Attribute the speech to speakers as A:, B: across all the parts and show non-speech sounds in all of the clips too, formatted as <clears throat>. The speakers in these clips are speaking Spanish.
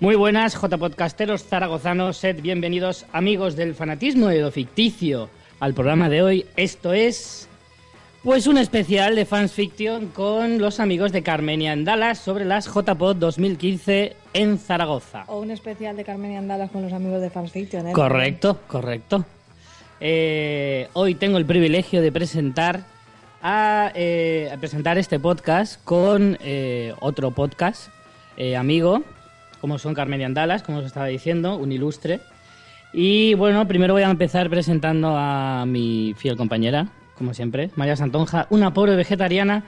A: Muy buenas, J-Podcasteros zaragozanos, sed bienvenidos, amigos del fanatismo y de lo ficticio, al programa de hoy. Esto es, pues, un especial de Fans Fiction con los amigos de Carmenia en Dallas sobre las J-Pod 2015 en Zaragoza.
B: O un especial de Carmen y Andalas con los amigos de Fans Fiction, ¿eh?
A: Correcto, correcto. Eh, hoy tengo el privilegio de presentar a, eh, a presentar este podcast con eh, otro podcast eh, amigo, como son Carmen y Andalas, como os estaba diciendo, un ilustre. Y bueno, primero voy a empezar presentando a mi fiel compañera, como siempre, María Santonja, una pobre vegetariana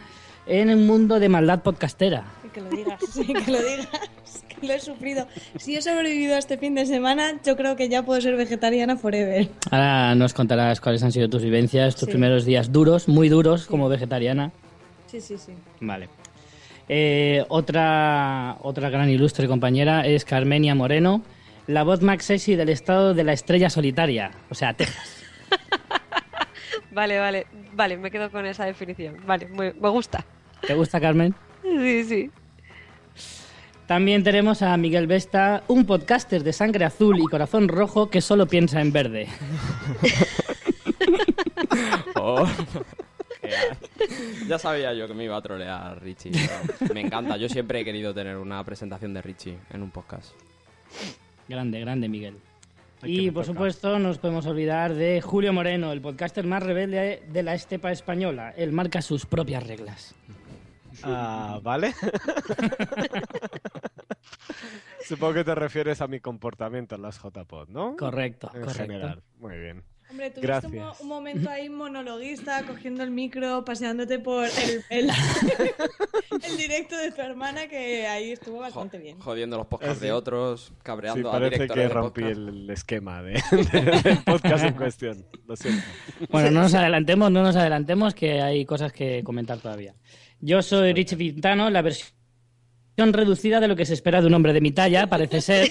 A: en un mundo de maldad podcastera.
B: Y Que lo digas, <laughs> sí, que lo digas, que lo he sufrido. Si he sobrevivido a este fin de semana, yo creo que ya puedo ser vegetariana forever.
A: Ahora nos contarás cuáles han sido tus vivencias, tus
B: Sí.
A: primeros días duros, muy duros como vegetariana.
B: Sí, sí, sí.
A: Vale. Eh, otra, otra gran ilustre compañera es Carmenia Moreno, la voz más sexy del estado de la estrella solitaria, o sea, Texas.
C: Vale, vale, vale, me quedo con esa definición. Vale, muy- me gusta.
A: ¿Te gusta, Carmen?
C: Sí, sí.
A: También tenemos a Miguel Vesta, un podcaster de sangre azul y corazón rojo que solo piensa en verde.
D: <laughs> Oh. ya sabía yo que me iba a trolear Richie. pero Me encanta, yo siempre he querido tener una presentación de Richie en un podcast.
A: Grande, grande, Miguel.
E: Ay, que
A: y
E: me
A: por
E: toca.
A: supuesto nos podemos olvidar de Julio Moreno, el podcaster más rebelde de la estepa española. Él marca sus propias reglas.
E: Ah, ¿vale? <laughs> Supongo que te refieres a mi comportamiento en las JPod, ¿no?
A: Correcto,
E: En
A: correcto.
E: general. Muy bien.
B: Hombre, tú
E: Gracias.
B: un, mo- un momento ahí monologuista, cogiendo el micro, paseándote por el,
D: <laughs>
B: el, el directo de tu hermana, que ahí estuvo bastante
D: Jo-
B: bien.
D: Jodiendo los podcasts
E: Eh, sí.
D: de otros,
E: Sí,
D: cabreando a
E: parece
D: directores
E: que
D: de
E: rompí
D: podcast.
E: el, el esquema de, <laughs> de- del podcast en cuestión. Lo siento.
A: Bueno, no nos adelantemos, no nos adelantemos, que hay cosas que comentar todavía. Yo soy Richie Pintano, la versión reducida de lo que se espera de un hombre de mi talla, parece
B: <laughs>
A: ser.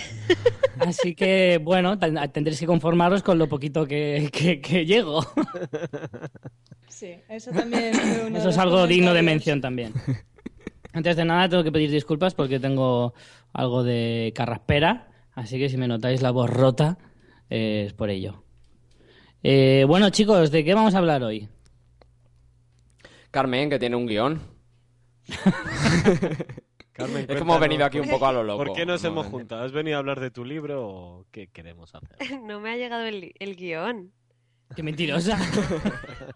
A: Así que, bueno, tan- tendréis que conformaros con lo poquito que, que- que llego.
B: Sí, eso también fue uno de
A: Eso
B: los
A: es algo digno de
B: comentarios.
A: mención
B: <laughs>
A: también. Antes de nada, tengo que pedir disculpas porque tengo algo de carraspera, así que si me notáis la voz rota, eh, es por ello. Eh, bueno, chicos, ¿de qué vamos a hablar hoy?
D: Carmen, que tiene un guión.
E: Carmen,
D: Es que hemos
E: cuéntanos,
D: venido aquí un poco a lo loco.
E: ¿Por qué nos
D: No,
E: hemos
D: no.
E: juntado? ¿Has venido a hablar de tu libro o qué queremos hacer?
C: <laughs> No me ha llegado el, el guión.
A: ¡Qué mentirosa!
B: <laughs>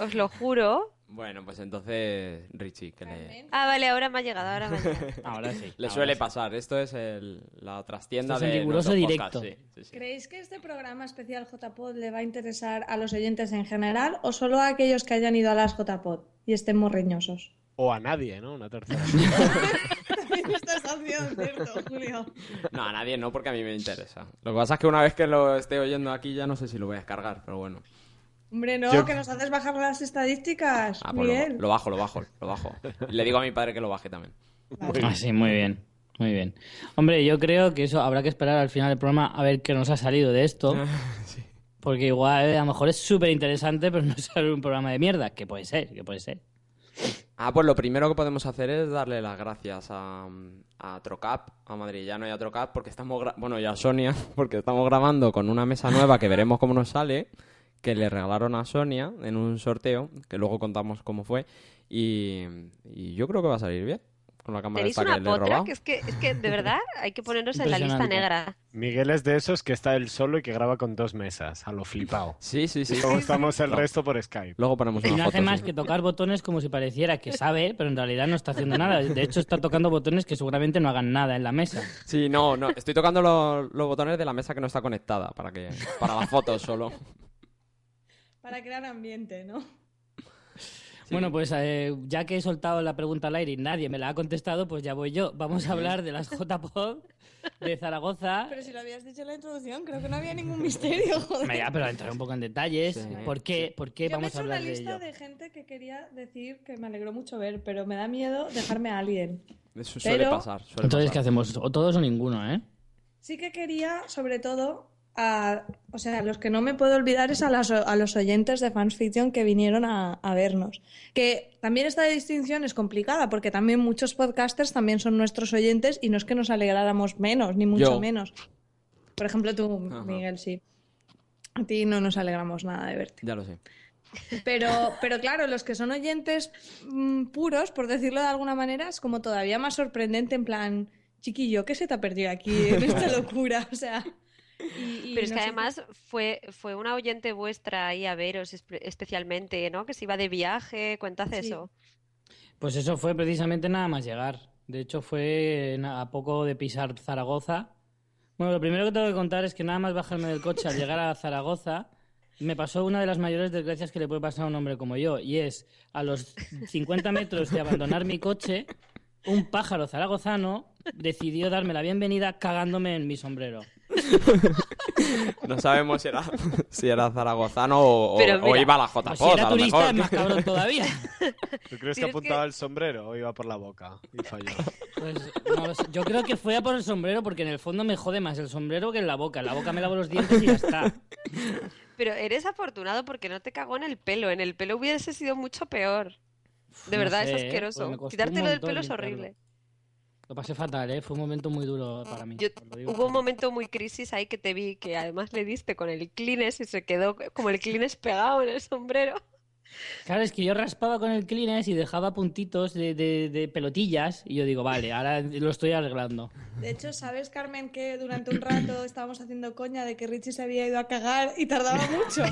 C: Os lo juro.
D: Bueno, pues entonces, Richie, que le,
B: Carmen.
C: Ah, vale, ahora me ha llegado, ahora me ha llegado.
D: <laughs>
A: Ahora Ah, sí.
D: le suele pasar. Esto es el- la trastienda
A: Esto es el
D: de
A: riguroso
D: nuestros
A: directo.
D: podcasts, sí, sí, sí.
B: ¿Creéis que este programa especial JPod le va a interesar a los oyentes en general o solo a aquellos que hayan ido a las JPod y estén morreñosos?
E: O a nadie, ¿no?
D: <laughs>
E: Una tercera.
B: <laughs> También estás haciendo cierto, Julio.
D: No, a nadie no, porque a mí me interesa. Lo que pasa es que una vez que lo esté oyendo aquí ya no sé si lo voy a descargar, pero bueno.
B: Hombre, no,
E: Yo-
B: que nos haces bajar las estadísticas,
D: Ah, pues
B: Miguel.
D: lo, lo bajo, lo bajo, lo bajo. Le digo a mi padre que lo baje también.
A: Ah, sí, muy bien. Muy bien. Hombre, yo creo que eso habrá que esperar al final del programa a ver qué nos ha salido de esto.
D: <laughs>
A: Porque igual eh, a lo mejor es súper interesante, pero no <laughs> sale un programa de mierda. Que puede ser, que puede ser.
D: Ah, pues lo primero que podemos hacer es darle las gracias a, a Trocap, a Madrillano y a Trocap, porque estamos, gra- bueno, y a Sonia, <laughs> porque estamos grabando con una mesa nueva que veremos cómo nos sale, que le regalaron a Sonia en un sorteo, que luego contamos cómo fue, y, y yo creo que va a salir bien, con la cámara
C: Tenéis
D: esta
C: una
D: que le he
C: potra
D: robado.
C: que es que, es que de verdad hay que ponernos en la lista
A: Impresionante.
C: negra.
E: Miguel es de esos que está él solo y que graba con dos mesas, a lo flipado.
D: Sí, sí, sí.
E: Como estamos el
D: No.
E: resto por Skype.
D: Luego ponemos
A: Y
D: una
A: no
D: foto.
A: hace más
D: sí.
A: que tocar botones como si pareciera que sabe, pero en realidad no está haciendo nada. De hecho, está tocando botones que seguramente no hagan nada en la mesa.
D: Sí, no, no, estoy tocando los, los botones de la mesa que no está conectada, para que para las fotos solo.
B: Para crear ambiente, ¿no?
D: Sí.
A: Bueno, pues eh, ya que he soltado la pregunta al aire y nadie me la ha contestado, pues ya voy yo. Vamos a hablar de las JPod de Zaragoza.
B: Pero si lo habías dicho en la introducción, creo que no había ningún misterio, joder.
A: Venga, pero entrar un poco en detalles.
D: Sí.
A: ¿Por qué, por qué
B: Yo me he
A: vamos
B: hecho
A: a hablar
B: una
A: de ello?
B: lista de, gente que quería decir que me alegró mucho ver, pero me da miedo dejarme a alguien.
D: Eso suele
B: Pero-
D: pasar. Suele
A: Entonces, ¿qué
D: pasar.
A: hacemos? O todos o ninguno, ¿eh?
B: Sí que quería, sobre todo, a- o sea, los que no me puedo olvidar es a, las- a los oyentes de Fans Fiction que vinieron a, a vernos. Que también esta distinción es complicada porque también muchos podcasters también son nuestros oyentes y no es que nos alegráramos menos, ni mucho
D: Yo.
B: menos. Por ejemplo, tú,
D: Ajá.
B: Miguel, sí. A ti no nos alegramos nada de verte.
D: Ya lo sé.
B: Pero, pero claro, los que son oyentes mm, puros, por decirlo de alguna manera, es como todavía más sorprendente en plan, chiquillo, ¿qué se te ha perdido aquí en
C: <laughs>
B: esta locura? O sea, y- y
C: Pero es que
B: no sé-
C: además fue, fue una oyente vuestra ahí a veros espe- especialmente, ¿no? Que se iba de viaje, cuentas
B: Sí.
C: eso.
A: Pues eso fue precisamente nada más llegar. De hecho, fue na- a poco de pisar Zaragoza. Bueno, lo primero que tengo que contar es que nada más bajarme del coche al llegar a Zaragoza, me pasó una de las mayores desgracias que le puede pasar a un hombre como yo, y es a los 50 metros de abandonar mi coche, un pájaro zaragozano decidió darme la bienvenida cagándome en mi sombrero.
D: No sabemos si era, <laughs> si era zaragozano o, o-
C: Pero
D: o
C: mira,
D: iba a la JPOD,
A: Pues si era
D: a lo
A: turista,
D: mejor.
A: es más cabrón todavía.
E: ¿Tú crees que
C: Tienes
E: apuntaba
C: que-
E: el sombrero o iba por la boca y falló?
A: Pues no lo sé. yo creo que fue a por el sombrero porque en el fondo me jode más el sombrero que en la boca. En la boca me lavo los dientes y ya está.
C: Pero eres afortunado porque no te cagó en el pelo. En el pelo hubiese sido mucho peor. <laughs> De
A: No
C: verdad, es
A: sé, ¿eh?
C: asqueroso.
A: Porque me costó
C: Quitártelo
A: un
C: del
A: montón
C: pelo es
A: limpiarlo.
C: horrible.
A: Lo pasé fatal, ¿eh? Fue un momento muy duro para mí.
C: Yo-
A: os lo digo. pues,
C: hubo un momento muy crisis ahí que te vi que además le diste con el clines y se quedó como el clines pegado en el sombrero.
A: Claro, es que yo raspaba con el Kleenex y dejaba puntitos de, de- de pelotillas y yo digo, vale, ahora lo estoy arreglando.
B: De hecho, ¿sabes, Carmen, que durante un rato estábamos haciendo coña de que Richie se había ido a cagar y tardaba
C: <laughs>
B: mucho?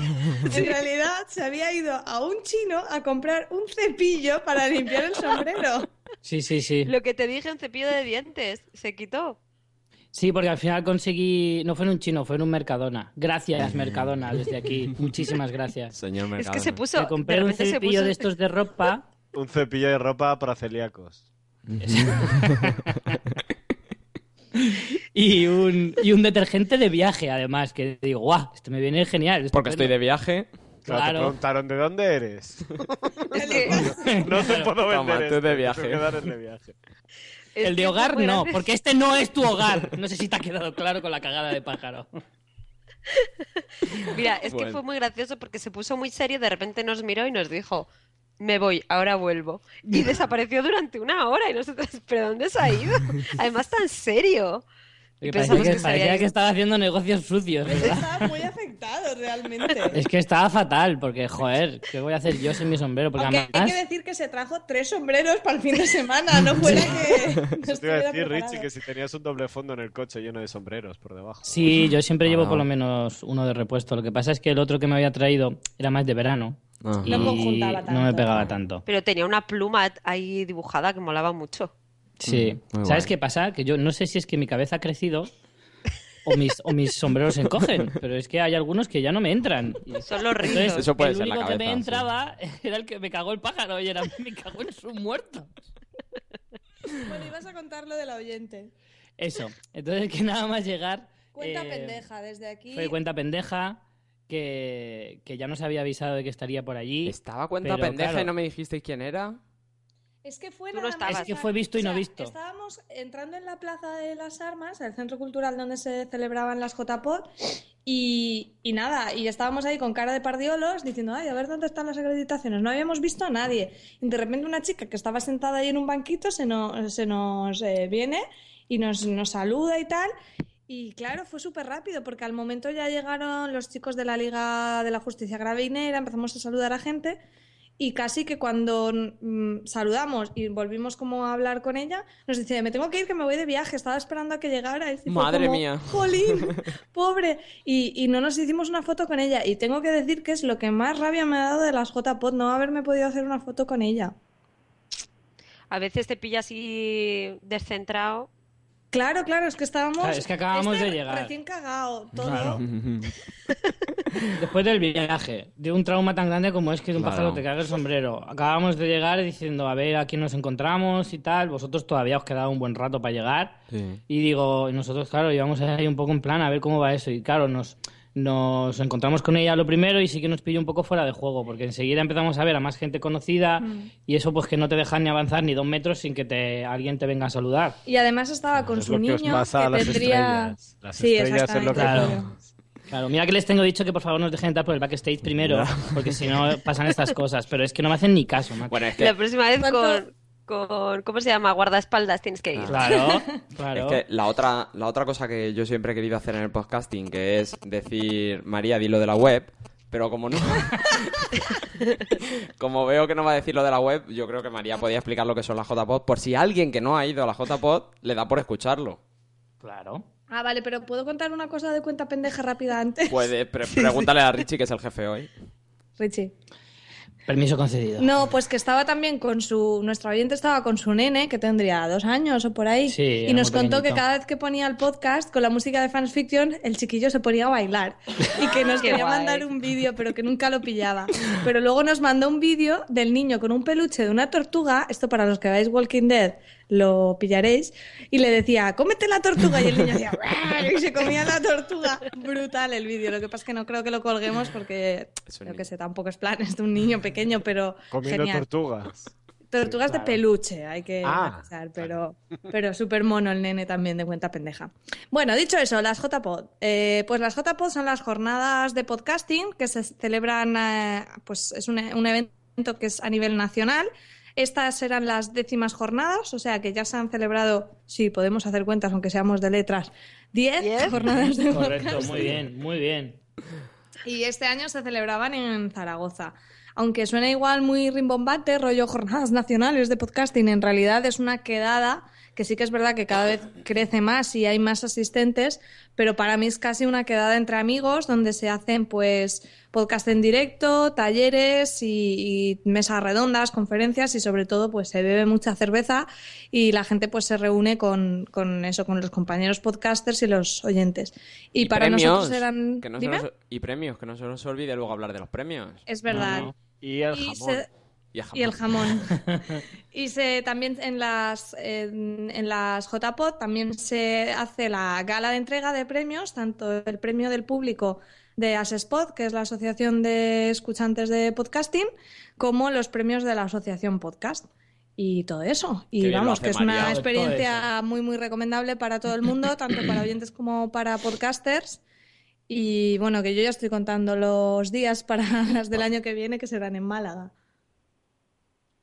B: En realidad, se había ido a un chino a comprar un cepillo para limpiar el sombrero.
A: Sí, sí, sí.
C: Lo que te dije, un cepillo de dientes, se quitó.
A: Sí, porque al final conseguí... No fue en un chino, fue en un Mercadona. Gracias, Mercadona, desde
C: <laughs>
A: aquí. Muchísimas gracias.
D: <laughs> Señor
C: Es
D: Mercadona.
C: que se puso,
A: Me
C: de
A: compré un
C: repente se
A: cepillo
C: puso-
A: de estos de ropa.
E: Un cepillo de ropa para celíacos.
A: Y un, y un detergente de viaje, además, que digo, guau, esto me viene genial.
D: Porque estoy de viaje.
E: Claro,
A: Claro.
E: te preguntaron de dónde
A: <laughs>
C: <laughs>
E: eres.
C: <laughs> Es que
E: No te puedo
D: Toma,
E: vender.
D: tú
E: esto,
D: de
E: te tengo
D: viaje.
E: que dar el
B: <laughs>
E: de viaje.
C: es
A: El
C: que
A: de
C: es
A: hogar
C: muy
A: no,
C: gracioso.
A: porque este no es tu hogar. No sé si te ha quedado claro con la cagada de pájaro.
C: Mira, es que
D: Bueno.
C: fue muy gracioso porque se puso muy serio, de repente nos miró y nos dijo, me voy, ahora vuelvo.
A: <laughs>
C: Y desapareció durante una hora y nosotros, <laughs> ¿pero dónde se ha ido? Además, tan serio. Y
A: Porque
C: pensamos
A: parecía que,
C: que se había
A: parecía
C: ido.
A: que estaba haciendo negocios sucios, ¿verdad?
B: Estaba muy afectado, realmente.
A: Es que estaba fatal, porque joder, ¿qué voy a hacer yo sin mi sombrero? Porque
B: Aunque hay
A: además.
B: que decir que se trajo tres sombreros para el fin de
A: <laughs>
B: semana, no fuera que no
E: Yo te iba a
B: estuviera
E: decir,
B: preparado.
E: Richie, que si tenías un doble fondo en el coche lleno de sombreros por debajo.
A: Sí, yo siempre llevo
D: Ah.
A: por lo menos uno de repuesto. Lo que pasa es que el otro que me había traído era más de verano.
D: Ah.
A: Y
B: No conjuntaba
A: No me
B: tanto.
A: pegaba tanto.
C: Pero tenía una pluma ahí dibujada que molaba mucho.
A: Sí.
D: Mm, muy
A: ¿Sabes
D: guay.
A: qué pasa? Que yo no sé si es que mi cabeza ha crecido o mis, o mis sombreros se
D: <laughs>
A: encogen, pero es que hay algunos que ya no me entran. Y
C: Son los
A: Entonces,
C: rizos.
D: Eso puede
A: el
D: ser la
A: único que me
D: cabeza, sí.
A: entraba era el que me cagó el pájaro y era me cagó en su muerto.
B: Bueno, ibas a contar lo del oyente.
A: Eso. Entonces que nada más llegar.
B: Cuenta
A: eh,
B: pendeja, desde aquí.
A: Fue cuenta pendeja que, que ya nos había avisado de que estaría por allí.
D: Estaba cuenta
A: Pero,
D: pendeja
A: claro.
D: y no me dijisteis
A: <laughs>
D: quién era.
B: Es que fue
C: Tú no
B: nada más-
C: estabas.
A: Es que fue visto y no visto.
B: Estábamos entrando en la Plaza de las Armas, el centro cultural donde se celebraban las JPOD, y, y nada, y estábamos ahí con cara de pardiolos diciendo, ay, a ver dónde están las acreditaciones. No habíamos visto a nadie. Y de repente una chica que estaba sentada ahí en un banquito se nos, se nos eh, viene y nos, nos saluda y tal. Y claro, fue súper rápido porque al momento ya llegaron los chicos de la Liga de la Justicia Gravinera, empezamos a saludar a gente y casi que cuando mm, saludamos y volvimos como a hablar con ella, nos dice, me tengo que ir, que me voy de viaje, estaba esperando a que llegara. Y fue
D: Madre
B: como,
D: mía.
B: <laughs> Jolín, pobre. Y, y no nos hicimos una foto con ella. Y tengo que decir que es lo que más rabia me ha dado de las JPod, no haberme podido hacer una foto con ella.
C: A veces te pilla así descentrado.
B: Claro, claro, es que estábamos...
A: Claro, es que acabamos
B: este
A: de llegar.
B: Recién cagado, todo.
A: Claro. Después del viaje, de un trauma tan grande como es que de un
D: Claro.
A: pájaro te cague el sombrero. Acabamos de llegar diciendo, a ver, aquí nos encontramos y tal. Vosotros todavía os quedaba un buen rato para llegar.
D: Sí.
A: Y digo, y nosotros, claro, íbamos ahí un poco en plan a ver cómo va eso. Y claro, nos, nos encontramos con ella lo primero y sí que nos pilló un poco fuera de juego, porque enseguida empezamos a ver a más gente conocida
B: Mm.
A: y eso pues que no te dejan ni avanzar ni dos metros sin que te, alguien te venga a saludar.
B: Y además estaba con
E: es
B: su
E: lo
B: niño
E: que os pasa a las
B: tendría...
E: estrellas. Las
B: Sí,
E: estrellas es lo que
B: exactamente.
A: Claro. Claro, mira que les tengo dicho que por favor nos dejen entrar por el backstage primero, porque si no pasan estas cosas, pero es que no me hacen ni caso, macho.
D: Bueno, es que,
C: La próxima vez
B: ¿Cuánto?
C: con, con- ¿Cómo se llama? Guardaespaldas tienes que ir.
A: Claro, claro.
D: es que la, otra, la otra cosa que yo siempre he querido hacer en el podcasting, que es decir, María, di lo de la web, pero como no... <laughs> como veo que no va a decir lo de la web, yo creo que María podía explicar lo que son las JPod, por si alguien que no ha ido a la JPod le da por escucharlo.
A: Claro.
B: Ah, vale, pero ¿puedo contar una cosa de cuenta pendeja rápida antes?
E: Pues,
D: Puede, pre- pregúntale a Richie, que es el jefe hoy.
B: <laughs> Richie.
A: Permiso concedido.
B: No, pues que estaba también con su. Nuestra oyente estaba con su nene, que tendría dos años o por ahí.
A: Sí, era
B: y nos
A: muy
B: contó que
A: pequeñito.
B: cada vez que ponía el podcast con la música de Fans Fiction, el chiquillo se ponía a bailar. Ah. Y que nos
C: Qué
B: quería
C: guay.
B: mandar un vídeo, pero que nunca lo pillaba. Pero luego nos mandó un vídeo del niño con un peluche de una tortuga. Esto para los que veáis Walking Dead lo pillaréis. Y le decía, cómete la tortuga. Y el niño hacía, "Ruah", y se comía la tortuga. Brutal el vídeo. Lo que pasa es que no creo que lo colguemos porque,
D: Es un
B: yo
D: niño.
B: que sé, tampoco es plan, es de un niño pequeño, pero
E: Comiendo
B: genial.
E: tortugas.
B: Tortugas
E: Sí,
B: de
E: claro.
B: peluche, hay que
E: Ah,
B: matizar, pero, pero súper mono el nene también de cuenta pendeja. Bueno, dicho eso, las JPod. Eh, pues las JPod son las jornadas de podcasting que se celebran, eh, pues es un, un evento que es a nivel nacional. Estas serán las décimas jornadas, o sea que ya se han celebrado, si podemos hacer cuentas, aunque seamos de letras, 10
C: Diez.
B: jornadas de
A: Correcto, muy bien, muy bien.
B: <laughs> y este año se celebraban en Zaragoza. Aunque suena igual muy rimbombante, rollo jornadas nacionales de podcasting, en realidad es una quedada que sí que es verdad que cada vez crece más y hay más asistentes, pero para mí es casi una quedada entre amigos donde se hacen pues podcast en directo, talleres y, y mesas redondas, conferencias y sobre todo pues se bebe mucha cerveza y la gente pues se reúne con, con eso, con los compañeros podcasters y los oyentes. Y, para nosotros eran...
D: que no se
B: ¿Dime?
D: nos- y premios, que no se nos olvide luego hablar de los premios.
B: Es verdad.
A: No, no.
E: Y el
B: Y, <laughs>
E: jamón.
B: se-
D: Y, a
B: y el
D: Japón. <laughs>
B: jamón. y se, también en las, en, en las JPOD también se hace la gala de entrega de premios, tanto el premio del público de ASESPOD, que es la Asociación de Escuchantes de Podcasting, como los premios de la Asociación Podcast. Y todo eso.
D: Qué
B: Y
D: bien lo
B: vamos,
D: hace
B: que es
D: María.
B: una
A: Todo
B: experiencia muy, muy recomendable para todo el
D: <laughs>
B: mundo, tanto para oyentes como para podcasters. Y bueno, que yo ya estoy contando los días para <laughs> las del año que viene que serán en Málaga.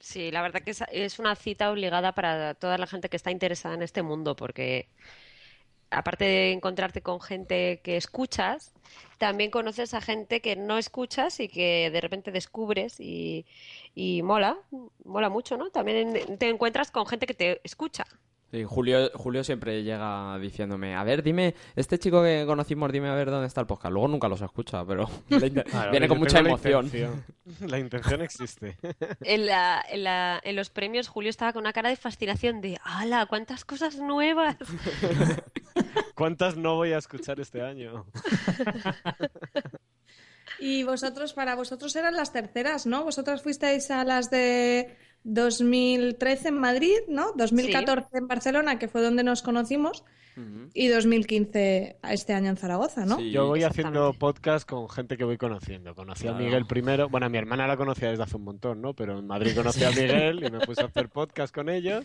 C: Sí, la verdad que es, es una cita obligada para toda la gente que está interesada en este mundo, porque aparte de encontrarte con gente que escuchas, también conoces a gente que no escuchas y que de repente descubres y, y mola, mola mucho, ¿no? También en- te encuentras con gente que te escucha.
D: Sí, Julio, Julio siempre llega diciéndome, a ver, dime, este chico que conocimos, dime a ver dónde está el podcast. Luego nunca los escucha,
E: <laughs>
D: pero le inter-
E: Claro,
D: viene
E: yo
D: con
E: tengo
D: mucha
E: la
D: emoción.
E: intención. <laughs> La intención existe.
C: En la- en la- en los premios, Julio estaba con una cara de fascinación de, ¡hala! ¡Cuántas cosas nuevas!
E: ¿Cuántas no voy a escuchar este año?
B: Y vosotros, para vosotros eran las terceras, ¿no? Vosotras fuisteis a las de 2013 en Madrid, ¿no? 2014 en Barcelona, que fue donde nos conocimos,
D: Ujú.
B: y 2015 a este año en Zaragoza, ¿no?
D: Sí.
E: Yo voy
C: Exactamente.
E: haciendo podcast con gente que voy conociendo. Conocí
D: Claro.
E: a Miguel primero. Bueno, a mi hermana la conocía desde hace un montón, ¿no? Pero en Madrid conocí a Miguel y me puse a hacer podcast con ellos.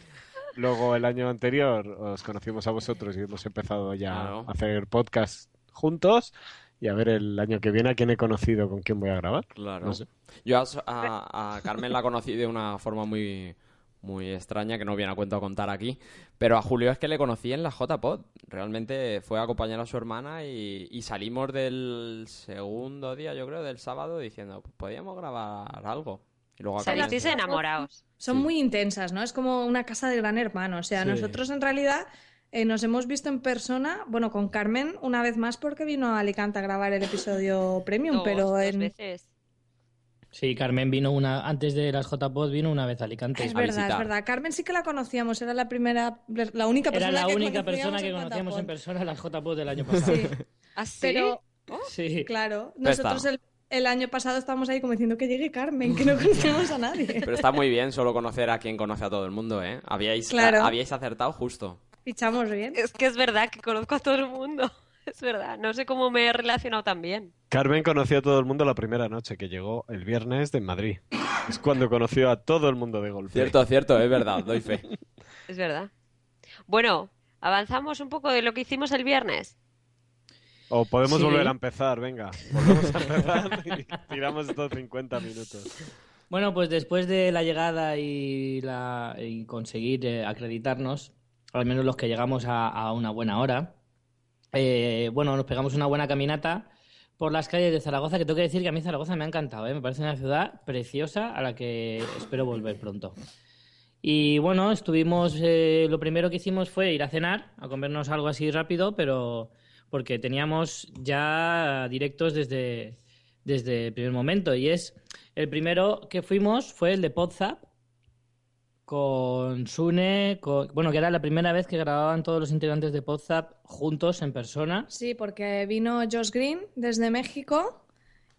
E: Luego el año anterior os conocimos a vosotros y hemos empezado ya
D: Claro.
E: a hacer podcast juntos. Y a ver el año que viene a quién he conocido, con quién voy a grabar.
D: Claro.
E: No sé.
D: Yo a, a- a Carmen la conocí de una forma muy, muy extraña que no viene a cuento contar aquí. Pero a Julio es que le conocí en la J-Pod. Realmente fue a acompañar a su hermana y, y salimos del segundo día, yo creo, del sábado, diciendo, pues podíamos grabar algo. Y luego acabé-
C: Salisteis enamorados.
B: Son
D: Sí.
B: muy intensas, ¿no? Es como una casa de gran hermano. O sea,
D: Sí.
B: nosotros en realidad eh, nos hemos visto en persona, bueno, con Carmen una vez más porque vino a Alicante a grabar el episodio premium,
C: Dos,
B: pero
C: dos
B: en...
C: veces.
A: Sí, Carmen vino una antes de las JPod vino una vez a Alicante.
B: Es
D: a
B: verdad, es
D: visitar.
B: verdad. Carmen sí que la conocíamos, era la primera, la única
A: Era
B: persona
A: la
B: que
A: única
B: conocíamos
A: persona que
B: en
A: conocíamos en
B: Catapult.
A: persona en las JPod del año pasado.
B: Sí.
C: ¿Ah, sí?
B: Pero,
A: <laughs> Sí.
B: claro,
D: Pero está.
B: nosotros el, el año pasado estábamos ahí como diciendo que llegue Carmen, que no <laughs> conocemos a nadie.
D: Pero está muy bien solo conocer a quien conoce a todo el mundo, ¿eh? Habíais,
B: Claro.
D: a- habíais acertado justo.
B: Fichamos bien.
C: Es que es verdad que conozco a todo el mundo. <laughs> Es verdad. No sé cómo me he relacionado tan bien.
E: Carmen conoció a todo el mundo la primera noche que llegó el viernes de Madrid. Es cuando conoció a todo el mundo de golpe.
D: Cierto, cierto, es verdad, doy fe.
C: Es verdad. Bueno, avanzamos un poco de lo que hicimos el viernes.
E: O podemos
A: Sí.
E: volver a empezar, venga. Volvemos a empezar <laughs> y tiramos estos 50 minutos.
A: Bueno, pues después de la llegada y, la, y conseguir eh, acreditarnos, al menos los que llegamos a, a una buena hora, eh, bueno, nos pegamos una buena caminata por las calles de Zaragoza, que tengo que decir que a mí Zaragoza me ha encantado, ¿eh? Me parece una ciudad preciosa a la que espero volver pronto. Y bueno, estuvimos, eh, lo primero que hicimos fue ir a cenar, a comernos algo así rápido, pero porque teníamos ya directos desde, desde el primer momento. Y es, el primero que fuimos fue el de Podzap, con Sune, con- bueno, que era la primera vez que grababan todos los integrantes de Podzap juntos en persona.
B: Sí, porque vino Josh Green desde México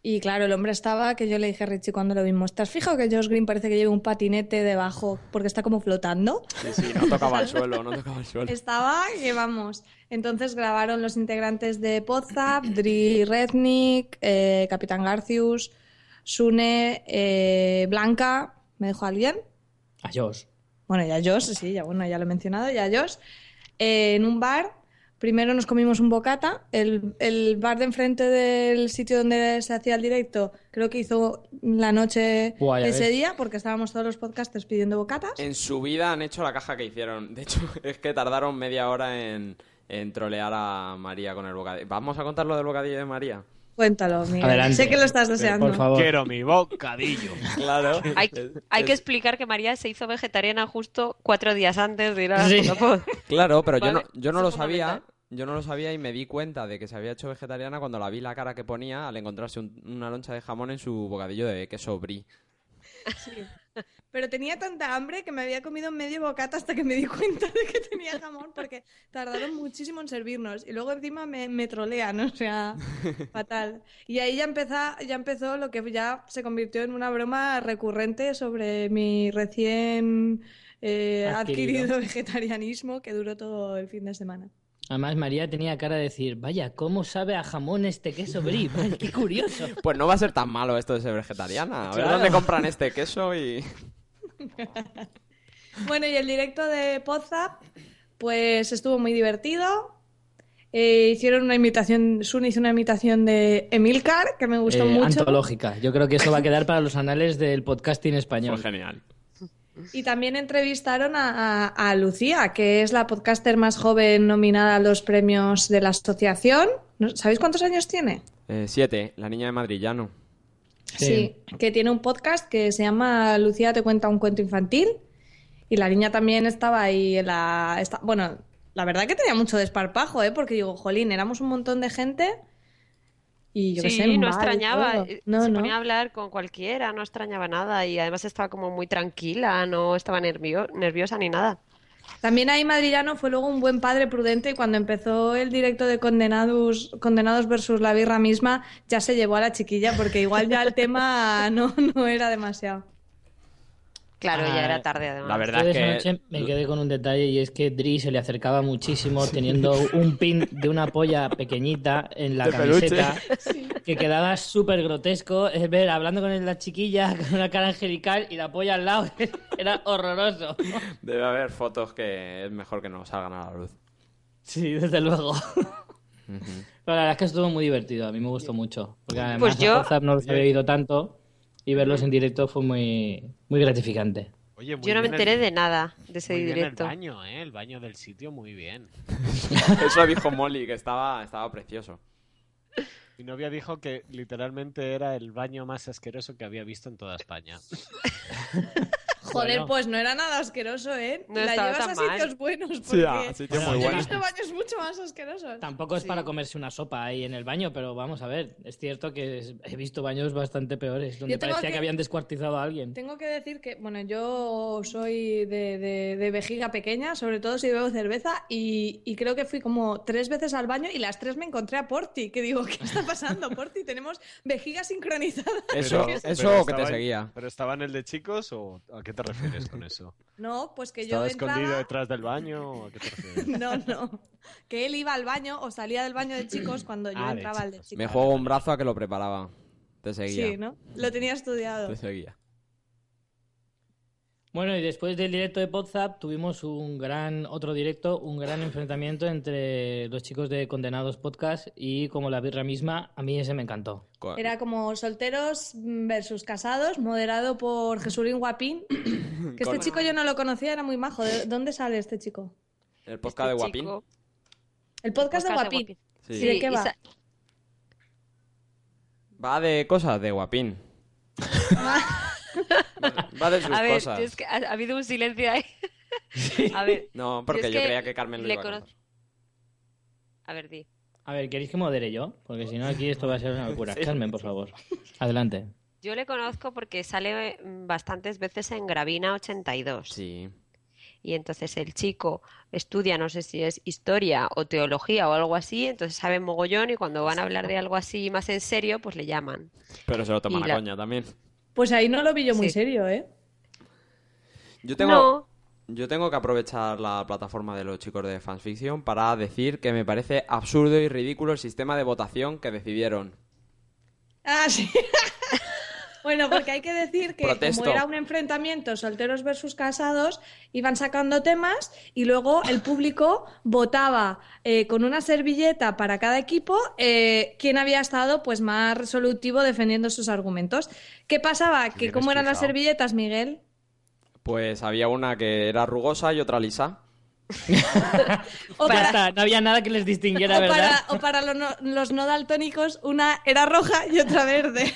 B: y claro, el hombre estaba que yo le dije a Richie cuando lo vimos, ¿estás fijo que Josh Green parece que lleva un patinete debajo porque está como flotando?
D: Sí, sí, no tocaba el suelo, no tocaba el suelo.
B: Estaba que vamos. Entonces grabaron los integrantes de Podzap, Dri Rednick, eh, Capitán Garcius, Sune, eh, Blanca, ¿me dejó alguien?
A: A Josh.
B: Bueno, ya Josh, sí, ya bueno, ya lo he mencionado, ya Josh, eh, en un bar. Primero nos comimos un bocata. El, el bar de enfrente del sitio donde se hacía el directo, creo que hizo la noche
A: Buah, ya
B: ese
A: ves.
B: día, porque estábamos todos los podcasters pidiendo bocatas.
D: En su vida han hecho la caja que hicieron. De hecho, <laughs> es que tardaron media hora en, en trolear a María con el bocadillo. Vamos a contar lo del bocadillo de María.
B: Cuéntalo, Miguel.
A: Adelante.
B: Sé que lo estás deseando.
A: Por favor.
E: Quiero mi bocadillo.
D: <laughs> Claro.
C: Hay,
D: Es-
C: hay que
D: es-
C: explicar que María se hizo vegetariana justo cuatro días antes de ir a la
A: Sí.
C: Fotopod.
D: Claro, pero
C: Vale,
D: yo no, yo no
C: eso
D: lo
C: es
D: sabía.
C: fundamental.
D: Yo no lo sabía y me di cuenta de que se había hecho vegetariana cuando la vi la cara que ponía al encontrarse un- una loncha de jamón en su bocadillo de queso brie.
B: Pero tenía tanta hambre que me había comido medio bocata hasta que me di cuenta de que tenía jamón, porque tardaron muchísimo en servirnos. Y luego encima me, me trolean, o sea, fatal. Y ahí ya, empeza- ya empezó lo que ya se convirtió en una broma recurrente sobre mi recién eh,
A: Adquirido.
B: adquirido. <laughs> vegetarianismo que duró todo el fin de semana.
A: Además, María tenía cara de decir, vaya, ¿cómo sabe a jamón este queso brie? Vaya, ¡Qué curioso!
D: Pues no va a ser tan malo esto de ser vegetariana. A ver
A: Claro.
D: dónde compran este queso y.
B: Bueno, y el directo de Podzap, pues estuvo muy divertido. Eh, hicieron una imitación, Sun hizo una imitación de Emilcar, que me gustó
A: Eh,
B: mucho.
A: Antológica. Yo creo que eso va a quedar para los anales del podcasting español.
D: genial.
B: Y también entrevistaron a, a- a Lucía, que es la podcaster más joven nominada a los premios de la asociación. ¿No- ¿Sabéis cuántos años tiene?
D: Eh, siete, la niña de Madrillano.
A: Sí.
B: Que tiene un podcast que se llama Lucía te cuenta un cuento infantil. Y la niña también estaba ahí en la... esta- bueno, la verdad que tenía mucho desparpajo, ¿eh? Porque digo, jolín, éramos un montón de gente y yo qué
C: Sí,
B: sé,
C: no
B: mal,
C: extrañaba.
B: todo.
C: eh,
B: No,
C: se
B: no.
C: ponía a hablar con cualquiera, no extrañaba nada y además estaba como muy tranquila, no estaba nervio- nerviosa ni nada.
B: También ahí Madrillano fue luego un buen padre prudente y cuando empezó el directo de Condenados, Condenados versus la birra misma, ya se llevó a la chiquilla porque igual ya el tema <laughs> no, no era demasiado.
C: Claro,
A: Ah,
C: ya era tarde además.
D: la verdad.
A: Yo de
D: que-
A: esa noche me quedé con un detalle y es que Dri se le acercaba muchísimo teniendo un pin de una polla pequeñita en la
D: De peluche.
A: camiseta que quedaba súper grotesco. Es ver, hablando con la chiquilla <laughs> con una cara angelical y la polla al lado <laughs> era horroroso.
D: Debe haber fotos que es mejor que no salgan a la luz.
A: Sí, desde luego. Pero la verdad es que estuvo muy divertido, a mí me gustó mucho. Porque además
C: Pues
A: a
C: yo-
A: WhatsApp no los había oído tanto y verlos en directo fue muy, muy gratificante.
E: Oye, muy
C: Yo no me
E: bien
C: enteré
E: el-
C: de nada de ese
E: muy bien
C: directo.
E: el baño, ¿eh? El baño del sitio, muy bien.
D: Eso dijo Molly, que estaba, estaba precioso.
E: Mi novia dijo que literalmente era el baño más asqueroso que había visto en
D: <laughs>
E: toda España.
B: Joder,
A: Bueno.
B: pues no era nada asqueroso, ¿eh?
C: No
B: la
C: estaba
B: llevas a
C: tan mal.
B: sitios buenos porque
D: Sí, ah, sitio
A: Bueno,
D: muy
A: yo
B: he
D: bueno.
B: visto baños mucho más asquerosos.
A: Tampoco es para comerse una sopa ahí en el baño, pero vamos a ver. Es cierto que es- he visto baños bastante peores, donde
B: Yo tengo
A: parecía que...
B: que-
A: habían descuartizado a alguien.
B: Tengo que decir que, bueno, yo soy de, de- de vejiga pequeña, sobre todo si bebo cerveza, y, y creo que fui como tres veces al baño y las tres me encontré a Porti, que digo, ¿qué está pasando, Porti? Tenemos vejiga sincronizada.
D: Eso,
E: Pero-
D: eso
E: pero
D: que te
E: estaba-
D: seguía.
E: ¿Pero estaba en el de chicos o a qué te refieres
D: <laughs>
E: con eso?
B: No, pues que yo
E: ¿Estaba escondido
B: entraba...
E: detrás del baño o a qué te
D: <laughs>
E: refieres?
B: No, <laughs> no. Que él iba al baño o salía del baño de chicos cuando yo
E: Ah, de
B: entraba al de
E: chicos.
B: chicos.
D: Me juego un brazo a que lo preparaba. Te seguía.
B: Sí, ¿no? Lo tenía estudiado.
D: Te seguía.
A: Bueno, y después del directo de Podzap tuvimos un gran, otro directo, un gran enfrentamiento entre los chicos de Condenados Podcast y como la birra misma, a mí ese me encantó.
D: Co-
B: Era como solteros versus casados, moderado por Jesurín <coughs> Guapín. Que este
D: Con-
B: chico yo no lo conocía, era muy majo. ¿De dónde sale este chico?
D: El
C: Este
D: podcast de Guapín.
C: chico-
B: El podcast, de Guapín.
D: Sí.
B: ¿Y de qué
C: y
B: va?
C: sa-
D: Va de cosas de Guapín.
C: <laughs>
D: Va de sus
C: a ver,
D: cosas.
C: yo es que ha, ha habido un silencio ahí. a ver,
D: No, porque
C: yo
D: yo,
C: es que
D: creía que Carmen lo
C: le
D: iba a
C: conoz-
D: contar.
C: a ver, di.
A: A ver, ¿queréis que modere yo? Porque si no, aquí esto va a ser una locura.
D: Sí.
A: Carmen, por favor. Adelante.
C: Yo le conozco porque sale eh, bastantes veces en Gravina 82.
D: Sí.
C: Y entonces el chico estudia, no sé si es historia o teología o algo así, entonces sabe mogollón y cuando van a hablar de algo así más en serio, pues le llaman.
D: Pero se lo toman
C: Y
D: a
C: la-
D: coña también.
B: Pues ahí no lo vi yo muy
C: Sí.
B: serio, ¿eh?
D: Yo tengo,
C: No.
D: yo tengo que aprovechar la plataforma de los chicos de fanfiction para decir que me parece absurdo y ridículo el sistema de votación que decidieron.
B: Ah, sí. <laughs> bueno, porque hay que decir que
D: Protesto.
B: como era un enfrentamiento solteros versus casados, iban sacando temas y luego el público votaba eh, con una servilleta para cada equipo eh, quién había estado pues más resolutivo defendiendo sus argumentos. ¿Qué pasaba? Que
E: Bien
B: cómo eran las
E: explicado.
B: servilletas, Miguel.
D: Pues había una que era rugosa y otra lisa.
B: O
A: Ya
B: para,
A: está, no había nada que les distinguiera,
B: o
A: ¿verdad?
B: para- o para lo no- los no daltónicos, una era roja y otra verde.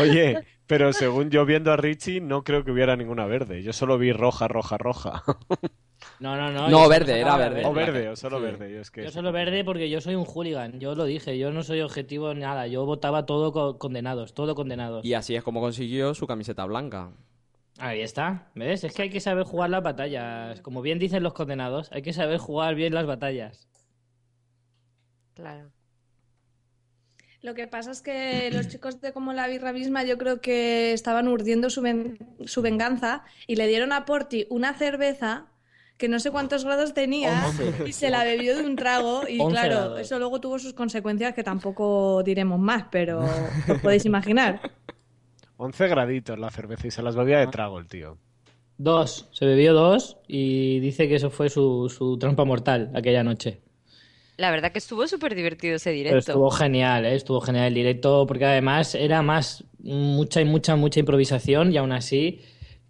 E: Oye, pero según yo viendo a Richie, no creo que hubiera ninguna verde. Yo solo vi roja, roja, roja. <laughs>
A: No, no, no.
D: No,
A: yo solo
D: verde,
A: sacaba
D: era
A: la
D: verde.
E: O verde, o solo
D: Sí.
E: verde. Yo, es que
A: Yo solo verde porque yo soy un hooligan, yo lo dije, yo no soy objetivo en nada, yo votaba todo co- condenados, todo condenados.
D: Y así es como consiguió su camiseta blanca.
A: Ahí está, ¿ves? Es que hay que saber jugar las batallas, como bien dicen los condenados, hay que saber jugar bien las batallas.
C: Claro.
B: Lo que pasa es que los chicos de como la birra misma yo creo que estaban urdiendo su, ven- su venganza y le dieron a Porti una cerveza que no sé cuántos grados tenía y se la bebió de un trago y
A: Once
B: claro,
A: grados.
B: eso luego tuvo sus consecuencias que tampoco diremos más, pero os podéis imaginar.
E: 11 graditos la cerveza y se las bebía de
D: Ah.
E: trago el tío.
A: Dos, se bebió dos y dice que eso fue su, su trampa mortal aquella noche.
C: La verdad que estuvo súper divertido ese
A: Pero
C: directo.
A: estuvo genial, ¿eh? estuvo genial el directo, porque además era más mucha y mucha, mucha improvisación y aún así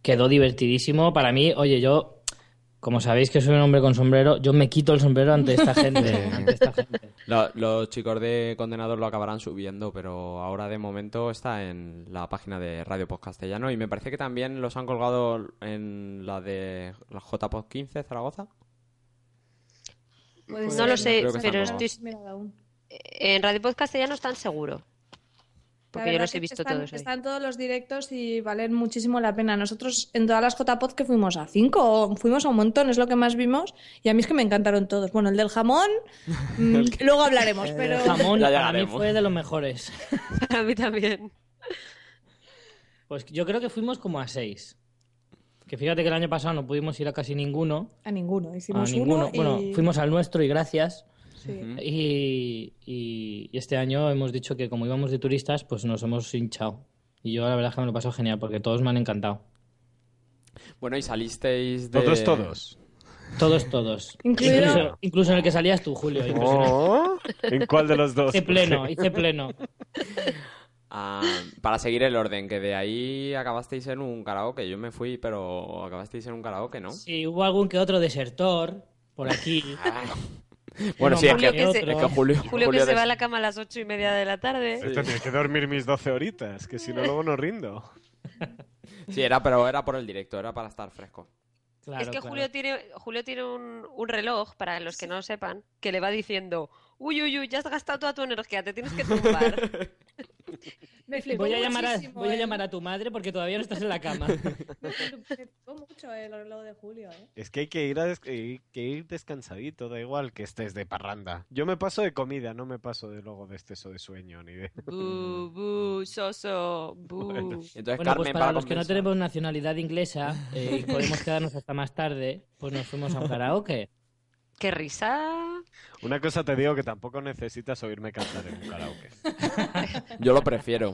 A: quedó divertidísimo. Para mí, oye, yo, como sabéis que soy un hombre con sombrero, yo me quito el sombrero ante esta
B: <laughs>
A: gente. ante esta gente.
D: Lo- los chicos de Condenados lo acabarán subiendo, pero ahora de momento está en la página de Radio Post Castellano y me parece que también los han colgado en la de la JPod 15 Zaragoza.
B: Puede
C: Pues No
B: ser.
C: lo sé,
D: Pues Creo que
C: pero
D: están
C: estoy...
B: Mira, aún.
C: en Radio Podcast ya no están seguro.
B: La
C: Porque yo
B: verdad
C: los
B: que
C: he visto
B: están,
C: todos. ahí.
B: Están todos los directos y valen muchísimo la pena. Nosotros en todas las JPod que fuimos a cinco, o fuimos a un montón, es lo que más vimos. Y a mí es que me encantaron todos. Bueno, el
A: <laughs>
B: del jamón, mm, luego hablaremos, pero
A: El jamón
D: Ya
A: para mí
D: llegaremos.
A: fue de los mejores.
C: <laughs> A mí también.
A: Pues yo creo que fuimos como a seis. Que fíjate que el año pasado no pudimos ir a casi ninguno.
B: a ninguno.
A: A
B: Hicimos
A: ninguno.
B: uno. y-
A: Bueno, fuimos al nuestro y gracias.
D: Mm.
B: sí.
A: Y, y- y este año hemos dicho que como íbamos de turistas, pues nos hemos hinchado. Y yo la verdad es que me lo paso genial porque todos me han encantado.
D: Bueno, y salisteis de...
E: Todos, todos.
A: Todos, todos.
B: Incluido-
A: Incluso, incluso en el que salías tú, Julio. incluso en el-
E: Oh, ¿En cuál de los dos?
A: Hice
D: <laughs>
A: pleno, hice pleno.
D: Ah, para seguir el orden, que de ahí acabasteis en un karaoke. Yo me fui, pero acabasteis en un karaoke, ¿no?
A: Sí, hubo algún que otro desertor por aquí. <laughs>
D: Ah. bueno, sí, es
A: Julio
D: que,
A: que se-
D: es que Julio,
C: Julio,
D: Julio
C: que se
D: des-
C: va a la cama a las ocho y media de la tarde.
E: Este tiene que dormir mis 12 horitas, que si no luego no rindo.
D: Sí, era, pero era por el directo, era para estar fresco.
A: Claro,
C: es que
A: claro.
C: Julio tiene, Julio tiene un, un reloj, para los que no lo sepan, que le va diciendo, uy, uy, uy, ya has gastado toda tu energía, te tienes
A: <laughs>
C: que tumbar.
B: Me flipó
A: Voy a, llamar a,
B: muchísimo
A: voy a
B: el-
A: llamar a tu madre porque todavía no estás en la
D: <laughs>
A: cama.
B: Me flipó- <laughs> me flipó mucho el reloj de Julio, ¿eh?
E: Es que hay que ir, a des- hay que ir descansadito, da igual que estés de parranda. Yo me paso de comida, no me paso de luego de exceso de sueño ni de...
C: bu,
E: Mm.
C: bu, soso, bu.
D: Entonces,
A: Bueno, pues
D: Carmen,
A: para los que no
D: compensar-
A: tenemos nacionalidad inglesa eh, y podemos quedarnos hasta más tarde, pues nos fuimos a un karaoke.
C: Qué risa.
E: Una cosa te digo que tampoco necesitas oírme cantar en un karaoke.
D: Yo lo prefiero.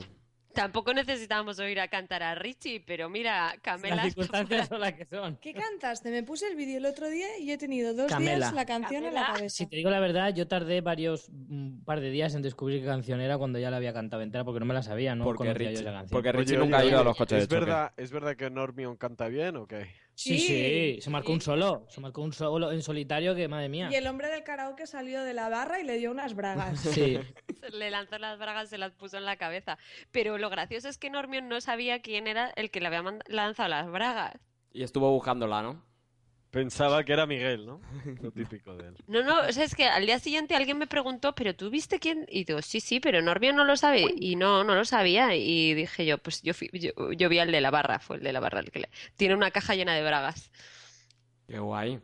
C: Tampoco necesitábamos oír a cantar a Richie, pero mira, Camela.
A: Las circunstancias son las que son.
B: ¿Qué cantaste? Me puse el vídeo el otro día y he tenido dos
A: Camela.
B: días la canción en la
C: Camela.
B: cabeza.
A: Si te digo la verdad, yo tardé varios un par de días en descubrir qué canción era cuando ya la había cantado entera porque no me la sabía, no
D: porque
A: conocía yo
D: Richie,
A: esa canción.
D: porque Richie
E: Oye,
D: nunca ha
E: oye,
D: ido a los coches
E: ¿Es
D: de choque.
E: verdad, ¿Es verdad que Normion canta bien o qué?
A: Sí, sí, se marcó un
C: sí.
A: solo, se marcó un solo en solitario que madre mía.
B: Y el hombre del karaoke salió de la barra y le dio unas bragas.
D: <laughs>
A: Sí.
C: <laughs> Le lanzó las bragas, se las puso en la cabeza. Pero lo gracioso es que Normion no sabía quién era el que le había mand- lanzado las bragas.
D: Y estuvo buscándola, ¿no?
E: Pensaba que era Miguel, ¿no? Lo típico de él.
C: No, no, o sea, es que al día siguiente alguien me preguntó, ¿pero tú viste quién? Y digo, sí, sí, pero Normion no lo sabe. Y no, no lo sabía. Y dije yo, pues yo, fui- yo, yo vi al de la barra, fue el de la barra el que le... Tiene una caja llena de
E: <laughs>
C: bragas.
D: Qué guay.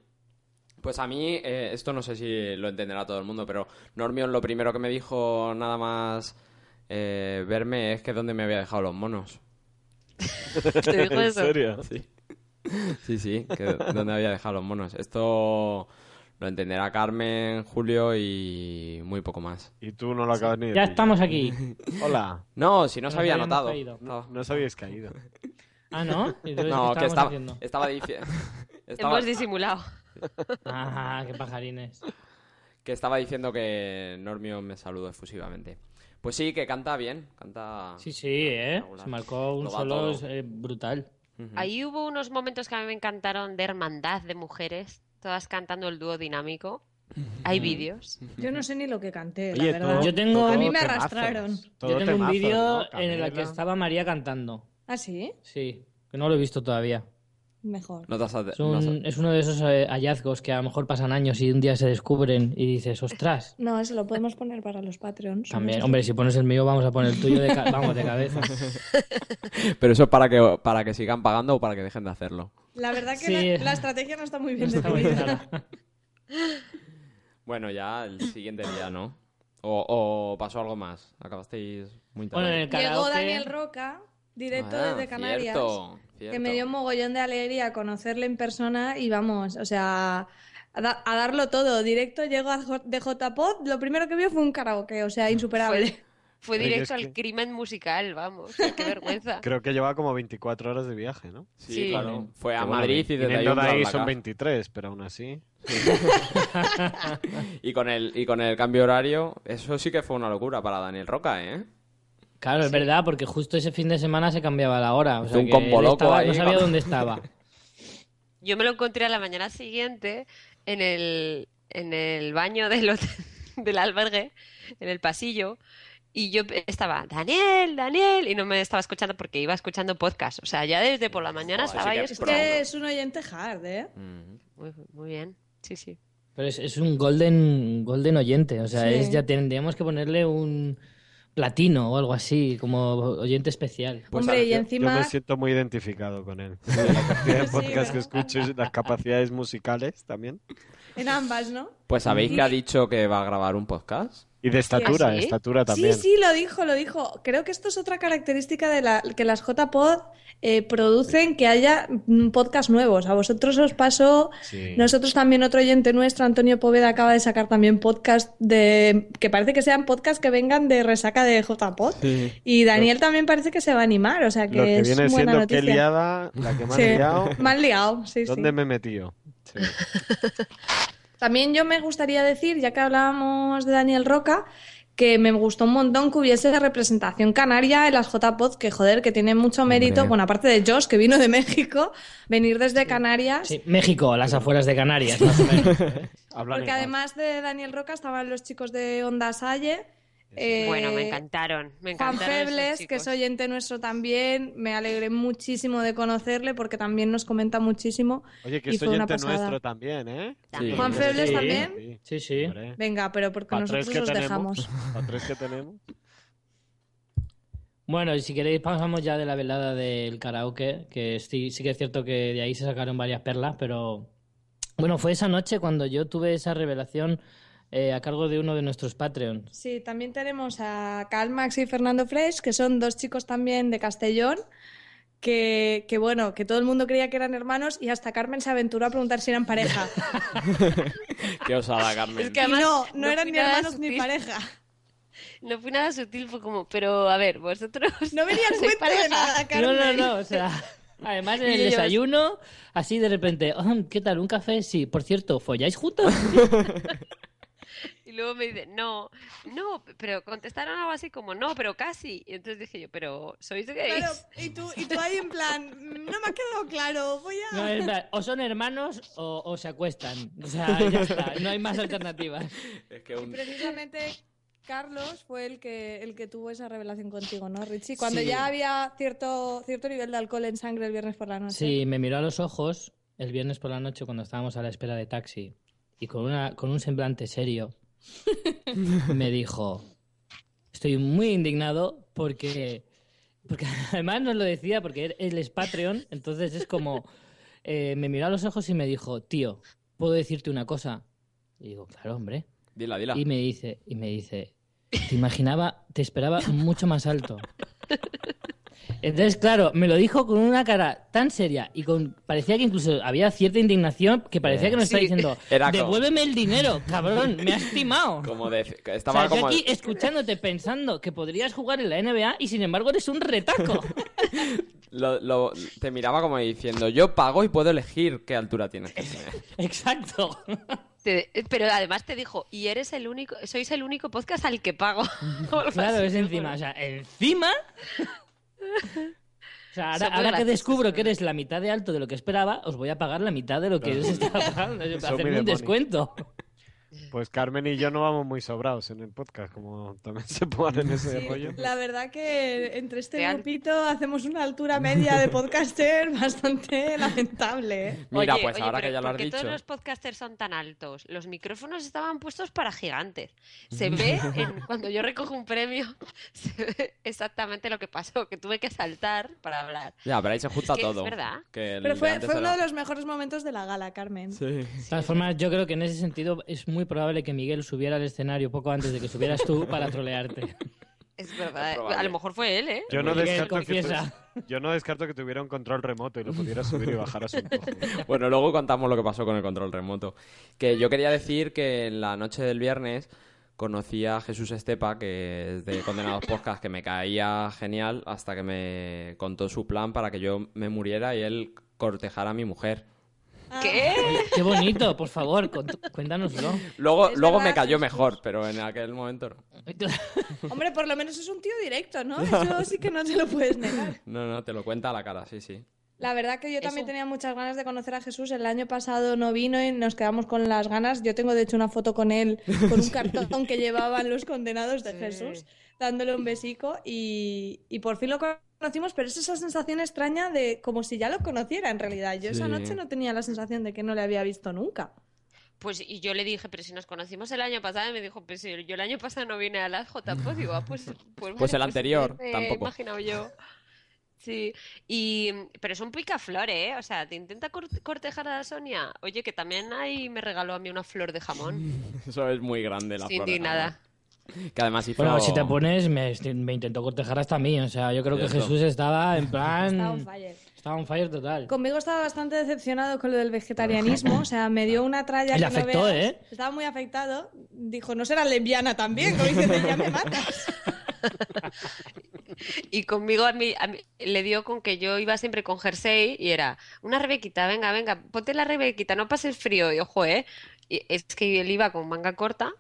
D: Pues a mí, eh, esto no sé si lo entenderá todo el mundo, pero Normion lo primero que me dijo nada más eh, verme es que dónde me había dejado los monos.
C: ¿Te dijo
E: ¿En
C: eso?
E: serio?
D: <laughs> Sí, sí, que dónde había dejado los monos. Esto lo entenderá Carmen, Julio y muy poco más.
E: Y tú no lo acabas ni de
A: Ya
E: pillar.
A: estamos aquí.
D: <laughs>
E: Hola.
D: No, si no
A: Nos
D: se había
A: habíamos
D: notado.
A: caído.
D: Estaba-
E: No os habéis caído.
A: Ah, ¿no? Entonces,
D: No,
A: ¿qué estábamos
D: que estaba, <laughs>
A: haciendo? <laughs>
D: estaba diciendo
C: Hemos disimulado.
A: Ah, qué pajarines.
D: que estaba diciendo que Normion me saludó efusivamente. Pues sí, que canta bien, canta.
A: Sí, sí, ¿eh?
D: regular.
A: Se marcó un
D: Lo da
A: solo
D: todo.
A: eh, brutal.
C: Ahí hubo unos momentos que a mí me encantaron de hermandad de mujeres, todas cantando el dúo dinámico. Hay vídeos.
B: Yo no sé ni lo que canté,
E: Oye,
B: la
E: todo-
B: verdad.
A: Yo tengo-
E: todo
A: A mí
B: me
E: temazos.
B: arrastraron. Yo
E: Todo
A: Yo tengo un
E: temazos,
A: vídeo
E: ¿no?
A: en el que
E: Camela.
A: estaba María cantando.
B: ¿Ah, sí?
A: Sí, que no lo he visto todavía.
B: Mejor.
D: No te has-
A: Es,
D: no
A: un-
D: has-
A: es uno de esos eh, hallazgos que a lo mejor pasan años y un día se descubren y dices, ostras.
B: No, eso lo podemos poner para los Patreons.
A: También, hombre, si pones el mío, vamos a poner el tuyo de, ca- vamos, de cabeza.
D: Pero eso es para que, para que sigan pagando o para que dejen de hacerlo.
B: La verdad que
A: Sí.
B: la, la estrategia no está muy bien
A: <laughs> <laughs> Está muy
B: definida. <laughs>
A: clara.
D: Bueno, ya el siguiente día, ¿no? O, o pasó algo más. Acabasteis muy tarde.
A: Bueno, en el
B: Llegó
A: karaoke-
B: Daniel Roca, directo
D: Ah,
B: desde Canarias.
D: cierto,
B: que me
D: cierto.
B: dio un mogollón de alegría conocerle en persona y vamos, o sea, a, da- a darlo todo. Directo llego a J- de JPod, lo primero que vio fue un karaoke, o sea, insuperable.
C: Fue
E: Oye,
C: directo
E: es
C: al
E: que-
C: crimen musical, vamos. Qué
E: <laughs>
C: vergüenza.
E: Creo que lleva como 24 horas de viaje, ¿no?
D: Sí,
C: Sí.
D: claro. Fue a
E: Que bueno,
D: Madrid y desde ahí
E: viniendo
D: un
E: de ahí
D: BlaBlaCar.
E: son 23, pero aún así.
D: y con el Y con el cambio de horario, eso sí que fue una locura para Daniel Roca, ¿eh?
A: Claro, es verdad, porque justo ese fin de semana se cambiaba la hora. O sea,
D: Un
A: que
D: combo
A: él
D: loco
A: estaba-
D: ahí,
A: no sabía
D: vamos.
A: dónde
D: <laughs>
A: estaba.
C: Yo me lo encontré a la mañana siguiente en el, en el baño del, hotel- <laughs> del albergue, en el pasillo, y yo estaba, Daniel, Daniel, y no me estaba escuchando porque iba escuchando podcast. O sea, ya desde por la mañana
D: Joder, sí
C: estaba
D: que
C: ahí
D: es
B: Es
C: escuchando.
B: que es un oyente hard, ¿eh?
D: Mm.
C: Muy, muy bien, sí, sí.
A: Pero es, es un golden, golden oyente, o sea,
B: Sí.
A: es, ya tendríamos que ponerle un platino o algo así, como oyente especial.
D: Pues
B: Hombre,
D: ahora
B: y
D: yo-
E: Yo
B: encima...
E: me siento muy identificado con él. La cantidad de
B: Sí,
E: podcasts
B: ¿verdad?
E: que escucho y las capacidades musicales también.
B: En ambas, ¿no?
D: Pues sabéis que ha dicho que va a grabar un podcast.
E: Y de estatura,
C: ¿Ah, sí?
E: estatura también.
B: Sí, sí, lo dijo, lo dijo. Creo que esto es otra característica de la, que las JPod eh, producen que haya mm, podcast nuevos. A vosotros os pasó,
E: Sí.
B: nosotros también, otro oyente nuestro, Antonio Poveda, acaba de sacar también podcast de que parece que sean podcasts que vengan de resaca de JPod. Y Daniel también parece que se va a animar, o sea que,
E: Lo que
B: es
E: viene
B: buena
E: siendo
B: noticia.
E: qué liada, la que me han
B: <laughs> Sí,
E: liado.
B: me han liado, sí,
E: ¿Dónde
B: sí.
E: me he metido? Sí.
B: También yo me gustaría decir, ya que hablábamos de Daniel Roca, que me gustó un montón que hubiese representación canaria en las JPod, que joder, que tiene mucho mérito,
D: Hombre.
B: bueno, aparte de Josh, que vino de México, venir desde Canarias.
A: Sí, México, las afueras de Canarias, más o menos.
E: Hablan
B: Porque
E: igual.
B: además de Daniel Roca estaban los chicos de Onda Salle. eh,
C: Bueno, me encantaron, me
B: Juan
C: encantaron esos
B: Febles, que
C: chicos.
B: es oyente nuestro también, me alegré muchísimo de conocerle porque también nos comenta muchísimo.
E: Oye, que
B: y
E: es
B: fue una
E: oyente
B: pasada.
E: nuestro también, ¿eh?
C: También.
B: Juan Febles
A: Sí.
B: también.
A: Sí,
E: Sí,
A: sí.
E: hombre.
B: Venga, pero porque
E: Pa'
B: nosotros
E: tres que
B: os
E: tenemos.
B: dejamos.
E: Pa' tres que tenemos.
A: Bueno, y si queréis pasamos ya de la velada del karaoke, que sí, sí que es cierto que de ahí se sacaron varias perlas, pero bueno, fue esa noche cuando yo tuve esa revelación eh, a cargo de uno de nuestros Patreons.
B: Sí, también tenemos a Karl Max y Fernando Fresh, que son dos chicos también de Castellón, que, que bueno, que todo el mundo creía que eran hermanos y hasta Carmen se aventuró a preguntar si
A: <laughs>
B: eran pareja.
D: Qué osada, Carmen.
C: Es que
B: Y
C: además
B: no, no
C: no
B: eran
C: fui
B: ni
C: nada
B: hermanos ni
C: sutil.
B: pareja.
C: No fue nada sutil, fue como, pero a ver, vosotros.
B: No venía
A: <laughs>
B: el
C: sois
B: cuento
C: pareja.
B: de nada,
A: No,
B: Carmen.
A: no, no, o sea, además en
C: Y
A: el
C: ellos-
A: desayuno, así de repente, "Ah, ¿qué tal? ¿Un café? Sí, por cierto, ¿folláis juntos?
C: Y luego me dice, no, no, pero contestaron algo así como, no, pero casi. Y entonces dije yo, pero ¿sois gays?
A: <laughs>
B: Claro, y tú, y tú ahí en plan, "Mm, no me ha quedado claro, voy a...
A: No, en plan, o son hermanos o, o se acuestan. O sea, ya está, no hay más alternativas.
D: Es que un...
B: Precisamente Carlos fue el que, el que tuvo esa revelación contigo, ¿no, Richie? Cuando
A: Sí.
B: ya había cierto, cierto nivel de alcohol en sangre el viernes por la noche.
A: Sí, me miró a los ojos el viernes por la noche cuando estábamos a la espera de taxi y con, una, con un semblante serio me dijo, estoy muy indignado porque, porque <laughs> además nos lo decía porque él es Patreon, entonces es como, eh, me miró a los ojos y me dijo, tío, ¿puedo decirte una cosa? Y digo, claro, hombre.
D: Dila, dila.
A: Y me dice, y me dice, te imaginaba, te esperaba mucho más alto. Entonces, claro, me lo dijo con una cara tan seria y con parecía que incluso había cierta indignación que parecía que nos
C: Sí.
A: estaba diciendo,
D: Era como-
A: devuélveme el dinero, cabrón, me has timado.
D: <laughs> Como de... que
A: O
D: Estaba
A: sea, yo
D: como...
A: aquí escuchándote pensando que podrías jugar en la NBA y sin embargo eres un
D: <laughs>
A: retaco.
D: lo- lo- te miraba como diciendo, yo pago y puedo elegir qué altura tienes
C: <laughs>
D: que tener.
A: Exacto.
C: Te- pero además te dijo, y eres el único, sois el único podcast al que pago. <laughs> O algo
A: Claro,
C: así,
A: es
C: ¿no?
A: encima. O sea, encima. O sea,
C: Son
A: ahora,
C: muy
A: ahora que
C: graciosos,
A: descubro que
C: pero-
A: eres la mitad de alto de lo que esperaba, os voy a pagar la mitad de lo que os estaba pagando. Yo,
E: Son muy
A: Hacerme un
E: demonios.
A: descuento.
E: Pues Carmen y yo no vamos muy sobrados en el podcast, como también <laughs> se pongan en
D: este
E: ese
B: Sí,
E: rollo.
B: La verdad que entre este
C: Real.
B: grupito hacemos una altura media de podcaster bastante lamentable. ¿eh?
D: Mira,
C: Oye,
D: pues
C: oye,
D: ahora
C: pero
D: que ya lo has
C: ¿por qué
D: dicho.
C: todos los podcasters son tan altos. Los micrófonos estaban puestos para gigantes.
D: <laughs>
C: Se ve en- cuando yo recojo un premio, <laughs> se ve exactamente lo que pasó, que tuve que saltar para hablar.
D: Ya, pero ahí se junta
C: Es que es
D: todo.
C: verdad.
D: Que el
B: Pero
D: de
B: fue,
D: antes
B: fue
D: era-
B: uno de los mejores momentos de la gala, Carmen.
D: Sí.
A: De todas formas, yo creo que en ese sentido es muy probable que Miguel subiera al escenario poco antes de que subieras tú para trolearte.
C: Es verdad.
D: Es probable.
C: a lo mejor fue él, ¿eh?
E: Yo no,
A: Miguel,
E: descarto que tu-
A: confiesa.
E: yo no descarto que tuviera un control remoto y lo pudiera subir y bajar
A: <laughs>
E: a su antojo.
D: <laughs> Bueno, luego contamos lo que pasó con el control remoto. Que yo quería decir que en la noche del viernes conocí a Jesús Estepa, que es de Condenados Podcast, que me caía genial hasta que me contó su plan para que yo me muriera y él cortejara a mi mujer.
B: Ah,
C: ¿Qué?
A: Qué bonito, por favor, cont- cuéntanoslo.
D: Luego,
B: Es
D: luego
B: verdad,
D: me cayó
B: Jesús.
D: mejor, pero en aquel momento no.
B: Hombre, por lo menos es un tío directo,
D: <laughs>
B: ¿no? Eso sí que no te lo puedes negar.
D: No, no, te lo cuenta a la cara, sí, sí.
B: La verdad que yo también
C: Eso.
B: tenía muchas ganas de conocer a Jesús. El año pasado no vino y nos quedamos con las ganas. Yo tengo de hecho una foto con él, con un cartón que llevaban los condenados de
C: Sí.
B: Jesús, dándole un besico y, y por fin lo conocimos, pero es esa sensación extraña de como si ya lo conociera en realidad. Yo esa
D: Sí.
B: noche no tenía la sensación de que no le había visto nunca.
C: Pues y yo le dije, pero si nos conocimos el año pasado, y me dijo, pues si yo el año pasado no vine a las JPOD, digo, ah, pues, pues,
D: <laughs>
C: vale,
D: Pues el anterior,
C: me he
D: tampoco.
C: imaginado yo. Sí, y, pero es un picaflor, ¿eh? O sea, te intenta cor- cortejar a Sonia. Oye, que también ahí me regaló a mí una flor de jamón.
D: Eso es muy grande la
C: Estoy
D: flor de
C: indignada.
D: jamón. Que además hizo...
A: Bueno, si te pones, me, este, me intentó cortejar hasta a mí. O sea, yo creo que
D: Cierto.
A: Jesús estaba en
B: Estaba on
A: plan.
B: fire.
A: Estaba un fire total.
B: Conmigo estaba bastante decepcionado con lo del vegetarianismo, o sea, me dio una tralla
A: Le
B: que no
A: afectó,
B: veas.
A: ¿eh?
B: Estaba muy afectado. Dijo, no será lesbiana también, como diciendo, ya me matas.
C: Y conmigo a mí, a mí- le dio con que yo iba siempre con jersey y era una rebequita, venga, venga, ponte la rebequita, no pases frío. Y ojo, ¿eh? Y es que él iba con manga corta.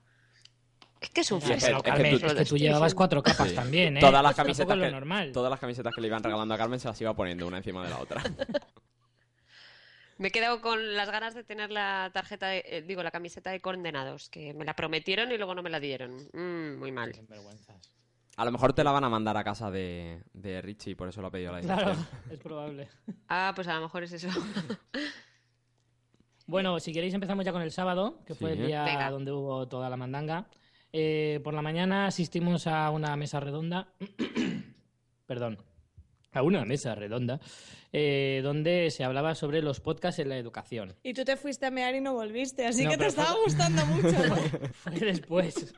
C: Es que es un
D: Y es que-
A: Pero,
C: fresco.
D: es que
A: Carmen,
D: tú-
A: es que tú llevabas cuatro capas
D: Sí.
A: también, ¿eh?
D: Todas las,
A: Tampoco
D: camisetas
A: es lo
D: que,
A: normal.
D: todas las camisetas que le iban regalando a Carmen se las iba poniendo una encima de la otra.
C: Me he quedado con las ganas de tener la tarjeta, de- eh, digo, la camiseta de condenados, que me la prometieron y luego no me la dieron. Mm, muy mal.
D: A lo mejor te la van a mandar a casa de, de Richie, por eso lo ha pedido la
A: Claro,
D: dirección.
A: <laughs> es probable.
C: Ah, pues a lo mejor es eso. <laughs>
A: Bueno, si queréis empezamos ya con el sábado, que fue
D: Sí.
A: el día
C: Venga.
A: donde hubo toda la mandanga. Eh, por la mañana asistimos a una mesa redonda, <clears throat> perdón, a una mesa redonda, eh, donde se hablaba sobre los podcasts en la educación.
B: Y tú te fuiste a mear y no volviste, así
A: No,
B: que te
A: pero
B: estaba
A: fue-
E: <laughs>
B: gustando mucho, ¿no?
A: Fue
C: <laughs>
A: después.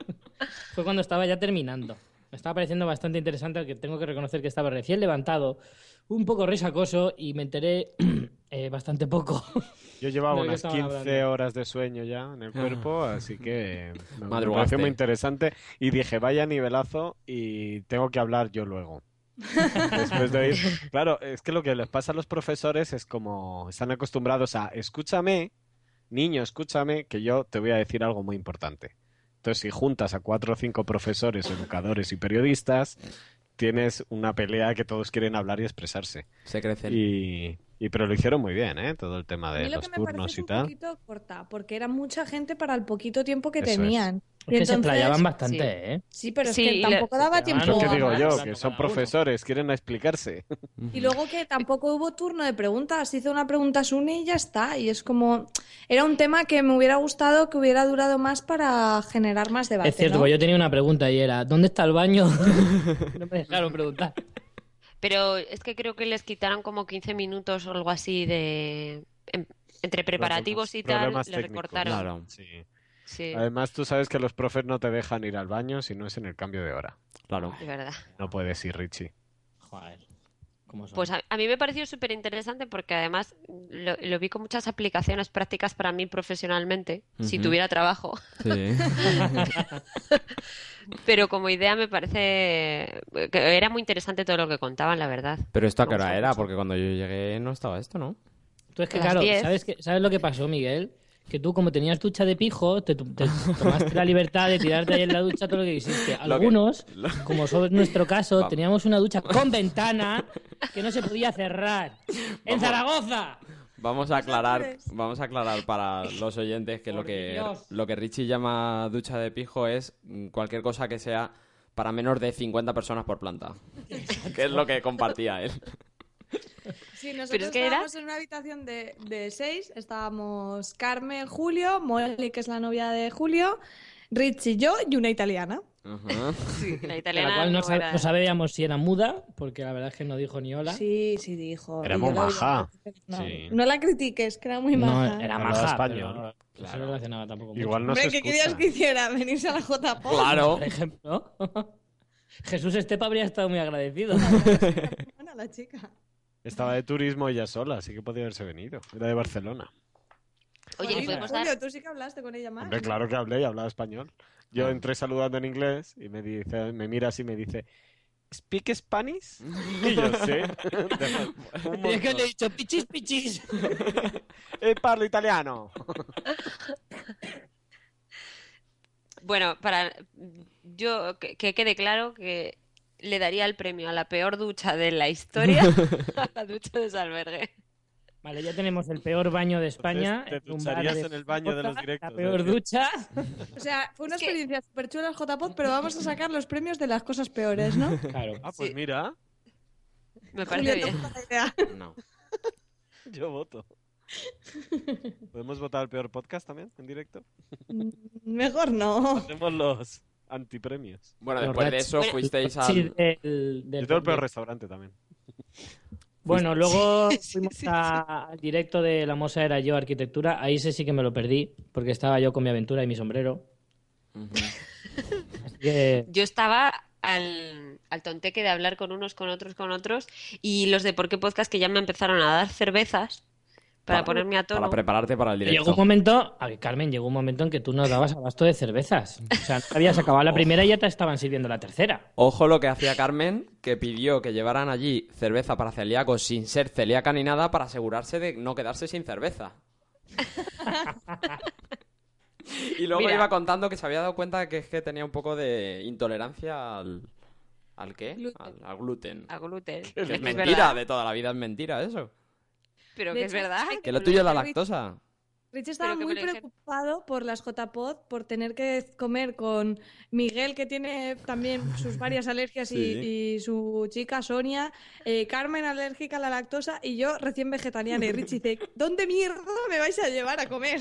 A: Fue cuando estaba ya terminando. Me estaba pareciendo bastante interesante, que tengo que reconocer que estaba recién levantado, un poco resacoso, y me enteré <clears throat> Eh, bastante poco.
E: Yo llevaba
A: De lo que
E: unas
A: estaban
E: 15
A: hablando.
E: horas de sueño ya en el cuerpo, así que me- me
D: Madrugaste.
E: pareció muy interesante. Y dije, vaya nivelazo y tengo que hablar yo luego. Después de ir. Claro, es que lo que les pasa a los profesores es como están acostumbrados a, escúchame, niño, escúchame, que yo te voy a decir algo muy importante. Entonces, si juntas a cuatro o cinco profesores, educadores y periodistas, tienes una pelea que todos quieren hablar y expresarse.
D: Se crece.
E: Y, y- pero lo hicieron muy bien, ¿eh? Todo el tema
B: A
E: de
B: mí lo
E: los
B: que me parece
E: turnos
B: es
E: y
B: un
E: tal.
B: poquito corta, porque era mucha gente para el poquito tiempo que
E: Eso es.
B: tenían.
A: Es <laughs> que se explayaban bastante,
C: sí.
A: ¿eh?
B: Sí, pero es
C: Sí, y Ah,
B: que
C: la-
B: tampoco daba
A: se
B: tiempo.
E: Lo
A: No,
E: que
B: a
E: digo
B: más.
E: yo,
A: hablando
E: que
A: cada
E: son
A: uno.
E: profesores,
B: <laughs>
E: quieren explicarse.
B: Y luego que tampoco hubo turno de preguntas, hizo una pregunta Sune y ya está. Y es como, era un tema que me hubiera gustado que hubiera durado más para generar más debate.
A: Es cierto,
B: ¿no?
A: porque yo tenía una pregunta y era, ¿dónde está el
C: <laughs>
A: baño? <laughs> no me dejaron preguntar.
C: Pero es que creo que les quitaron como 15 minutos o algo así de... en- entre preparativos y tal,
E: Problemas
C: les
E: técnicos.
C: recortaron.
D: Claro.
E: Sí.
C: Sí,
E: Además, tú sabes que los profes no te dejan ir al baño si no es en el cambio de hora.
D: Claro.
C: es verdad.
E: No puedes ir, Richie.
A: Joder.
C: Pues a, a mí me pareció súper interesante porque además lo, lo vi con muchas aplicaciones prácticas para mí profesionalmente, si
D: Ujú.
C: tuviera trabajo. <laughs>
D: Sí.
C: Pero como idea me parece eh, que era muy interesante todo lo que contaban, la verdad.
D: Pero esto a qué
C: Me
D: hora
C: gustó
D: era,
C: mucho.
D: porque cuando yo llegué no estaba esto, ¿no?
A: Tú es que,
C: A las
A: claro,
C: 10.
A: ¿sabes, qué- ¿sabes lo que pasó, Miguel? Que tú, como tenías ducha de pijo, te, tu- te tomaste la libertad de tirarte ahí en la ducha todo lo que quisiste.
D: Lo que-
A: Algunos, como sobre nuestro caso,
D: Vamos.
A: teníamos una ducha con ventana que no se podía cerrar. ¡En
D: Vamos.
A: Zaragoza!
D: Vamos a aclarar,
B: puedes.
D: vamos a aclarar para los oyentes que lo
A: Por
D: que
A: Dios.
D: lo que Richie llama ducha de pijo es mm, cualquier cosa que sea para menos de 50 personas por planta. Que es lo que compartía él.
B: Sí, nosotros
C: Pero es que era-
B: estábamos en una habitación de, de seis, estábamos Carmen, Julio, Molly, que es la novia de Julio, Rich y yo, y una italiana.
D: Ajá.
C: <laughs> La
A: De
C: italiana
A: la cual no,
C: no
A: sab-
C: era-
A: no sabíamos si era muda, porque la verdad es que no dijo ni hola.
B: Sí, sí, dijo.
E: Era
B: Y
E: muy
B: yo la vi-
E: maja.
B: No,
E: Sí.
B: no la critiques, que era muy
A: No,
B: maja.
A: era
E: Hablaba
A: maja,
E: español.
A: pero no se
E: Claro.
A: relacionaba tampoco mucho.
E: Igual no
B: Hombre,
E: se
B: ¿qué querías
E: escucha.
B: que hiciera? ¿Venirse a la J-Pop?
D: Claro.
A: Por ejemplo, <laughs> Jesús Estepa habría estado muy
D: <laughs>
A: agradecido.
B: Bueno, la chica.
E: Estaba de turismo ella sola, así que podía haberse venido. Era de Barcelona.
C: Oye, ¿le
B: Molly,
C: podemos dar?
B: Julio, tú sí que hablaste con ella más.
E: Hombre,
B: ¿no?
E: claro que hablé y hablaba español. Yo entré saludando en inglés y me dice, me mira así y me dice, ¿Speak
B: <laughs>
E: Spanish? Y yo sé. <laughs>
A: Es que le he dicho pichis, pichis.
E: Eh, parlo italiano.
C: Bueno, para yo que, que quede claro que le daría el premio a la peor ducha de la
D: <laughs>
C: historia, <laughs> a la ducha de Salbergue.
A: Vale, ya tenemos el peor baño de España.
E: Entonces, te
A: en un bar
E: ducharías
A: de
E: en el baño de los
A: Zaragoza,
E: directos, ¿eh?
A: La peor
E: ¿no? <laughs>
A: ducha.
B: O sea, fue una
C: Es que-
B: experiencia súper chula el J-Pod, pero vamos a sacar los premios de las cosas peores,
C: <laughs>
B: ¿no?
A: Claro.
E: Ah, pues
C: Sí.
E: mira,
C: Me parece
B: Julio,
C: bien.
B: ¿te gusta la idea?
D: No.
E: <laughs> yo voto. ¿Podemos votar el peor podcast también en directo?
B: Mejor no.
E: Hacemos los antipremios.
D: Bueno,
A: Los
D: después de
A: rats.
D: eso
C: Bueno,
D: fuisteis al
A: Sí, del- del-
E: Yo tengo el peor
A: del-
E: restaurante también.
A: Bueno,
E: <laughs>
A: luego
C: Sí, sí,
A: fuimos
C: sí,
A: a- al directo de La Mosa Era Yo Arquitectura. Ahí sé sí que me lo perdí, porque estaba yo con mi aventura y mi sombrero.
D: Ujú.
A: Así que,
C: Yo estaba al, al tonteque de hablar con unos, con otros, con otros, y los de Por qué Podcast que ya me empezaron a dar cervezas para
D: Para-
C: ponerme a tono.
D: para prepararte para el
A: llegó
D: directo.
A: un momento, a ver, Carmen, llegó un momento en que tú nos dabas abasto de cervezas. O sea, no te habías acabado
E: <laughs> Oh.
A: la primera y ya te estaban sirviendo la tercera.
D: Ojo lo que hacía Carmen, que pidió que llevaran allí cerveza para celíacos sin ser celíaca ni nada para asegurarse de no quedarse
C: <laughs>
D: sin cerveza. y luego
C: Mira.
D: iba contando que se había dado cuenta que es que tenía un poco de intolerancia al... ¿Al qué?
B: Gluten.
D: Al, al gluten.
C: A gluten.
D: Que es
C: Que es
D: mentira,
C: verdad,
D: de toda la vida es mentira eso.
C: pero
B: De
C: que es
B: hecho,
C: verdad.
B: hay
D: Que lo tuyo es la
B: Gluten.
D: lactosa.
B: Rich estaba
C: Pero que
B: muy
C: me lo dijeron.
B: preocupado por las J-Pod, por tener que comer con Miguel, que tiene también sus varias
E: <laughs>
B: alergias, y-
D: Sí.
B: y, su chica Sonia, eh, Carmen alérgica a la
E: <laughs>
B: lactosa y yo recién vegetariana. Y Rich dice, ¿dónde mierda me vais a llevar a comer?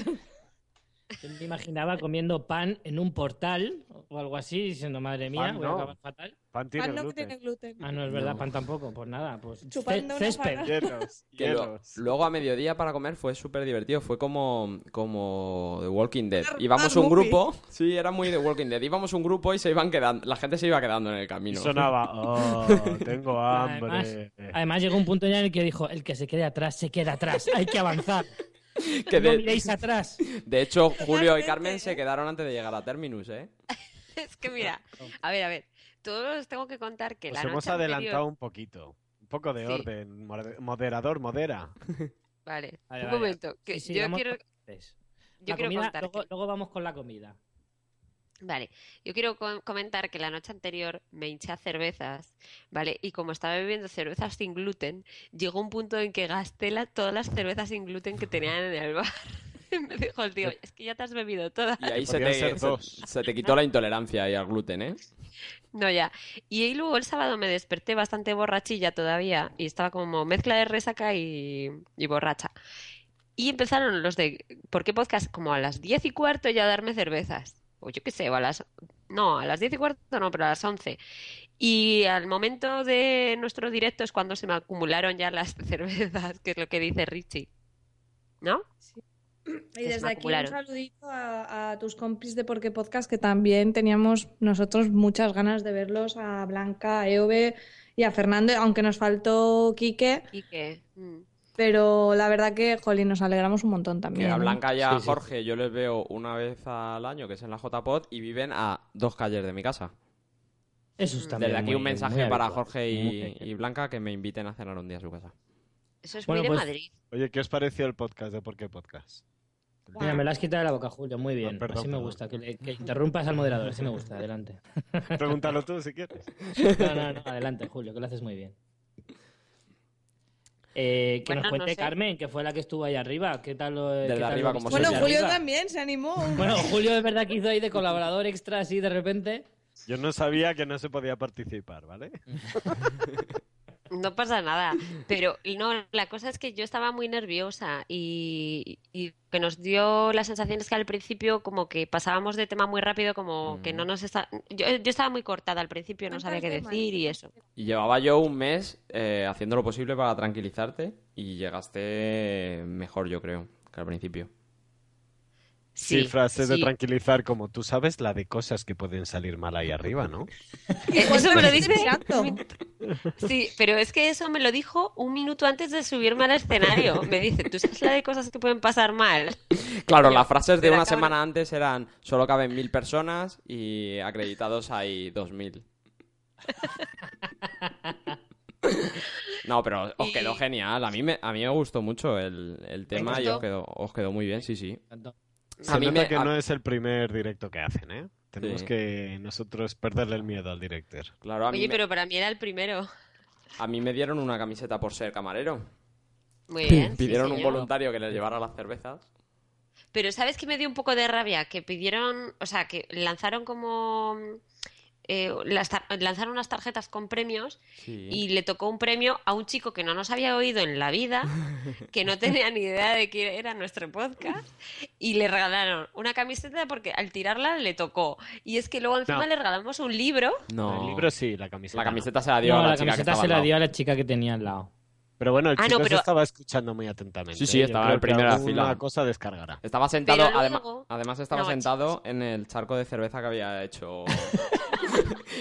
A: Yo me imaginaba comiendo pan en un portal o algo así, diciendo, madre mía,
E: Pan
A: voy a
E: no.
A: acabar fatal.
E: Pan tiene
B: Pan no
E: gluten.
B: tiene
E: <laughs>
B: gluten.
A: Ah, no, es verdad,
D: No.
A: pan tampoco. Pues nada, pues ce-
B: Chupando una
A: césped.
B: banana. <laughs>
E: Hielos,
D: Que lo-
E: hielos.
D: luego a mediodía para comer fue súper divertido, fue como, como The Walking Dead.
B: Bad-
D: Íbamos
B: Bad
D: un
B: movie.
D: grupo, sí, era muy The Walking Dead, íbamos un grupo y se iban quedando, la gente se iba quedando en el
E: Y
D: camino.
E: sonaba, oh, tengo hambre.
A: Además llegó un punto en el que dijo, el que se quede atrás, se queda atrás, hay que avanzar.
D: <laughs> Que
A: No
D: de-
A: miréis atrás.
D: De hecho, Julio y
B: Totalmente,
D: Carmen se
B: ¿eh?
D: quedaron antes de llegar a Terminus, ¿eh?
C: <laughs> Es que mira, a ver, a ver, todos os tengo que contar que
E: Nos
C: la
E: Pues hemos
C: noche anterior-
E: adelantado un poquito. Un poco de
C: Sí.
E: orden. Moder- Moderador, modera.
C: Vale,
A: Vale,
C: un
A: vale.
C: momento,
A: Sí,
C: que
A: sí,
C: yo
A: vamos
C: quiero,
A: por partes.
C: yo
A: La
C: quiero
A: comida-
C: contar
A: luego,
C: que-
A: luego vamos con la comida.
C: Vale, yo quiero co- comentar que la noche anterior me hinché a cervezas, ¿vale? Y como estaba bebiendo cervezas sin gluten, llegó un punto en que gasté la- todas las cervezas sin gluten que tenían en el bar. <laughs> Me dijo el tío, es que ya te has bebido todas.
D: Y ahí se
E: Podían
D: te,
E: ser
D: se-
E: dos.
D: se te quitó la intolerancia y al gluten, ¿eh?
C: No, ya. Y ahí luego el sábado me desperté bastante borrachilla todavía y estaba como mezcla de resaca y, y borracha. Y empezaron los de ¿Por qué podcast? Como a las diez y cuarto ya a darme cervezas. O yo qué sé, o a las... No, a las diez y cuarto no, pero a las once. Y al momento de nuestro directo es cuando se me acumularon ya las <laughs> cervezas, que es lo que dice Richie. ¿No?
B: Y
C: se me
B: desde aquí un
C: acumularon.
B: saludito a, a tus compis de Porque Podcast, que también teníamos nosotros muchas ganas de verlos, a Blanca, a Eove y a Fernando, aunque nos faltó Quique,
C: Y que... mm,
B: pero la verdad que, jolín, nos alegramos un montón
D: Que
B: también.
D: a
B: ¿eh?
D: Blanca y a
E: Sí, sí.
D: Jorge yo les veo una vez al año, que es en la JPod, y viven a dos calles de mi casa.
A: Eso está
D: Desde
A: bien,
D: aquí
A: muy
D: un
A: bien,
D: mensaje
A: muy
D: para
A: habitual.
D: Jorge y,
A: Muy-
D: y Blanca que me inviten a cenar un día a su casa.
C: Eso es muy
A: Bueno,
C: de
A: pues,
C: Madrid.
E: Oye, ¿qué os pareció el podcast de Por qué Podcast?
A: Mira, me lo has quitado de la boca, Julio. Muy bien.
E: Ah, perdón,
A: así me
E: perdón.
A: gusta. Que, le- que interrumpas al moderador. Así me gusta. Adelante.
E: Pregúntalo tú si quieres.
A: No, no, no. Adelante, Julio, que lo haces muy bien. Eh, que nos
C: Bueno, no
A: cuente
C: sé.
A: Carmen, que fue la que estuvo ahí arriba. ¿Qué tal lo,
D: Desde
A: qué tal
D: arriba,
A: lo
D: como
A: viste
B: Bueno,
A: desde
D: siempre.
B: Julio
A: arriba?
B: también se animó.
A: Bueno, Julio es verdad que hizo ahí de colaborador extra así de repente.
E: Yo no sabía que no se podía participar, ¿vale?
C: No pasa nada, pero no, la cosa es que yo estaba muy nerviosa y, y que nos dio la sensación es que al principio como que pasábamos de tema muy rápido, como que no
D: Mm.
C: nos está... Yo, yo estaba muy cortada al principio, no sabía qué
B: Cuéntanos,
C: decir
B: Mari.
C: y eso.
D: Y llevaba yo un mes eh, haciendo lo posible para tranquilizarte y llegaste mejor, yo creo, que al principio.
E: Sí,
C: Sí,
E: frases de
C: sí.
E: tranquilizar como tú sabes la de cosas que pueden salir mal ahí arriba, ¿no?
C: Eh, Eso me lo dice...
B: Exacto.
C: Sí, pero es que eso me lo dijo un minuto antes de subirme al escenario. Me dice, tú sabes la de cosas que pueden pasar mal.
D: Claro, las frases de
C: Pero
D: una
C: acaban-
D: semana antes eran solo caben mil personas y acreditados hay dos
C: <laughs>
D: mil. No, pero os quedó
C: Y-
D: genial. A mí me, a mí me gustó mucho el, el tema y
C: gustó?
D: os quedó, os quedó muy bien, sí, sí.
E: Se
D: A mí
E: nota
D: me-
E: que
D: a-
E: no es el primer directo que hacen, ¿eh? Tenemos
D: Sí.
E: que nosotros perderle el miedo al director.
D: Claro, a mí,
C: Oye,
D: me-
C: pero para mí era el primero.
D: a mí me dieron una camiseta por ser camarero.
C: Muy bien, sí,
D: Pidieron un
C: señor.
D: voluntario que les llevara las cervezas.
C: Pero ¿sabes qué me dio un poco de rabia? Que pidieron, o sea, que lanzaron como... eh, las tar- lanzaron unas tarjetas con premios
D: Sí.
C: y le tocó un premio a un chico que no nos había oído en la vida, que no tenía ni idea de quién era nuestro podcast, y le regalaron una camiseta porque al tirarla le tocó. Y es que luego encima
E: No.
C: le regalamos un libro.
D: No.
E: El libro sí, la camiseta.
D: La
E: no.
D: camiseta se la dio
A: no,
D: a la,
A: la
D: chica que
A: camiseta
D: estaba
A: se
D: al
A: la
D: lado.
A: dio a la chica que tenía al lado.
E: Pero bueno, el
C: Ah, no,
E: chico se
C: pero-
E: estaba escuchando muy atentamente.
D: Sí, sí,
E: ¿eh? Yo
D: estaba
E: creo
D: en
E: que
D: primera
E: alguna
D: fila.
E: cosa descargará.
D: Estaba sentado,
C: Pero
D: adema-
C: luego-
D: además estaba
C: No,
D: sentado en el charco de cerveza que había hecho.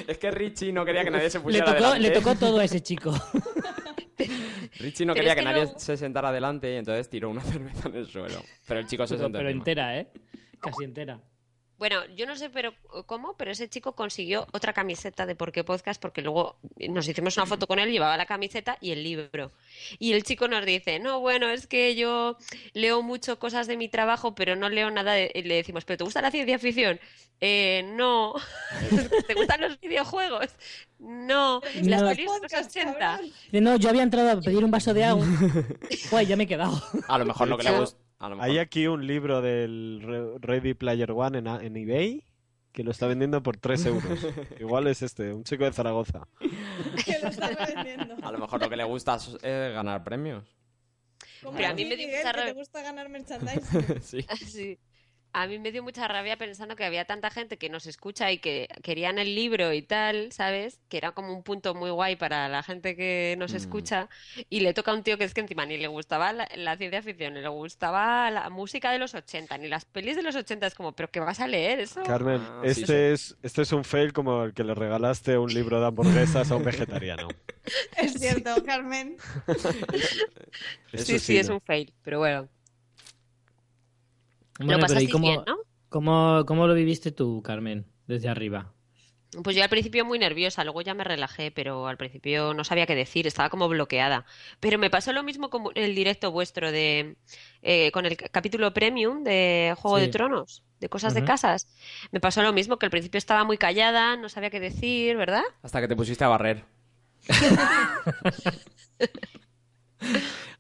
D: es que Richie no quería que nadie se
A: Le
D: pusiera
A: tocó,
D: delante.
A: le tocó todo a ese
D: <laughs>
A: chico.
D: Richie
C: Pero
D: no quería
C: es
D: que,
C: que
D: nadie
C: luego-
D: se sentara delante y entonces tiró una <laughs> cerveza en el suelo. Pero el chico se sentó
A: Pero
D: encima.
A: entera, ¿eh? Casi entera.
C: Bueno, yo no sé pero cómo, pero ese chico consiguió otra camiseta de Por qué Podcast porque luego nos hicimos una foto con él, llevaba la camiseta y el libro. Y el chico nos dice, no, bueno, es que yo leo mucho cosas de mi trabajo, pero no leo nada de... y le decimos, ¿pero te gusta la ciencia ficción? "Eh, no. <laughs> ¿Te gustan los videojuegos? No. ¿Las
A: Nada.
C: pelis de los 80?
A: Dice, Eh, No, yo había entrado a pedir un vaso de <laughs> agua. Joder, ya me he quedado.
D: A lo mejor lo que le
C: Claro.
D: gusta. A lo mejor.
E: Hay aquí un libro del Re- Ready Player One en, a- en eBay que lo está vendiendo por 3
D: <laughs>
E: euros. Igual es este, un chico de Zaragoza.
B: Que lo está
D: <laughs>
B: revendiendo.
D: a lo mejor lo que le gusta es eh, ganar premios.
B: Como
C: Pero a
B: ti,
C: mí me dio
B: Miguel,
C: mucha
B: que te
C: rabia. <laughs>
B: gusta ganar merchandising.
D: sí.
C: Sí. a mí me dio mucha rabia pensando que había tanta gente que nos escucha y que querían el libro y tal, ¿sabes? Que era como un punto muy guay para la gente que nos
D: Mm.
C: escucha. Y le toca a un tío que es que encima ni le gustaba la, la ciencia ficción, ni le gustaba la música de los 80, ni las pelis de los 80. Es como, ¿pero qué vas a leer eso?
E: Carmen,
D: Ah, sí, sí.
E: este, Es, este es un fail como el que le regalaste un libro de hamburguesas a un <laughs> vegetariano.
B: Es cierto, Carmen.
E: Eso
C: Sí, sí, es
E: ¿no?
C: un fail, pero bueno.
A: Bueno, pero
C: lo
A: ¿y
C: pasasteis
A: cómo,
C: bien, ¿no?
A: cómo, cómo lo viviste tú, Carmen, desde arriba?
C: Pues yo al principio muy nerviosa, luego ya me relajé, pero al principio no sabía qué decir, estaba como bloqueada. Pero me pasó lo mismo con el directo vuestro de eh, con el capítulo premium de Juego de
A: Sí.
C: Tronos, de cosas de
A: Ujú.
C: casas. Me pasó lo mismo, que al principio estaba muy callada, no sabía qué decir, ¿verdad?
D: Hasta que te pusiste a barrer.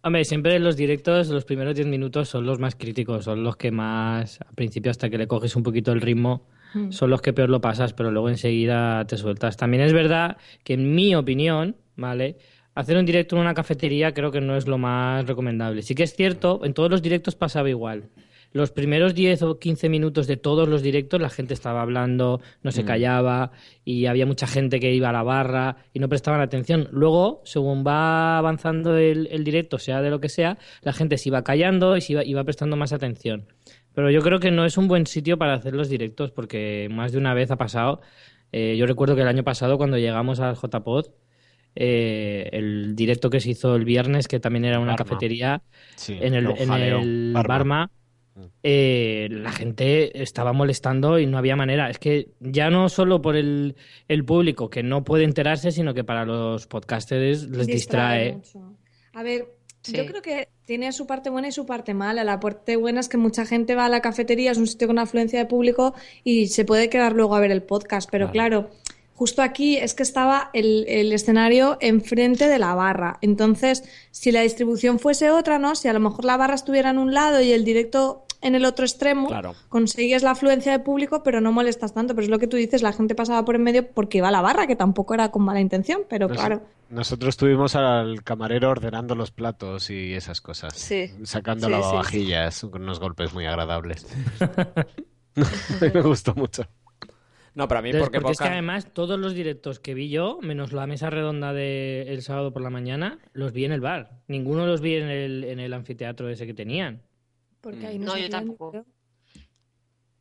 A: Hombre, siempre en los directos los primeros 10 minutos son los más críticos, son los que más, al principio hasta que le coges un poquito el ritmo,
B: Mm.
A: son los que peor lo pasas, pero luego enseguida te sueltas. También es verdad que en mi opinión, ¿vale? Hacer un directo en una cafetería creo que no es lo más recomendable. Sí que es cierto, en todos los directos pasaba igual. Los primeros 10 o 15 minutos de todos los directos la gente estaba hablando, no se
D: Mm.
A: callaba y había mucha gente que iba a la barra y no prestaban atención. Luego, según va avanzando el, el directo, sea de lo que sea, la gente se iba callando y se iba, iba prestando más atención. Pero yo creo que no es un buen sitio para hacer los directos porque más de una vez ha pasado. Eh, yo recuerdo que el año pasado cuando llegamos al JPod, eh, el directo que se hizo el viernes, que también era una
E: Barma.
A: cafetería,
E: Sí,
A: en el,
E: era un
A: en
E: jaleo.
A: el
E: Barba.
A: Barma,
E: Mm.
A: eh, la gente estaba molestando y no había manera. Es que ya no solo por el, el público que no puede enterarse, sino que para los podcasters les distrae.
B: mucho. A ver,
C: Sí.
B: yo creo que tiene su parte buena y su parte mala. La parte buena es que mucha gente va a la cafetería, es un sitio con afluencia de público y se puede quedar luego a ver el podcast. Pero claro, justo aquí es que estaba el, el escenario enfrente de la barra. Entonces, si la distribución fuese otra, ¿no? Si a lo mejor la barra estuviera en un lado y el directo en el otro extremo,
D: Claro.
B: conseguías la afluencia de público, pero no molestas tanto. Pero es lo que tú dices, la gente pasaba por en medio porque iba a la barra, que tampoco era con mala intención, pero
E: Nos-
B: claro.
E: Nosotros tuvimos al camarero ordenando los platos y esas cosas.
C: Sí.
E: Sacando
C: Sí, sí,
E: las
C: sí.
E: vajillas con unos golpes muy
A: <laughs>
E: agradables. <laughs> Me gustó mucho.
D: No, pero a mí
A: Entonces,
D: porque,
A: porque es que
D: podcast-
A: además todos los directos que vi yo, menos la mesa redonda del sábado por la mañana, los vi en el bar. Ninguno los vi en el, en el anfiteatro ese que tenían.
B: Porque ahí
C: No,
B: se
C: yo
B: hacían,
C: tampoco.
B: creo.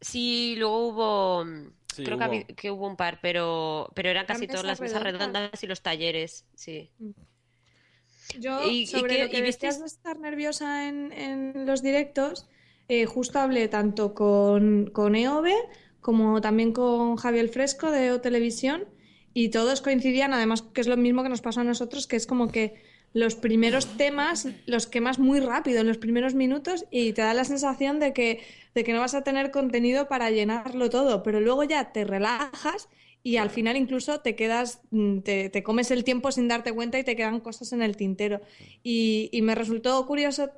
C: Sí, luego hubo, mm,
D: Sí,
C: creo que,
D: hubo.
C: habi- que hubo un par, pero, pero eran casi
B: Eran
C: todas las
B: mesas
C: mesas
B: redondas.
C: redondas y los talleres, sí.
B: Yo,
C: ¿Y- y
B: sobre
C: qué-
B: lo que
C: y
B: decías
C: visteis?
B: de estar nerviosa en, en los directos, eh, justo hablé tanto con, con EOB como también con Javier Fresco de O Televisión y todos coincidían, además que es lo mismo que nos pasó a nosotros, que es como que los primeros temas los quemas muy rápido en los primeros minutos y te da la sensación de que, de que no vas a tener contenido para llenarlo todo, pero luego ya te relajas y al final incluso te quedas, mm, te, te comes el tiempo sin darte cuenta y te quedan cosas en el tintero. Y, y me resultó curioso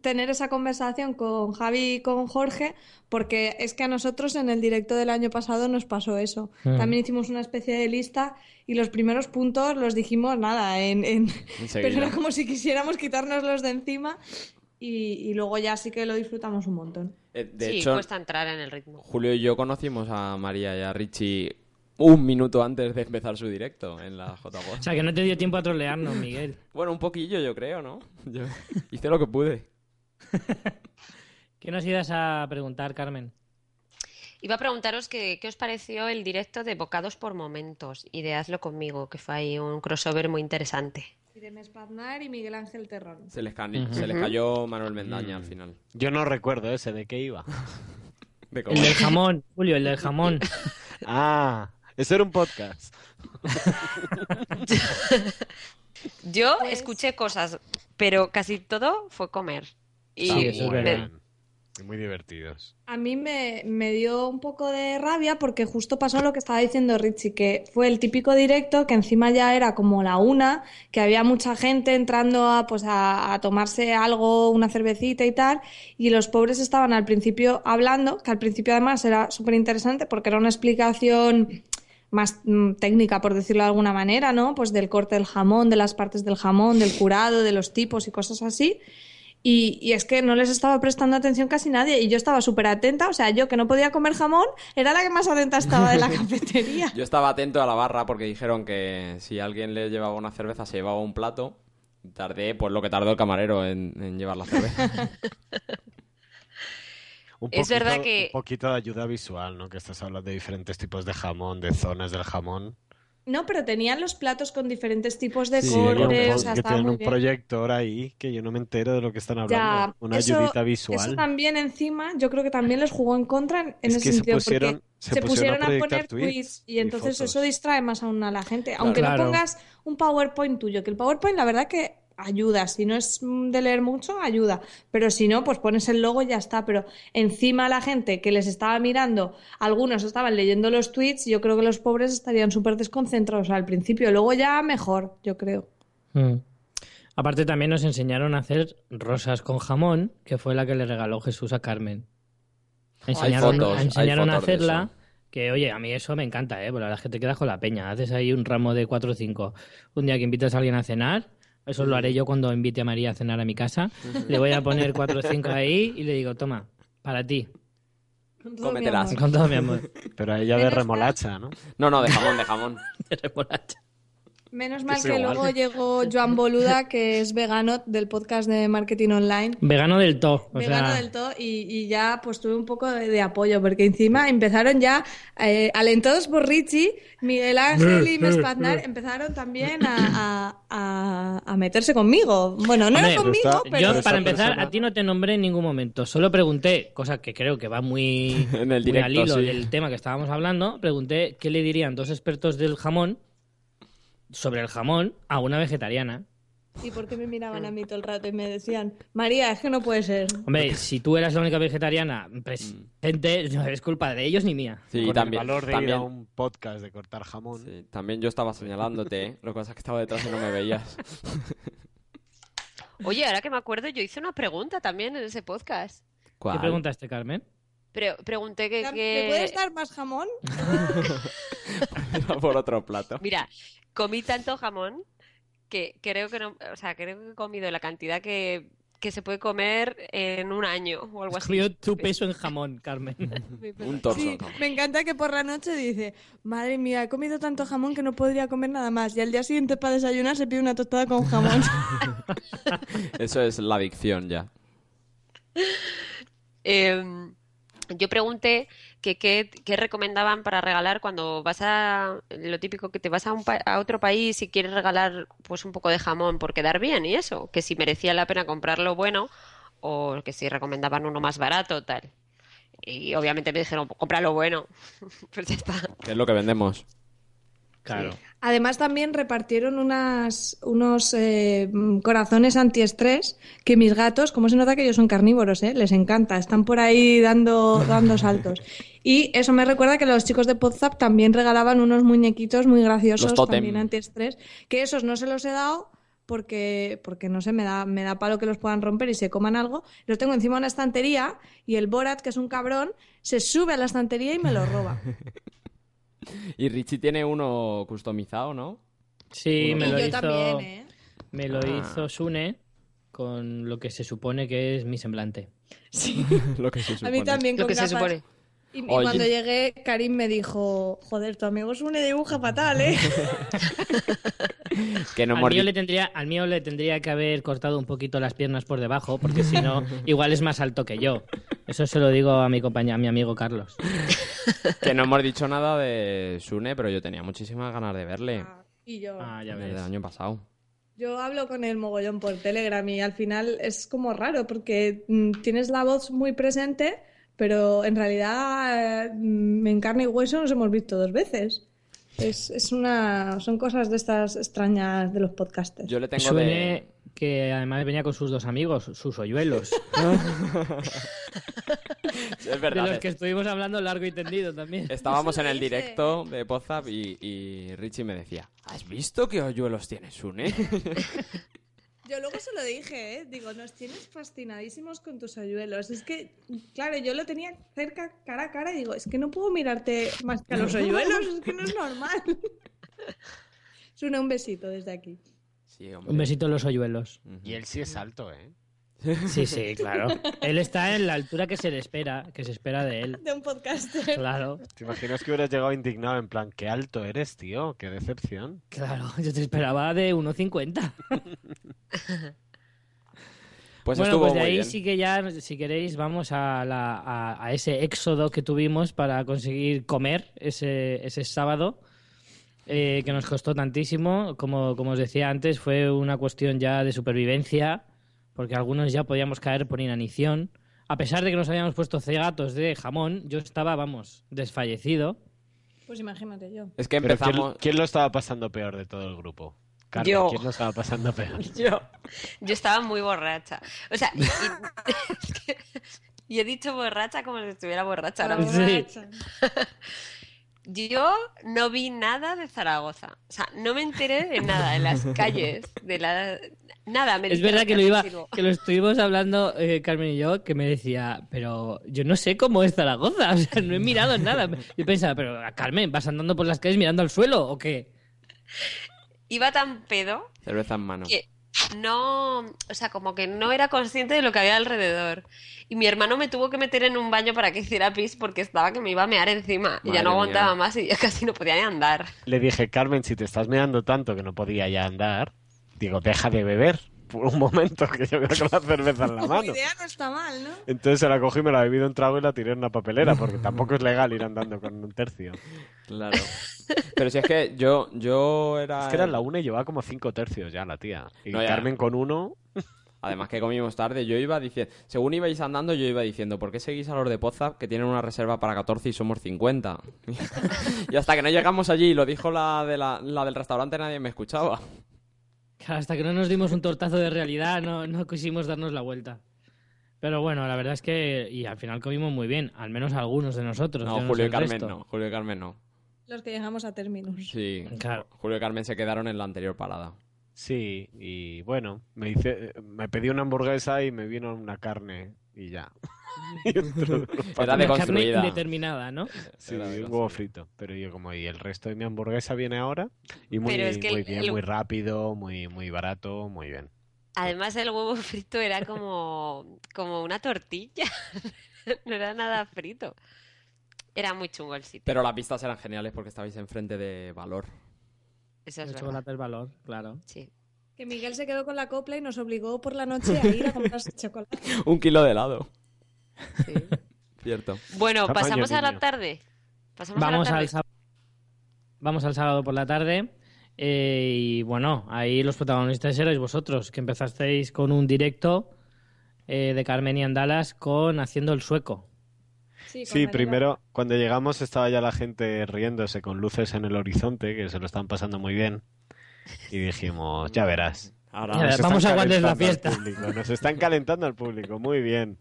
B: tener esa conversación con Javi y con Jorge, porque es que a nosotros en el directo del año pasado nos pasó eso.
A: Mm.
B: También hicimos una especie de lista y los primeros puntos los dijimos nada, en, en-
D: Enseguida.
B: <laughs> pero era
C: <laughs>
B: como si quisiéramos quitárnoslos de encima y, y luego ya sí que lo disfrutamos un montón.
D: Eh, De
C: Sí, pues
D: hecho,
C: cuesta entrar en el ritmo.
D: Julio y yo conocimos a María y a Richie un minuto antes de empezar su directo en la
A: O
D: JPod.
A: sea, que no te dio tiempo a trolearnos, Miguel.
D: Bueno, un poquillo yo creo, ¿no? Yo <laughs> hice lo que pude.
A: ¿Qué nos ibas a preguntar, Carmen?
C: Iba a preguntaros que- qué os pareció el directo de Bocados por Momentos y de Hazlo conmigo, que fue ahí un crossover muy interesante.
B: Irene Espaznar y Miguel Ángel Terrón.
D: Se les, ca-
A: Ujú.
D: se les cayó Manuel Mendaña
E: Mm.
D: al final.
E: Yo no recuerdo ese de qué iba.
D: De
A: El del jamón, Julio, el del jamón.
E: Ah, eso era un podcast.
C: Yo
B: Pues-
C: escuché cosas, pero casi todo fue comer. Y
E: Ah,
A: Sí, eso es
C: me-
A: verdad.
E: Y Muy divertidos.
B: A mí me, me dio un poco de rabia porque justo pasó lo que estaba diciendo Richie, que fue el típico directo que encima ya era como la una, que había mucha gente entrando a, pues a, a tomarse algo, una cervecita y tal, y los pobres estaban al principio hablando, que al principio además era súper interesante porque era una explicación más mm, técnica, por decirlo de alguna manera, ¿no? Pues del corte del jamón, de las partes del jamón, del curado, de los tipos y cosas así. Y, y es que no les estaba prestando atención casi nadie y yo estaba súper atenta, o sea, yo que no podía comer jamón, era la que más atenta estaba de la cafetería.
D: Yo estaba atento a la barra porque dijeron que si alguien le llevaba una cerveza se llevaba un plato. Tardé pues lo que tardó el camarero en, en llevar la
A: <laughs>
D: cerveza.
E: Un
C: Es verdad que-
E: Un poquito de ayuda visual, ¿no? Que estás hablando de diferentes tipos de jamón, de zonas del jamón.
B: No, pero tenían los platos con diferentes tipos de
D: Sí,
B: colores,
D: que-
B: o sea,
E: que
B: estaba
E: tienen
B: muy
E: un
B: bien.
E: proyector ahí que yo no me entero de lo que están hablando.
B: Ya,
E: Una
B: eso-
E: ayudita visual.
B: Eso también encima, yo creo que también les jugó en contra en
E: es
B: ese
E: que
B: sentido,
E: se pusieron,
B: porque se pusieron a,
E: proyectar
B: poner
E: tweets
B: tweets y entonces
E: fotos.
B: eso distrae más aún a la gente. Aunque
F: Claro.
B: no pongas un PowerPoint tuyo, que el PowerPoint la verdad que ayuda, si no es mm, de leer mucho, ayuda, pero si no, pues pones el logo y ya está, pero encima la gente que les estaba mirando, algunos estaban leyendo los tweets, yo creo que los pobres estarían súper desconcentrados al principio, luego ya mejor, yo creo.
A: Mm. Aparte también nos enseñaron a hacer rosas con jamón, que fue la que le regaló Jesús a Carmen. Enseñaron,
D: fotos, hay
A: enseñaron a
D: fotos de
A: hacerla,
D: eso.
A: que oye, a mí eso me encanta, ¿eh? Porque la verdad es que te quedas con la peña, haces ahí un ramo de cuatro o cinco. Un día que invitas a alguien a cenar, eso lo haré yo cuando invite a María a cenar a mi casa, le voy a poner cuatro o cinco ahí y le digo, toma, para ti,
B: Con todo mi
D: Cómetelas.
B: amor.
A: con todo mi
D: <laughs>
A: amor.
E: Pero a ella de
B: Menos mal.
E: remolacha, ¿no?
D: No, no, de jamón, de jamón.
A: De remolacha.
B: Menos mal
E: es
B: que
E: igual.
B: luego llegó Joan Boluda, que es vegano del podcast de Marketing Online.
A: Vegano del todo. O
B: vegano
A: sea,
B: del todo y, y ya pues tuve un poco de, de apoyo porque encima empezaron ya eh, alentados por Richie, Miguel Ángel y Mespaznar empezaron también a, a- a- a meterse conmigo. Bueno, no
A: Hombre,
B: era conmigo,
E: está-
B: pero
A: Yo, para
E: esa
A: empezar,
E: persona-
A: a ti no te nombré en ningún momento. Solo pregunté, cosa que creo que va muy,
D: En <laughs>
A: muy
D: el directo,
A: al hilo
D: sí.
A: del tema que estábamos hablando. Pregunté qué le dirían dos expertos del jamón sobre el jamón a una vegetariana.
B: ¿y por qué me miraban a mí todo el rato y me decían, María, es que no puede ser?
A: Hombre, si tú eras la única vegetariana presente, no es culpa de ellos ni mía.
D: Mm. Sí,
E: Con
D: también.
E: el valor de ir a
D: también,
E: un podcast de cortar jamón.
D: sí, también yo estaba señalándote, ¿eh? lo que pasa es que estaba detrás y no me veías.
C: Oye, ahora que me acuerdo, yo hice una pregunta también en ese podcast.
A: ¿Qué preguntaste, Carmen?
C: Pero pregunté que, que-
B: ¿Me puedes dar más jamón?
D: <laughs> Por otro plato.
C: Mira, comí tanto jamón que creo que no, o sea, creo que he comido la cantidad que, que se puede comer en un año o algo así.
A: Escribió tu peso en jamón,
D: <laughs>
A: Carmen.
D: Un torso.
B: Sí,
D: jamón.
B: me encanta que por la noche dice, madre mía, he comido tanto jamón que no podría comer nada más. Y al día siguiente para desayunar se pide una tostada con jamón.
D: Eso es la adicción ya.
C: Eh, yo pregunté que qué qué recomendaban para regalar cuando vas a lo típico que te vas a, un pa- a otro país y quieres regalar pues un poco de jamón por quedar bien y eso, que si merecía la pena comprarlo bueno o que si recomendaban uno más barato tal. Y obviamente me dijeron, cómpralo bueno. <laughs> Pues ya está.
D: Que es lo que vendemos.
A: Claro.
B: Además, también repartieron unas, unos eh, mm, corazones antiestrés que mis gatos, como se nota que ellos son carnívoros, ¿eh? les encanta, están por ahí dando, dando saltos. Y eso me recuerda que los chicos de Podzap también regalaban unos muñequitos muy graciosos,
D: Los tótem.
B: también antiestrés, que esos no se los he dado. Porque, porque no sé, me da, me da palo que los puedan romper y se coman algo. Los tengo encima de una estantería y el Borat, que es un cabrón, se sube a la estantería y me los roba.
D: Y Richie tiene uno customizado, ¿no? <laughs>
A: Sí,
D: Uno
A: me
B: y
A: lo
B: yo
A: hizo.
B: también, ¿eh?
A: Me lo
D: Ah.
A: hizo Sune con lo que se supone que es mi semblante.
B: Sí.
D: lo que se
B: A
D: supone.
B: mí también
C: Lo
B: con
C: que se
B: gafas.
C: supone.
B: Y, y
D: Oye.
B: cuando llegué, Karim me dijo, joder, tu amigo es un dibuja fatal, ¿eh?
D: Que no
A: al,
D: mordi-
A: mío le tendría, al mío le tendría que haber cortado un poquito las piernas por debajo, porque si no, igual es más alto que yo. Eso se lo digo a mi compañero, a mi amigo Carlos.
D: que no hemos dicho nada de Sune, pero yo tenía muchísimas ganas de verle.
B: y yo,
A: Ah, ya
D: Desde el
A: ves.
D: año pasado.
B: yo hablo con el mogollón por Telegram y al final es como raro porque mm, tienes la voz muy presente, pero en realidad eh, mm, en carne y hueso nos hemos visto dos veces. Es, es una, son cosas de estas extrañas de los podcasters.
D: Yo le tengo
A: Sune,
D: de.
A: que además venía con sus dos amigos, sus hoyuelos,
D: Es
A: de
D: verdad. eh.
A: los
D: es-
A: que estuvimos hablando largo y tendido también.
D: Estábamos en el
B: Eso lo hice.
D: directo de Pozap y, y Richie me decía: ¿Has visto qué hoyuelos tiene Sune? <laughs>
B: Yo luego se lo dije, ¿eh? Digo, nos tienes fascinadísimos con tus hoyuelos. Es que, claro, yo lo tenía cerca, cara a cara, y digo, es que no puedo mirarte más que a los hoyuelos, es que <laughs> no es normal. <laughs> Sune, un besito desde aquí.
D: Sí,
A: <laughs>
D: hombre.
A: Un besito a los hoyuelos.
D: Ujú.
E: Y él sí es alto, ¿eh?
A: Sí, sí, claro. Él está en la altura que se le espera, que se espera de
B: <laughs>
A: él.
B: de un podcast.
A: Claro,
E: ¿Te imaginas que hubieras llegado indignado en plan, qué alto eres, tío? Qué decepción.
A: claro. Yo te esperaba de 1,50.
D: Pues
A: bueno,
D: estuvo
A: pues de
D: muy
A: ahí
D: bien.
A: sí que ya, si queréis, vamos a, la- a- a ese éxodo que tuvimos para conseguir comer ese, ese sábado, eh, que nos costó tantísimo. Como, como os decía antes, fue una cuestión ya de supervivencia, porque algunos ya podíamos caer por inanición. A pesar de que nos habíamos puesto cegatos de jamón, yo estaba, vamos, desfallecido.
B: Pues imagínate yo.
D: Es que
E: Pero ¿quién-
D: empezamos.
E: ¿quién, lo estaba pasando peor de todo el grupo? Carmen,
C: Yo.
E: ¿quién lo estaba pasando peor?
C: Yo, yo estaba muy borracha. O sea, y, <laughs> es que- y he dicho borracha como si estuviera borracha. ahora
B: Ahora
C: mismo.
B: borracha.
C: Yo no vi nada de Zaragoza. O sea, no me enteré de nada,
A: <laughs>
C: de las calles, de la... Nada, me
A: Es
C: dijeron
A: verdad que lo iba,
C: digo,
A: que lo estuvimos hablando eh, Carmen y yo, que me decía, pero yo no sé cómo es Zaragoza, <laughs> o sea, no he mirado nada. Yo pensaba, pero Carmen, ¿vas andando por las calles mirando al suelo o qué?
C: Iba tan pedo
D: Cerveza en
A: Eh,
D: mano.
C: que no... O sea, como que no era consciente de lo que había alrededor. Y mi hermano me tuvo que meter en un baño para que hiciera pis porque estaba que me iba a mear encima. Y ya
D: Madre
C: no
D: mía.
C: aguantaba más y <laughs> ya casi no podía ni andar.
E: Le dije, Carmen, si te estás mirando tanto que no podía ya andar, digo, deja de beber por un momento, que yo veo con la cerveza en la
B: Como
E: mano.
B: idea no está mal, ¿no?
E: Entonces se la cogí, me la bebí de un trago y la tiré en una papelera, porque tampoco es legal ir andando con un tercio.
D: Claro. <laughs> Pero si es que yo, yo era.
E: Es que era la una y llevaba como cinco tercios ya la tía. Y
D: No, ya.
E: Carmen con uno,
D: Además que comimos tarde, yo iba diciendo, según ibais andando, yo iba diciendo, ¿por qué seguís a los de Poza que tienen una reserva para 14 y somos 50? <laughs> y hasta que no llegamos allí, lo dijo la, de la, la del restaurante, nadie me escuchaba.
A: Claro, hasta que no nos dimos un tortazo de realidad, no, no quisimos darnos la vuelta. Pero bueno, la verdad es que, y al final comimos muy bien, al menos algunos de nosotros. yo
D: No,
A: sé
D: Julio y
A: el
D: Carmen
A: resto.
D: no, Julio y Carmen no.
B: Los que llegamos a términos.
D: Sí,
A: Claro.
D: Julio y Carmen se quedaron en la anterior parada.
E: sí, y bueno, me hice, me pedí una hamburguesa y me vino una carne y ya. <laughs> Y otro-
D: Era
A: Una carne
D: deconstruida.
A: indeterminada, ¿no?
E: Sí,
D: Era
E: un
D: deconstruida.
E: huevo frito. Pero yo como, y el resto de mi hamburguesa viene ahora. Y muy,
C: Pero es que
E: muy
C: el-
E: bien,
C: el-
E: muy rápido, muy, muy barato, muy bien.
C: Además, el huevo frito era como, como una tortilla. <laughs> No era nada frito. Era muy chungo el sitio.
D: Pero las vistas eran geniales porque estabais enfrente de Valor. <laughs>
C: Eso es
A: El
C: verdad.
A: chocolate es valor, claro.
C: Sí.
B: Que Miguel se quedó con la copla y nos obligó por la noche a ir a comprarse <laughs> chocolate.
D: Un kilo de helado.
C: sí.
D: <laughs> Cierto.
C: Bueno,
E: Tamaño
C: pasamos a la
E: niño.
C: tarde. Pasamos a la
A: Vamos
C: tarde.
A: al, sáb- Vamos al sábado por la tarde. eh, y bueno, ahí los protagonistas erais vosotros, que empezasteis con un directo eh, de Carmen y Andalas con Haciendo el Sueco.
B: Sí, con
E: Sí,
B: María.
E: primero, cuando llegamos estaba ya la gente riéndose con luces en el horizonte, que se lo están pasando muy bien. Y dijimos, ya verás.
D: Ahora
A: Ya
E: Ah, Nos
A: verás.
E: están
A: vamos a aguantar la
E: calentando al
A: fiesta.
E: público, nos están calentando al público, muy bien.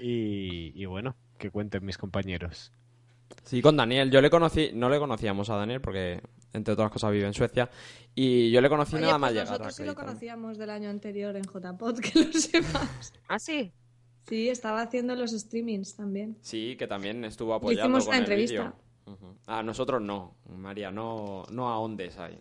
E: Y, y bueno, que cuenten mis compañeros.
D: Sí, con Daniel. Yo le conocí, no le conocíamos a Daniel porque, entre otras cosas, vive en Suecia. Y yo le conocí
B: Oye,
D: nada
B: pues
D: más llegar.
B: nosotros sí lo
D: acreditarme.
B: conocíamos del año anterior en JPod, <laughs> que lo sepas.
C: Ah, sí.
B: Sí, estaba haciendo los streamings <laughs> también.
D: Sí, que también estuvo apoyando
B: hicimos
D: con
B: una
D: el
B: entrevista.
D: vídeo. Ujú. A nosotros no, María, no, no ahondes ahí.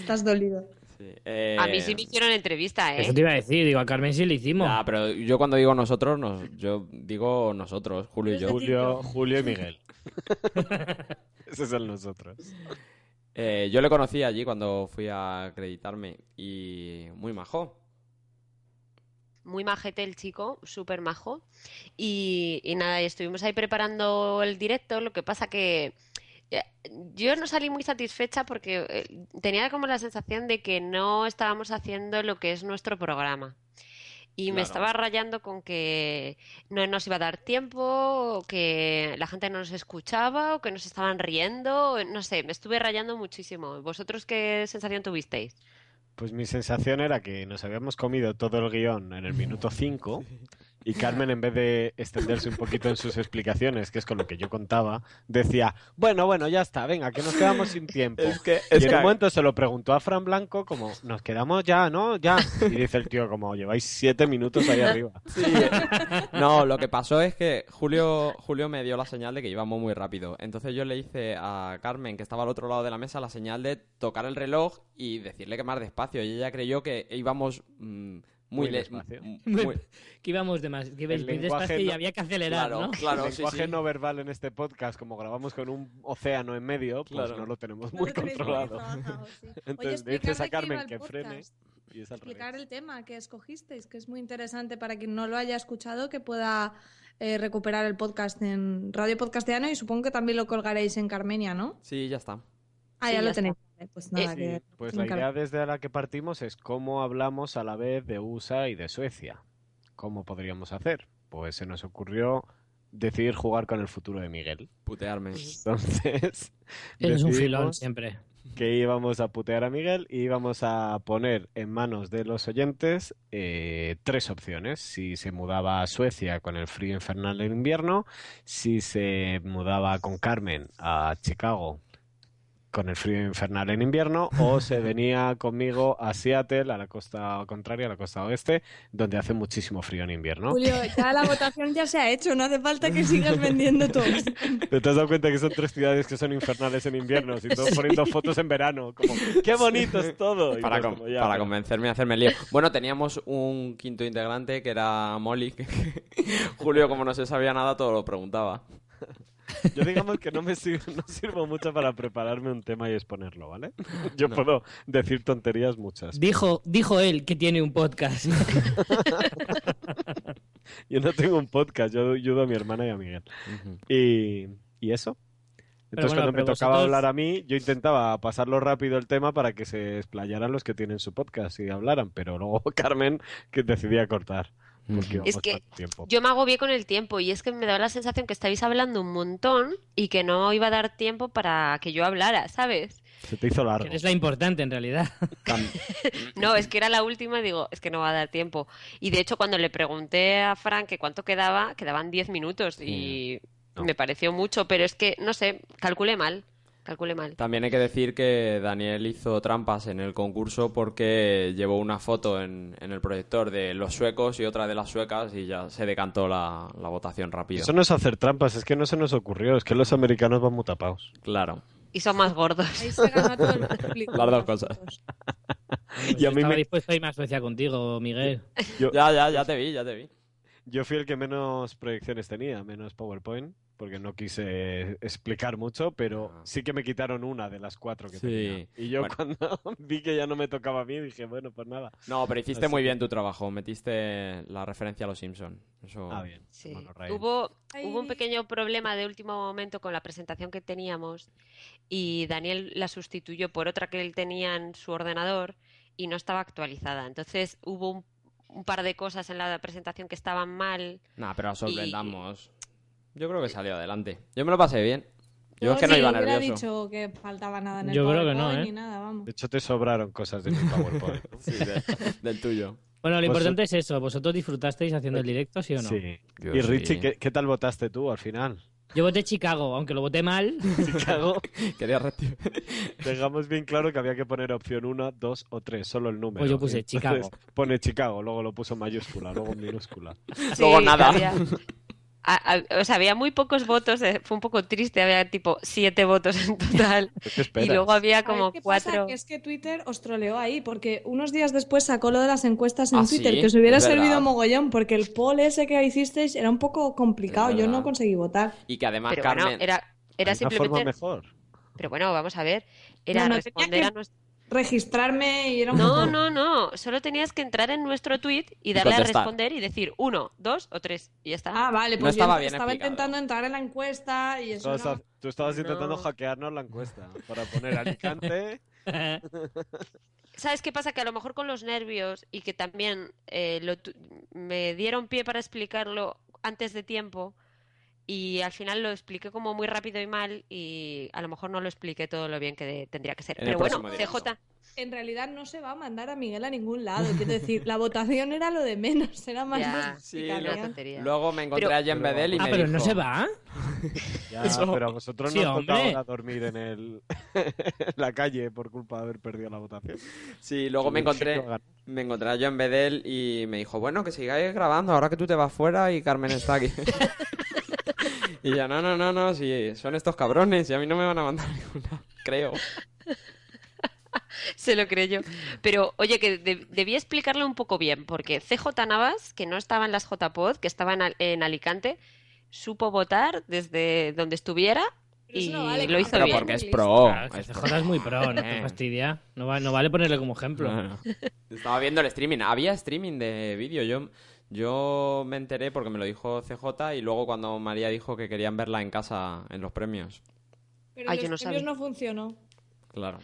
B: Estás dolido.
D: Sí, eh,
C: A mí sí me hicieron entrevista, ¿eh?
A: Eso te iba a decir, digo, a Carmen sí le hicimos.
D: ya, pero yo cuando digo nosotros, nos- yo digo nosotros, Julio y yo.
E: Julio, Julio y Miguel. <laughs> Esos son nosotros.
D: Eh, yo le conocí allí cuando fui a acreditarme y muy majo.
C: Muy majete el chico, súper majo. Y, y nada, y estuvimos ahí preparando el directo. Lo que pasa que eh, yo no salí muy satisfecha porque eh, tenía como la sensación de que no estábamos haciendo lo que es nuestro programa. Y me
D: Claro.
C: estaba rayando con que no nos iba a dar tiempo, o que la gente no nos escuchaba, o que nos estaban riendo. o No sé, me estuve rayando muchísimo. ¿Vosotros qué sensación tuvisteis?
E: Pues mi sensación era que nos habíamos comido todo el guión en el
D: <laughs>
E: minuto 5 y Carmen, en vez de extenderse un poquito en sus explicaciones, que es con lo que yo contaba, decía, bueno, bueno, ya está, venga, que nos quedamos sin tiempo.
D: que,
E: y en un momento se lo preguntó a Fran Blanco como, nos quedamos ya, ¿no? Ya. Y dice el tío como, lleváis siete minutos ahí arriba.
D: No, lo que pasó es que Julio, Julio me dio la señal de que íbamos muy rápido. Entonces yo le hice a Carmen, que estaba al otro lado de la mesa, la señal de tocar el reloj y decirle que más despacio. Y ella creyó que íbamos mm, muy,
E: Muy
D: le-
E: despacio.
D: m-
G: Muy-
D: muy-
G: que íbamos de más, que ibais
E: El
G: muy
E: lenguaje
G: despacio y
E: no-
G: había que acelerar,
D: claro,
G: ¿no?
D: <laughs> claro,
E: el
D: sí,
E: lenguaje
D: sí.
E: no verbal en este podcast, como grabamos con un océano en medio, pues
D: Claro.
E: no lo tenemos
B: No
E: muy
B: lo tenéis muy
E: controlado.
B: trabajado, sí. Oye,
E: Entonces, le
B: explicar
E: dices
B: de qué
E: a
B: iba
E: Carmen
B: el
E: que frene
B: podcast.
E: y es ¿eh? al revés.
B: explicar el tema que escogisteis, que es muy interesante para quien no lo haya escuchado, que pueda eh, recuperar el podcast en Radio Podcastiano y supongo que también lo colgaréis en Carmenia, ¿no?
D: Sí, ya está.
B: Ah, ya
C: Sí, ya
B: lo
C: está.
B: tenéis. Vale, Pues nada,
E: Sí,
B: que-
E: pues la
B: nunca-
E: idea desde la que partimos es cómo hablamos a la vez de USA y de Suecia. ¿Cómo podríamos hacer? Pues se nos ocurrió decidir jugar con el futuro de Miguel. <laughs>
D: Putearme.
E: Entonces,
G: Eres un filón
E: decidimos
G: siempre.
E: que íbamos a putear a Miguel y íbamos a poner en manos de los oyentes eh, tres opciones. Si se mudaba a Suecia con el frío infernal del invierno, si se mudaba con Carmen a Chicago con el frío infernal en invierno, o se venía conmigo a Seattle, a la costa contraria, a la costa oeste, donde hace muchísimo frío en invierno.
B: Julio, ya la votación ya se ha hecho, no hace falta que sigas vendiendo
E: <laughs>
B: todo.
E: ¿Te has dado cuenta que son tres ciudades que son infernales en invierno? Si todos poniendo fotos en verano, como, ¡qué bonito es todo! Y
D: Para,
E: todos
D: con-
E: como, ya,
D: para
E: pero-
D: convencerme a hacerme el lío. Bueno, teníamos un quinto integrante que era Molly. que- <laughs> Julio, como no se sabía nada, todo lo preguntaba.
E: Yo digamos que no me sir- no sirvo mucho para prepararme un tema y exponerlo, ¿vale? Yo puedo decir tonterías muchas.
G: Dijo, dijo él que tiene un podcast. <laughs>
E: Yo no tengo un podcast, yo ayudo a mi hermana y a Miguel. Y, y eso.
G: Pero
E: Entonces
G: bueno,
E: cuando me
G: pero
E: tocaba
G: vosotros-
E: hablar a mí, yo intentaba pasarlo rápido el tema para que se explayaran los que tienen su podcast y hablaran, pero luego <laughs> Carmen que decidía cortar. Porque
D: Ujú.
E: íbamos
C: que
E: tanto tiempo.
C: Yo me agobié con el tiempo y es que me daba la sensación que estabais hablando un montón y que no iba a dar tiempo para que yo hablara, ¿sabes?
E: Se te hizo largo.
G: Que es la importante en realidad.
C: No, es que era la última y digo, es que no va a dar tiempo. Y de hecho, cuando le pregunté a Frank que cuánto quedaba, quedaban 10 minutos y
E: no.
C: me pareció mucho, pero es que, no sé, calculé mal, calculé mal.
D: También hay que decir que Daniel hizo trampas en el concurso porque llevó una foto en, en el proyector de los suecos y otra de las suecas y ya se decantó la, la votación rápido.
E: Eso no es hacer trampas, es que no se nos ocurrió, es que los americanos van muy tapados.
D: Claro.
C: Y son más gordos.
B: Ahí se ganó todo el público.
D: Las dos cosas.
G: Pues
E: <laughs> Y
G: yo
E: a mí
G: estaba
E: me-
G: dispuesto a irme a Suecia contigo, Miguel.
D: Ya, ya, ya te vi, ya te vi.
E: Yo fui el que menos proyecciones tenía, menos PowerPoint, porque no quise explicar mucho, pero
D: Ah.
E: sí que me quitaron una de las cuatro que
D: Sí.
E: tenía. Y yo
D: Bueno.
E: cuando <laughs> vi que ya no me tocaba a mí, dije, bueno, pues nada.
D: No, pero hiciste
E: Así
D: muy
E: que-
D: bien tu trabajo. Metiste la referencia a los Simpson. Eso...
E: Ah, bien.
C: Sí.
E: Bueno, Raíl.
C: Hubo,
B: Ay.
C: hubo un pequeño problema de último momento con la presentación que teníamos y Daniel la sustituyó por otra que él tenía en su ordenador y no estaba actualizada. Entonces hubo un, un par de cosas en la presentación que estaban
E: <laughs>
C: mal.
D: Nah, pero la solventamos. Yo creo que salió adelante. Yo me lo pasé bien. Yo es que no
B: ni
D: iba
B: hubiera
D: nervioso.
B: dicho que faltaba nada en el
G: Yo creo que no,
B: PowerPoint
G: ¿eh?
B: ni nada, vamos.
E: De hecho, te sobraron cosas de mi PowerPoint.
D: Sí, de- del tuyo.
G: Bueno, lo
E: Vosot-
G: importante es eso. ¿Vosotros disfrutasteis haciendo el directo, <laughs> sí o no?
E: Pues Sí.
D: Dios,
E: y Richie,
D: sí.
E: ¿qué, qué tal votaste tú al final?
G: Yo voté Chicago, aunque lo voté mal.
E: Chicago.
D: <laughs> Quería reci-
E: Dejamos bien claro que había que poner opción una, dos o tres, solo el número.
G: Pues yo puse
E: Entonces,
G: Chicago.
E: Pone Chicago, luego lo puso en mayúscula, luego
C: <laughs>
E: en minúscula.
D: Luego
C: Sí,
D: nada.
C: había- a- a- o sea, había muy pocos votos, eh, fue un poco triste, había tipo siete votos en total.
E: <laughs> ¿Qué
C: Y
E: esperas?
C: luego había
B: ¿Sabes
C: como
B: qué pasa?
C: cuatro.
B: Que es que Twitter os troleó ahí, porque unos días después sacó lo de las encuestas en
D: Ah,
B: Twitter,
D: sí,
B: que os hubiera
D: es verdad.
B: servido mogollón, porque el poll ese que hicisteis era un poco complicado,
D: Es
B: yo
D: verdad.
B: no conseguí votar.
D: Y que además
C: Pero bueno,
D: Carmen...
C: era, era
E: Hay una forma
C: simplemente.
E: mejor.
C: Pero bueno, vamos a ver. Era
B: No, no, tenía
C: responder
B: que-
C: a nuestro.
B: Registrarme y era un
C: No,
B: poco-
C: no, no. Solo tenías que entrar en nuestro tweet y darle a
D: contestar.
C: responder y decir uno, dos o tres. Y ya está.
B: Ah, vale,
D: No
B: pues yo
D: estaba bien explicado.
B: intentando entrar en la encuesta y eso
E: Estabas
B: era-
E: ha- Tú estabas
C: No.
E: intentando hackearnos la encuesta para poner Alicante.
C: ¿Sabes qué pasa? Que a lo mejor con los nervios y que también eh, lo tu- me dieron pie para explicarlo antes de tiempo y al final lo expliqué como muy rápido y mal y a lo mejor no lo expliqué todo lo bien que de- tendría que ser.
D: En el
C: Pero bueno,
D: próximo
C: CJ,
B: En realidad no se va a mandar a Miguel a ningún lado. Quiero decir, la votación era lo de menos, era más.
C: ya,
D: Sí,
B: Chicago,
C: una
B: ya.
C: tontería.
D: Luego me encontré
C: Pero-
D: a Jen
E: Pero-
D: Bedell y
G: ah,
D: me
G: pero no
D: dijo,
G: se va.
E: Ya,
G: Eso-
E: pero a vosotros
G: sí,
E: no os tocaba
G: hombre.
E: ahora dormir en, el... <laughs> en la calle por culpa de haber perdido la votación.
D: Sí, luego me
E: Sí,
D: encontré,
E: lo ganó.
D: me encontré a Jen Bedell y me dijo, bueno, que sigáis grabando ahora que tú te vas fuera y Carmen está aquí. <laughs> y ya, no, no, no, <laughs> no, sí, son estos cabrones y a mí no me van a mandar ninguna, creo.
C: <laughs> se lo creyó. Pero, oye, que de- debí explicarlo un poco bien, porque CJ Navas, que no estaba en las JPod, que estaba en, Al- en Alicante, supo votar desde donde estuviera
B: Pero eso
C: y
B: no vale,
C: lo hizo
B: Está
D: Pero
C: bien.
D: porque es
B: listo.
D: pro.
G: Claro,
D: es
G: CJ
D: pro.
G: es muy pro, no te fastidia. No, va- no vale ponerle como ejemplo.
D: No, no. Estaba viendo el streaming. Había streaming de vídeo. Yo, yo me enteré porque me lo dijo CJ y luego cuando María dijo que querían verla en casa en los premios.
B: Pero
C: Ah,
B: los
C: yo no
B: estudios
C: sabía.
B: no funcionó.
D: Claro.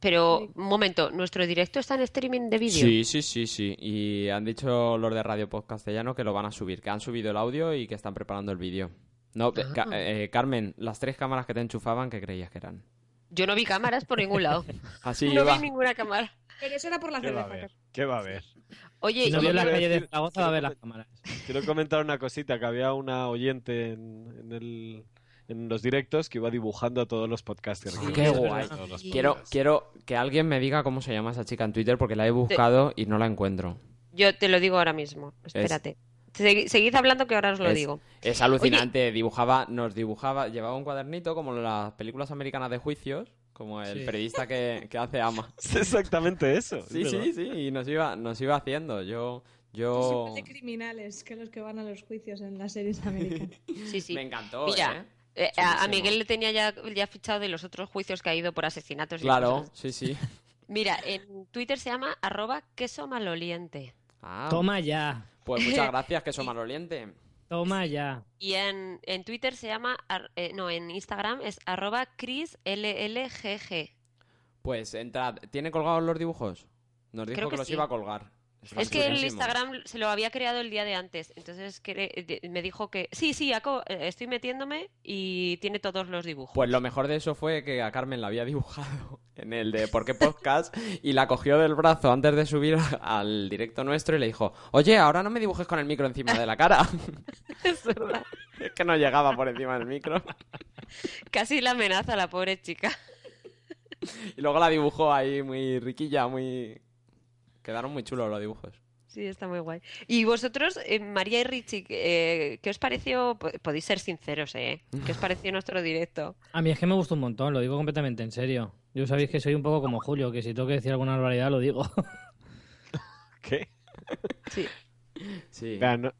C: Pero,
B: Sí.
C: un momento, ¿nuestro directo está en streaming de vídeo?
D: Sí, sí, sí, sí. Y han dicho los de Radio Post Castellano que lo van a subir, que han subido el audio y que están preparando el vídeo. No, eh,
C: Ah.
D: Ca- eh, Carmen, las tres cámaras que te enchufaban, ¿qué creías que eran?
C: Yo no vi cámaras por ningún lado.
D: Así
C: no
D: iba.
C: vi ninguna cámara.
B: Pero eso era por la
E: ¿Qué va a
B: cerveza.
E: haber? ¿Qué va a haber?
C: Oye,
G: Si no
C: y-
G: vio la
E: quiero
G: calle de
E: decir-
G: Zaragoza, va a ver las cámaras.
E: Quiero comentar una cosita, que había una oyente en, en el- en los directos que iba dibujando a todos los podcasters.
D: Sí,
E: que
D: qué
E: iban
D: guay.
E: a todos los
D: Quiero,
E: podcasts. <laughs>
D: quiero que alguien me diga cómo se llama esa chica en Twitter porque la he buscado y no la encuentro.
C: yo te lo digo ahora mismo. Espérate. Segui- seguid hablando que ahora os lo
D: Es-
C: digo.
D: Es alucinante, dibujaba, nos dibujaba, llevaba un cuadernito como las películas americanas de juicios, como el
G: Sí.
D: periodista que, que hace ama.
E: Es exactamente eso.
D: Sí,
E: <laughs> es verdad.
D: sí, sí, y nos iba, nos iba haciendo. Yo, yo
E: Oh.
B: Son más de criminales que los que van a los juicios en las series
E: <laughs>
B: americanas.
C: Sí, sí.
D: me encantó,
C: Mira, eh,
D: ¿eh?
C: a, a
D: Chulísimo.
C: Miguel le tenía ya, ya fichado de los otros juicios que ha ido por <laughs> asesinatos. y
D: Claro,
C: cosas.
D: sí, sí.
C: Mira, en Twitter se llama arroba queso maloliente.
D: Ah,
G: Toma ya,
D: pues
C: <laughs>
D: muchas gracias, que eso maloliente.
G: toma ya.
C: Y en, en Twitter se llama, ar- eh, no, en Instagram es arroba chrisllgg.
D: Pues entrad, ¿tiene colgados los dibujos? Nos dijo
C: Creo
D: que,
C: que
D: los
C: sí.
D: iba a colgar. Está
C: Es que el
D: chulísimo.
C: Instagram se lo había creado el día de antes, entonces cre- de- me dijo que sí, sí, Aco, eh, estoy metiéndome y tiene todos los dibujos.
D: Pues lo mejor de eso fue que a Carmen la había dibujado <laughs> en el de Por qué Podcast y la cogió del brazo antes de subir al directo nuestro y le dijo, oye, ahora no me dibujes con el micro encima de la cara.
C: <laughs>
D: <laughs>
C: Es verdad.
D: es que no llegaba por encima del micro.
C: Casi la amenaza la pobre chica.
D: Y luego la dibujó ahí muy riquilla, muy... Quedaron muy chulos los dibujos.
C: Sí, está muy guay. Y vosotros, eh, María y Richie, eh, ¿qué os pareció? Po- Podéis ser sinceros, ¿eh? ¿Qué os pareció nuestro directo?
G: A mí es que me gusta un montón, lo digo completamente en serio. Yo sabéis que soy un poco como Julio, que si tengo que decir alguna barbaridad lo digo. <laughs>
E: ¿Qué?
C: Sí.
D: Sí.
E: Vea, no-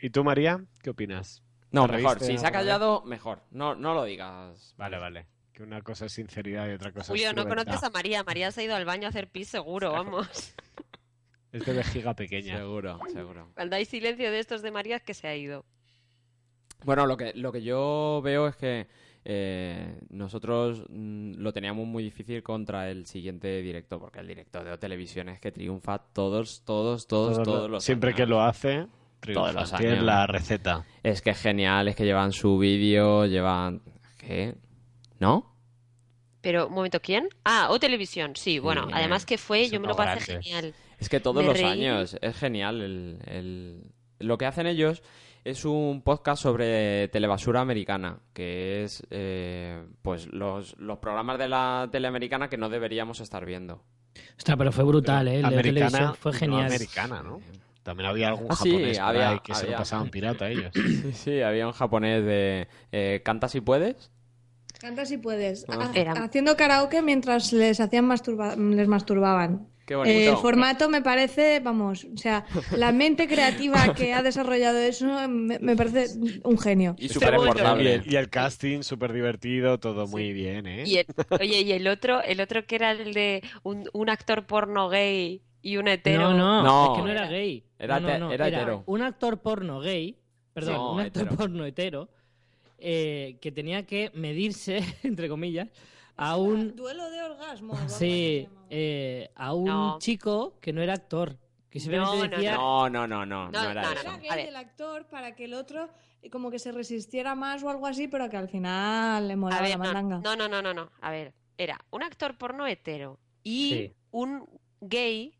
E: ¿Y tú, María? ¿Qué opinas?
D: No,
E: ¿Te
D: mejor.
E: reíste
D: Si se ha
E: alguna vez?
D: callado, mejor. No, no lo digas.
E: Vale, vale. Que una cosa es sinceridad y otra cosa
C: Julio,
E: es
C: no
E: crueldad.
C: conoces a María. María se ha ido al baño a hacer pis seguro, vamos.
E: Es de vejiga pequeña.
D: Seguro, seguro.
C: Cuando hay silencio de estos de María es que se ha ido.
D: Bueno, lo que, lo que yo veo es que eh, nosotros mm, lo teníamos muy difícil contra el siguiente directo, porque el directo de O Televisión es que triunfa todos, todos, todos, todos,
E: Todos lo-
D: los
E: Siempre
D: años.
E: que lo hace, triunfa.
D: los
E: Tiene
D: años.
E: la receta.
D: Es que es genial, es que llevan su vídeo, llevan... ¿Qué? ¿No?
C: Pero, un momento, ¿quién? Ah, o televisión, sí, bueno,
D: Sí.
C: además que fue, yo
E: Son
C: me lo pasé
E: grandes.
C: genial.
D: Es que todos
C: Me
D: los
C: reí.
D: años es genial. el- el- Lo que hacen ellos es un podcast sobre telebasura americana, que es eh, pues los, los programas de la teleamericana que no deberíamos estar viendo.
G: Ostras, pero fue brutal, ¿eh? El de
E: americana,
G: televisión fue
E: no
G: genial.
E: americana, Ah, ¿no? También había algún
D: Ah, sí,
E: japonés por
D: había-
E: ahí que se lo
D: había.
E: pasaban pirata ellos.
D: Sí, sí, había un japonés de eh, Canta si puedes.
B: Canta si puedes.
D: Ah.
B: Ha-
C: Era-
B: haciendo karaoke mientras les hacían masturba- les masturbaban. Eh,
D: Qué bonito.
C: Eh,
B: El formato me parece, vamos, o sea, la mente creativa que ha desarrollado eso me, me parece un genio.
D: Y <laughs> súper
E: Y
D: importante.
E: el, y el casting súper divertido, todo muy bien, ¿eh?
C: Y el- oye, y el otro, el otro que era el de un, un actor porno gay y un hetero.
G: No, no,
D: No.
G: es que no era gay.
D: Era
G: No, no,
D: te-
G: no,
D: era hetero.
G: Un actor porno gay, perdón,
D: No,
G: un actor
D: hetero.
G: porno hetero, eh, que tenía que medirse, <laughs> entre comillas, a un
B: Ah, Duelo de orgasmo. vamos,
G: Sí,
B: se llama.
G: eh, a un
C: No.
G: chico que no era actor, que simplemente
C: No, no,
G: decía...
D: No, no, no, no, no,
C: No,
D: era
C: no, no,
D: eso.
B: Era
C: A
B: gay
C: ver.
B: del actor para que el otro eh, como que se resistiera más o algo así, pero que al final le
C: A
B: molaba
C: ver,
B: la
C: no,
B: mandanga.
C: no, no, no, no, no. A ver, era un actor porno hetero y
G: Sí.
C: un gay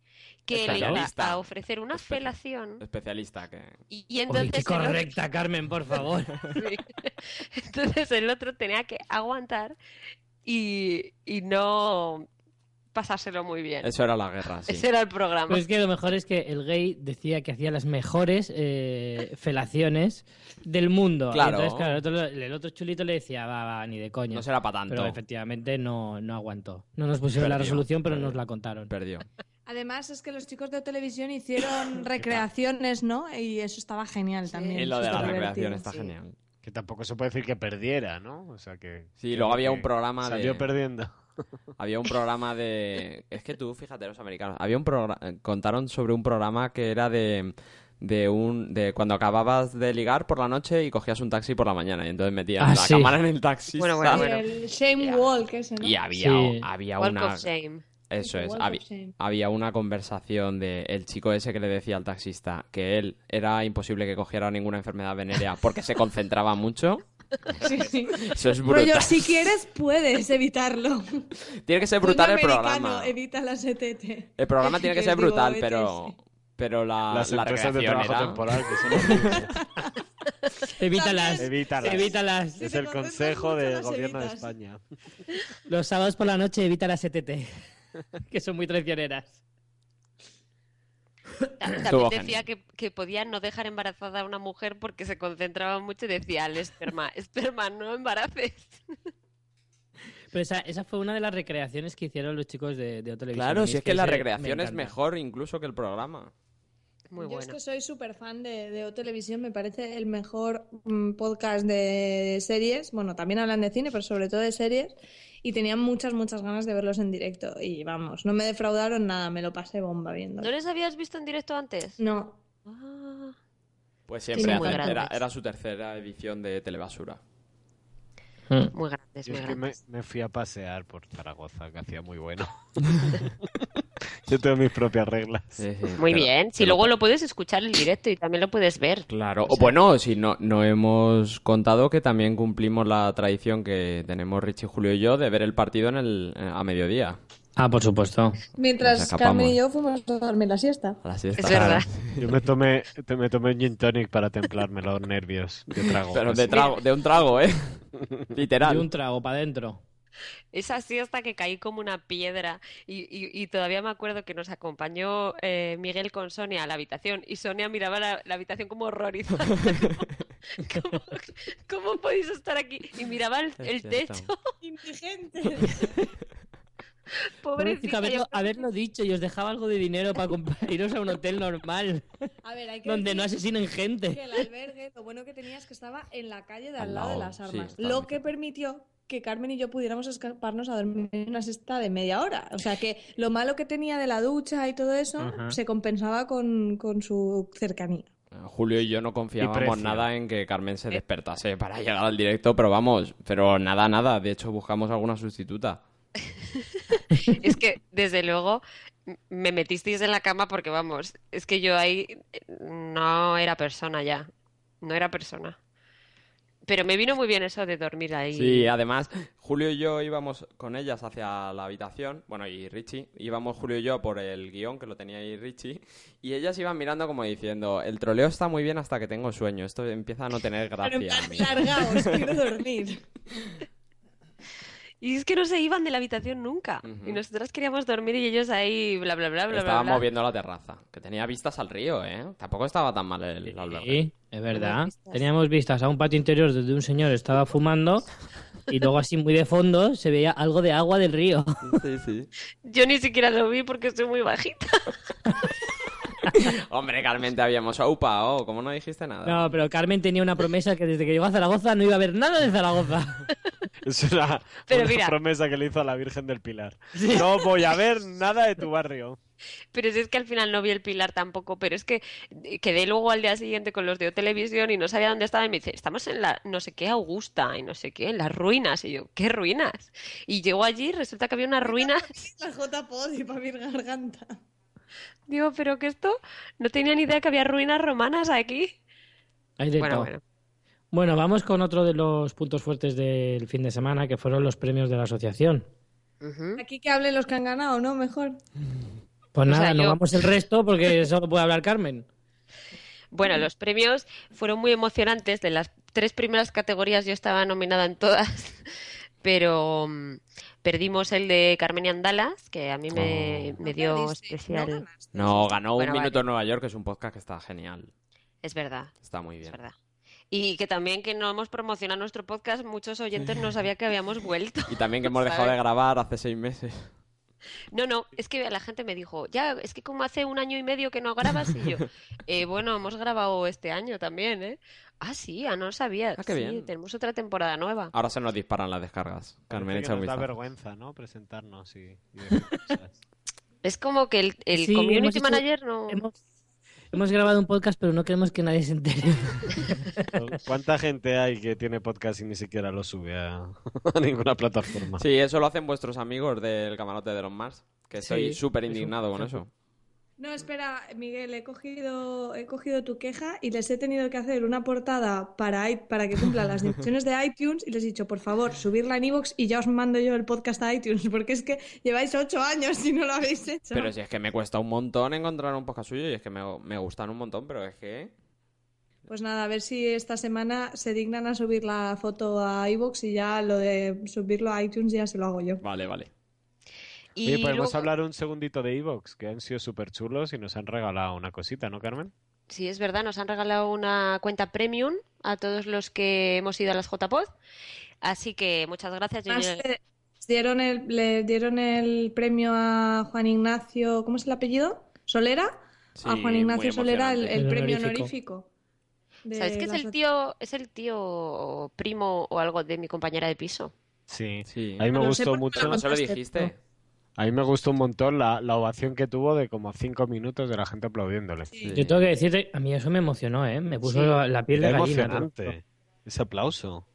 C: que le iba
D: Especialista.
C: a ofrecer una
D: Espe-
C: felación
D: Especialista que...
C: y, y
G: "Oye,
C: entonces
G: qué
C: el otro-
G: correcta, Carmen, por
C: <laughs>
G: favor.
C: Sí. Entonces el otro tenía que aguantar y, y no pasárselo muy bien.
D: Eso era la guerra, sí. Pues,
C: Ese era el programa.
A: Pero es que lo mejor es que el gay decía que hacía las mejores eh, felaciones del mundo. Y
D: Claro.
A: entonces, claro, el otro, el otro chulito le decía, va, va, ni de coña.
D: No será para tanto.
A: pero efectivamente no, no aguantó. No nos pusieron la
D: Perdió,
A: resolución, pero
D: perdió.
A: nos la contaron.
D: Perdió.
B: Además, es que los chicos de <coughs> televisión hicieron recreaciones, ¿no? Y eso estaba genial
C: Eh,
B: también.
D: Y lo de la
B: superdivertido.
D: recreación está
B: Sí.
D: genial.
E: Que tampoco se puede decir que perdiera, ¿no? O sea que.
D: Sí, luego había un programa
E: Salió
D: de...
E: perdiendo.
D: Había un programa de... Es que tú, fíjate, los americanos. Había un programa... Contaron sobre un programa que era de... De un... De cuando acababas de ligar por la noche y cogías un taxi por la mañana. Y entonces metías
A: Ah,
D: la
A: sí.
D: cámara en el taxi.
C: Bueno, bueno,
B: Y
C: bueno.
B: el Shame
C: Ya.
B: Walk ese, ¿no?
D: Y había,
A: Sí.
D: había
C: Walk
D: una...
C: of
D: <coughs>
C: Shame.
D: Eso es.
B: Walk of
D: Había,
B: shame.
D: había una conversación de el chico ese que le decía al taxista que él era imposible que cogiera ninguna enfermedad venérea porque se concentraba mucho.
B: Sí, sí.
D: Eso <laughs> es brutal.
B: Rollo, si quieres, puedes
D: <laughs>
B: evitarlo.
D: Tiene que ser brutal el
B: Sueño americano,
D: programa.
B: Evita las E ETT.
D: El programa tiene que ser
B: Yo digo,
D: brutal,
B: ETS.
D: pero pero la,
E: Las
D: la
E: empresas de
D: recreación
E: trabajo
D: era-
E: temporal que son horribles.
D: <laughs>
A: Evítalas.
E: Evítalas.
A: Evítalas.
B: Sí.
E: es
B: te
E: el
B: concentras
E: consejo
B: mucho,
E: del
B: las
E: gobierno de
B: evitas.
E: España.
A: Los sábados por la noche evita las ETT, <laughs> que son muy traicioneras.
C: Ta-
D: Estuvo
C: También decía que, que podía no dejar embarazada a una mujer porque se concentraba mucho y decía al esperma, <laughs> esperma, no embaraces.
A: Pero esa, esa fue una de las recreaciones que hicieron los chicos de, de Otelevisión. A
D: Claro,
A: mí
D: si es que la
A: ese me
D: recreación es
A: encanta.
D: mejor incluso que el programa.
C: Muy
B: Yo es
C: bueno.
B: que soy súper fan de, de O Televisión, me parece el mejor mm, podcast de series. Bueno, también hablan de cine, pero sobre todo de series. Y tenía muchas, muchas ganas de verlos en directo. Y vamos, no me defraudaron nada, me lo pasé bomba viendo.
C: ¿No les habías visto en directo antes?
B: No,
C: Ah.
D: Pues
C: Sí,
D: siempre
C: muy
D: hacen-
C: grandes.
D: era, era su tercera edición de Telebasura.
A: Mm.
C: Muy grandes,
E: Yo
C: muy
E: es que me,
C: grandes.
E: me fui a pasear por Zaragoza, que hacía
C: <laughs>
E: muy bueno. Yo tengo mis propias reglas.
C: Muy bien. Si luego lo puedes escuchar el directo y también lo puedes ver.
D: Claro, o bueno, si no, no hemos contado que también cumplimos la tradición que tenemos Richie, Julio y yo de ver el partido en el, eh, a mediodía.
A: Ah, por supuesto.
D: Nos
B: Mientras
D: escapamos.
B: Carmen y yo fuimos a dormir la siesta.
D: A la siesta.
C: Es verdad.
E: Yo me tomé, te- me tomé un gin tonic para templarme los nervios de trago.
D: Pero de,
E: Así.
D: trago, de un
C: <laughs>
D: trago, ¿eh?
A: Y
D: Literal.
A: un trago para adentro.
C: Esa siesta que caí como una piedra y, y- y todavía me acuerdo que nos acompañó eh, Miguel con Sonia a la habitación y Sonia miraba la, la habitación como horrorizada. <laughs> como, como, ¿Cómo podéis estar aquí? Y miraba el, el
D: cierto.
C: techo,
B: Indigente.
A: Pobrecito,
C: <laughs> pobrecita. yo
A: haberlo,
C: creo-
A: haberlo dicho y os dejaba algo de dinero para compa- <laughs> iros a un hotel normal
B: <laughs> A ver, hay que
A: donde no
B: decir
A: asesinen gente.
B: que el albergue, lo bueno que tenía es que estaba en la calle de al,
D: Al
B: lado,
D: lado,
B: de las
D: sí,
B: armas.
D: estaba muy
B: lo que
D: cerca.
B: permitió que Carmen y yo pudiéramos escaparnos a dormir una siesta de media hora. O sea que lo malo que tenía de la ducha y todo eso
A: Ajá.
B: se compensaba con, con su cercanía.
D: Eh, Julio y yo no
E: Y
D: confiábamos
E: precio.
D: nada en que Carmen se despertase para llegar al directo, pero vamos, pero nada, nada. De hecho, buscamos alguna sustituta.
C: Es que, desde luego, m- me metisteis en la cama porque, vamos, es que yo ahí eh, no era persona ya. No era persona. Pero me vino muy bien eso de dormir ahí.
D: Sí, además, Julio y yo íbamos con ellas hacia la habitación, bueno, y Richie, íbamos Julio y yo por el guión que lo tenía ahí Richie, y ellas iban mirando como diciendo, el troleo está muy bien hasta que tengo sueño, esto empieza a no tener
B: Pero en
D: gracia.
B: plan,
D: amigo". <laughs>
B: largaos, quiero dormir. <laughs>
C: Y es que no se iban de la habitación nunca.
D: Ujú.
C: Y nosotras queríamos dormir y ellos ahí, bla, bla, bla, bla, bla,
D: Estaba
C: bla.
D: moviendo la terraza, que tenía vistas al río, ¿eh? Tampoco estaba tan mal el albergue.
A: Sí, es verdad.
C: vistas.
A: Teníamos vistas a un patio interior donde un señor estaba fumando y luego así muy de fondo se veía algo de agua del río.
D: Sí, <laughs> sí.
C: Yo ni siquiera lo vi porque soy muy bajita. <laughs>
D: Hombre, Carmen, te habíamos aupao, ¿cómo no dijiste nada?
A: No, pero Carmen tenía una promesa que desde que llegó a Zaragoza no iba a haber nada de Zaragoza.
E: Es una,
C: Pero
E: una
C: mira.
E: promesa que le hizo a la Virgen del Pilar. No voy a ver nada de tu barrio.
C: Pero si es que al final no vi el pilar tampoco. Pero es que eh, quedé luego al día siguiente con los de O Televisión y no sabía dónde estaba. Y me dice, estamos en la no sé qué Augusta y no sé qué, en las ruinas. Y yo, ¿qué ruinas? Y llego allí, resulta que había unas ruinas. <laughs>
B: La J-Pod y para mi garganta.
C: Digo, pero que esto no tenía ni idea que había ruinas romanas aquí.
A: Hay de
C: Bueno,
A: todo.
C: bueno.
A: Bueno, vamos con otro de los puntos fuertes del fin de semana, que fueron los premios de la asociación.
C: Ujú.
B: Aquí que hablen los que han ganado, ¿no? Mejor.
A: Pues
C: O
A: nada,
C: sea,
A: no
C: yo-
A: vamos el resto porque solo puede hablar Carmen.
C: Bueno, los premios fueron muy emocionantes. De las tres primeras categorías yo estaba nominada en todas, <laughs> pero mm, perdimos el de Carmen y Andalas, que a mí me,
D: Oh.
B: No
C: me dio
B: perdiste, no
C: especial.
B: ganaste.
D: No, ganó
C: Bueno,
D: Un
C: vale.
D: Minuto en Nueva York, que es un podcast que está genial.
C: Es verdad,
D: Está muy
C: es
D: bien.
C: verdad. Y que también que no hemos promocionado nuestro podcast, muchos oyentes no sabían que habíamos vuelto. <laughs>
D: Y también que hemos dejado
C: ¿Sabes?
D: de grabar hace seis meses.
C: No, no, es que la gente me dijo, ya, es que como hace un año y medio que no grabas, y yo,
D: <laughs>
C: "Eh, bueno, hemos grabado este año también, ¿eh? Ah, sí, ah, no lo sabía.
D: Ah, qué
C: Sí,
D: bien.
C: tenemos otra temporada nueva.
D: Ahora se nos disparan las descargas. Carmen,
E: Parece que
D: echa un
E: nos da
D: vistazo.
E: vergüenza, ¿no? Presentarnos y, y decir
C: <laughs>
E: cosas.
C: Es como que el, el
G: Sí,
C: community
G: hemos hecho-
C: manager no...
G: Hemos, hemos grabado un podcast, pero no queremos que nadie se entere.
E: ¿Cuánta gente hay que tiene podcast y ni siquiera lo sube a, <laughs> a ninguna plataforma?
D: Sí, eso lo hacen vuestros amigos del camarote de los Mars. Que estoy
G: Sí,
D: súper
G: es un-
D: indignado con
G: es un-
D: eso.
B: No, espera, Miguel, he cogido, he cogido tu queja y les he tenido que hacer una portada para, i- para que cumpla las dimensiones de iTunes y les he dicho, por favor, subirla en iVoox y ya os mando yo el podcast a iTunes, porque es que lleváis ocho años y no lo habéis hecho.
D: Pero si es que me cuesta un montón encontrar un podcast suyo y es que me, me gustan un montón, pero es que...
B: Pues nada, a ver si esta semana se dignan a subir la foto a iVoox y ya lo de subirlo a iTunes ya se lo hago yo.
D: Vale, vale.
C: Y
E: Oye, pues podemos
C: luego-
E: hablar un segundito de Evox, que han sido súper chulos y nos han regalado una cosita, ¿no, Carmen?
C: Sí, es verdad, nos han regalado una cuenta premium a todos los que hemos ido a las JPod. Así que muchas gracias. Yo
B: Además,
C: llegué-
B: eh, dieron el, le dieron el premio a Juan Ignacio, ¿cómo es el apellido? ¿Solera?
D: Sí,
B: a Ah, Juan Ignacio
D: muy
B: Solera el,
D: emocionante.
B: el
G: El
B: premio
G: honorífico.
B: honorífico. de
C: ¿Sabes que es
B: la
C: el
B: aso-
C: tío, es el tío o primo o algo de mi compañera de piso?
E: Sí.
D: Sí.
E: A mí me
B: No lo sé
E: gustó
B: porque
E: mucho.
B: no
D: ¿No se lo
B: contaste,
D: dijiste?
E: A mí me gustó un montón la, la ovación que tuvo de como cinco minutos de la gente aplaudiéndole.
D: Sí.
G: Yo tengo que decirte, a mí eso me emocionó, ¿eh? Me puso
C: Sí.
G: la, la piel de
E: Era
G: gallina.
E: emocionante ese aplauso.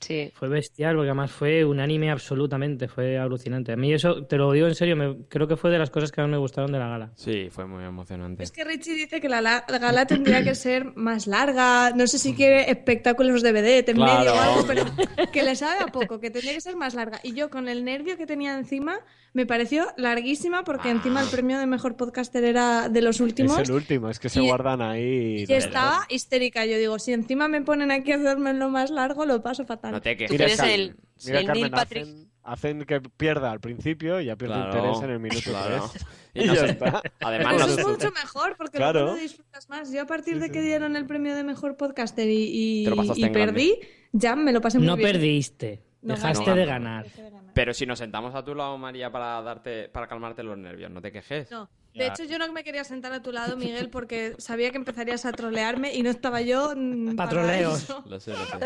C: Sí.
G: Fue bestial, porque además fue unánime absolutamente, fue alucinante. A mí eso, te lo digo en serio, me- creo que fue de las cosas que más me gustaron de la gala.
D: Sí, fue muy emocionante.
B: Es que Richie dice que la, la- la gala tendría que ser más larga. No sé si quiere espectáculos de vedette en
D: Claro,
B: medio o algo,
D: hombre.
B: pero que le sabe a poco, que tendría que ser más larga. Y yo, con el nervio que tenía encima, me pareció larguísima porque encima
D: Ah.
B: el premio de mejor podcaster era de los últimos.
E: Es el último, es que se
B: Y-
E: guardan ahí.
B: Y estaba histérica. Yo digo, si encima me ponen aquí a hacerme lo más largo, lo paso fatal.
D: No te
C: Tú
D: quejes.
E: Mira,
C: eres
E: Carmen.
C: el,
E: Mira,
C: el
E: Carmen,
C: Neil Patrick.
E: Hacen, hacen que pierda al principio y ya pierde
D: Claro,
E: interés en el minuto
D: claro.
E: 3.
D: Y
E: Y,
D: no
E: ya
D: sé.
E: está.
D: Además,
B: Pues
D: no
B: es
D: sé-
B: mucho mejor porque
E: Claro.
B: luego lo disfrutas más. Yo a partir
E: Sí,
B: de
E: sí.
B: que dieron el premio de mejor podcaster y, y-
D: Te lo pasaste
B: y
D: en grande.
B: perdí, ya me lo pasé muy
G: No
B: bien.
G: perdiste,
B: No
G: dejaste
D: gané.
G: de
D: No gané.
G: ganar.
D: Pero si nos sentamos a tu lado, María, para darte, para calmarte los nervios, no te quejes.
B: No. De hecho, yo no me quería sentar a tu lado, Miguel, porque sabía que empezarías a trolearme y no estaba yo. mm, para
G: Patroleos.
B: eso.
D: Lo sé, lo sé.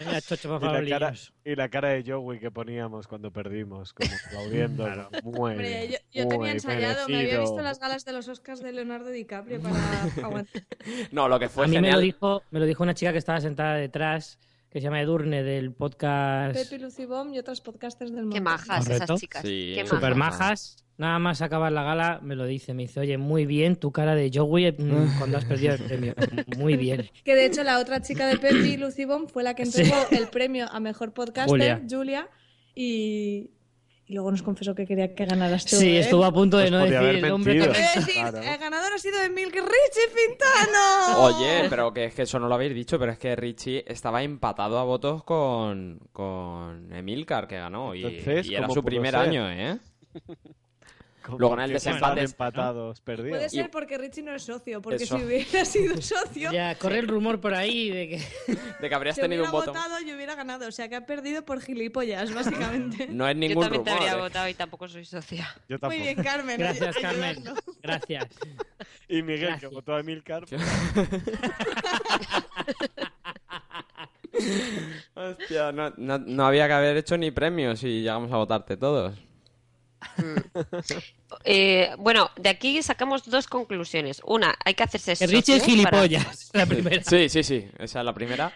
G: Venga, chocho, por
E: Y la,
G: favor,
E: cara,
G: líos.
E: y la cara de Joey que poníamos cuando
B: <laughs>
E: perdimos, como aplaudiendo. Muy
B: Hombre, yo,
E: bien,
B: yo
E: muy
B: tenía ensayado, me había
E: merecido.
B: visto las galas de los Oscars de Leonardo DiCaprio
G: <laughs>
B: para aguantar.
D: <laughs> No, lo que fue
G: A mí me
D: genial.
G: lo, dijo, me lo dijo una chica que estaba sentada detrás, que se llama Edurne, del podcast
B: Pepe Lucibom y otros podcasters del mundo.
C: Qué majas
G: Correcto.
C: esas chicas.
D: Sí,
C: Qué
D: es
C: majas.
G: Super Majas. Nada más acabar la gala, me lo dice, me dice, oye, muy bien tu cara de Joey <laughs> mm, cuando has perdido el premio. Muy bien.
B: Que de hecho la otra chica de Pepi, Lucy Bomb, fue la que
G: Sí.
B: entregó el premio a mejor podcaster,
G: Julia.
B: Julia, y, y luego nos confesó que quería que ganaras tú.
G: Sí,
B: ¿eh?
G: estuvo a punto de
E: Pues
G: no
E: podía haber
G: decir el hombre
E: mentido.
B: Quiero decir,
E: Claro.
B: el ganador ha sido Emil Richie Pintano.
D: Oye, pero que es que eso no lo habéis dicho, pero es que Richie estaba empatado a votos con, con Emilcar, que ganó. Y,
E: Entonces,
D: y era
E: ¿cómo
D: su
E: pudo
D: primer
E: ser?
D: año, ¿eh?
E: Como
D: Luego en el
E: que
D: desempate
E: estaban
D: este, ¿no?
E: empatados, perdidos.
B: Puede
D: y-
B: ser porque Richie no es socio, porque
D: Eso.
B: si hubiera sido socio,
G: Ya, corre el rumor por ahí de que...
D: De que habrías
B: si hubiera
D: tenido un voto.
B: votado yo hubiera ganado. O sea que ha perdido por gilipollas,
D: <laughs>
B: básicamente.
D: No es
C: Yo
D: ningún
C: también te
D: rumor.
C: habría
D: eh.
C: votado y tampoco soy socia.
E: Yo
B: Muy
E: tampoco. <laughs>
B: bien, Carmen.
G: Gracias,
B: ay-
G: Carmen.
B: ayudarnos.
G: Gracias.
E: Y Miguel, que
G: Gracias.
E: votó a Emilcar.
D: Hostia, no, no- no había que haber hecho ni premios y llegamos a votarte todos.
C: Eh, bueno, de aquí sacamos dos conclusiones. Una, hay que hacerse
G: Que
C: socios.
G: Richie es
C: para-
G: gilipollas, la primera.
D: Sí, sí, sí. Esa es la primera.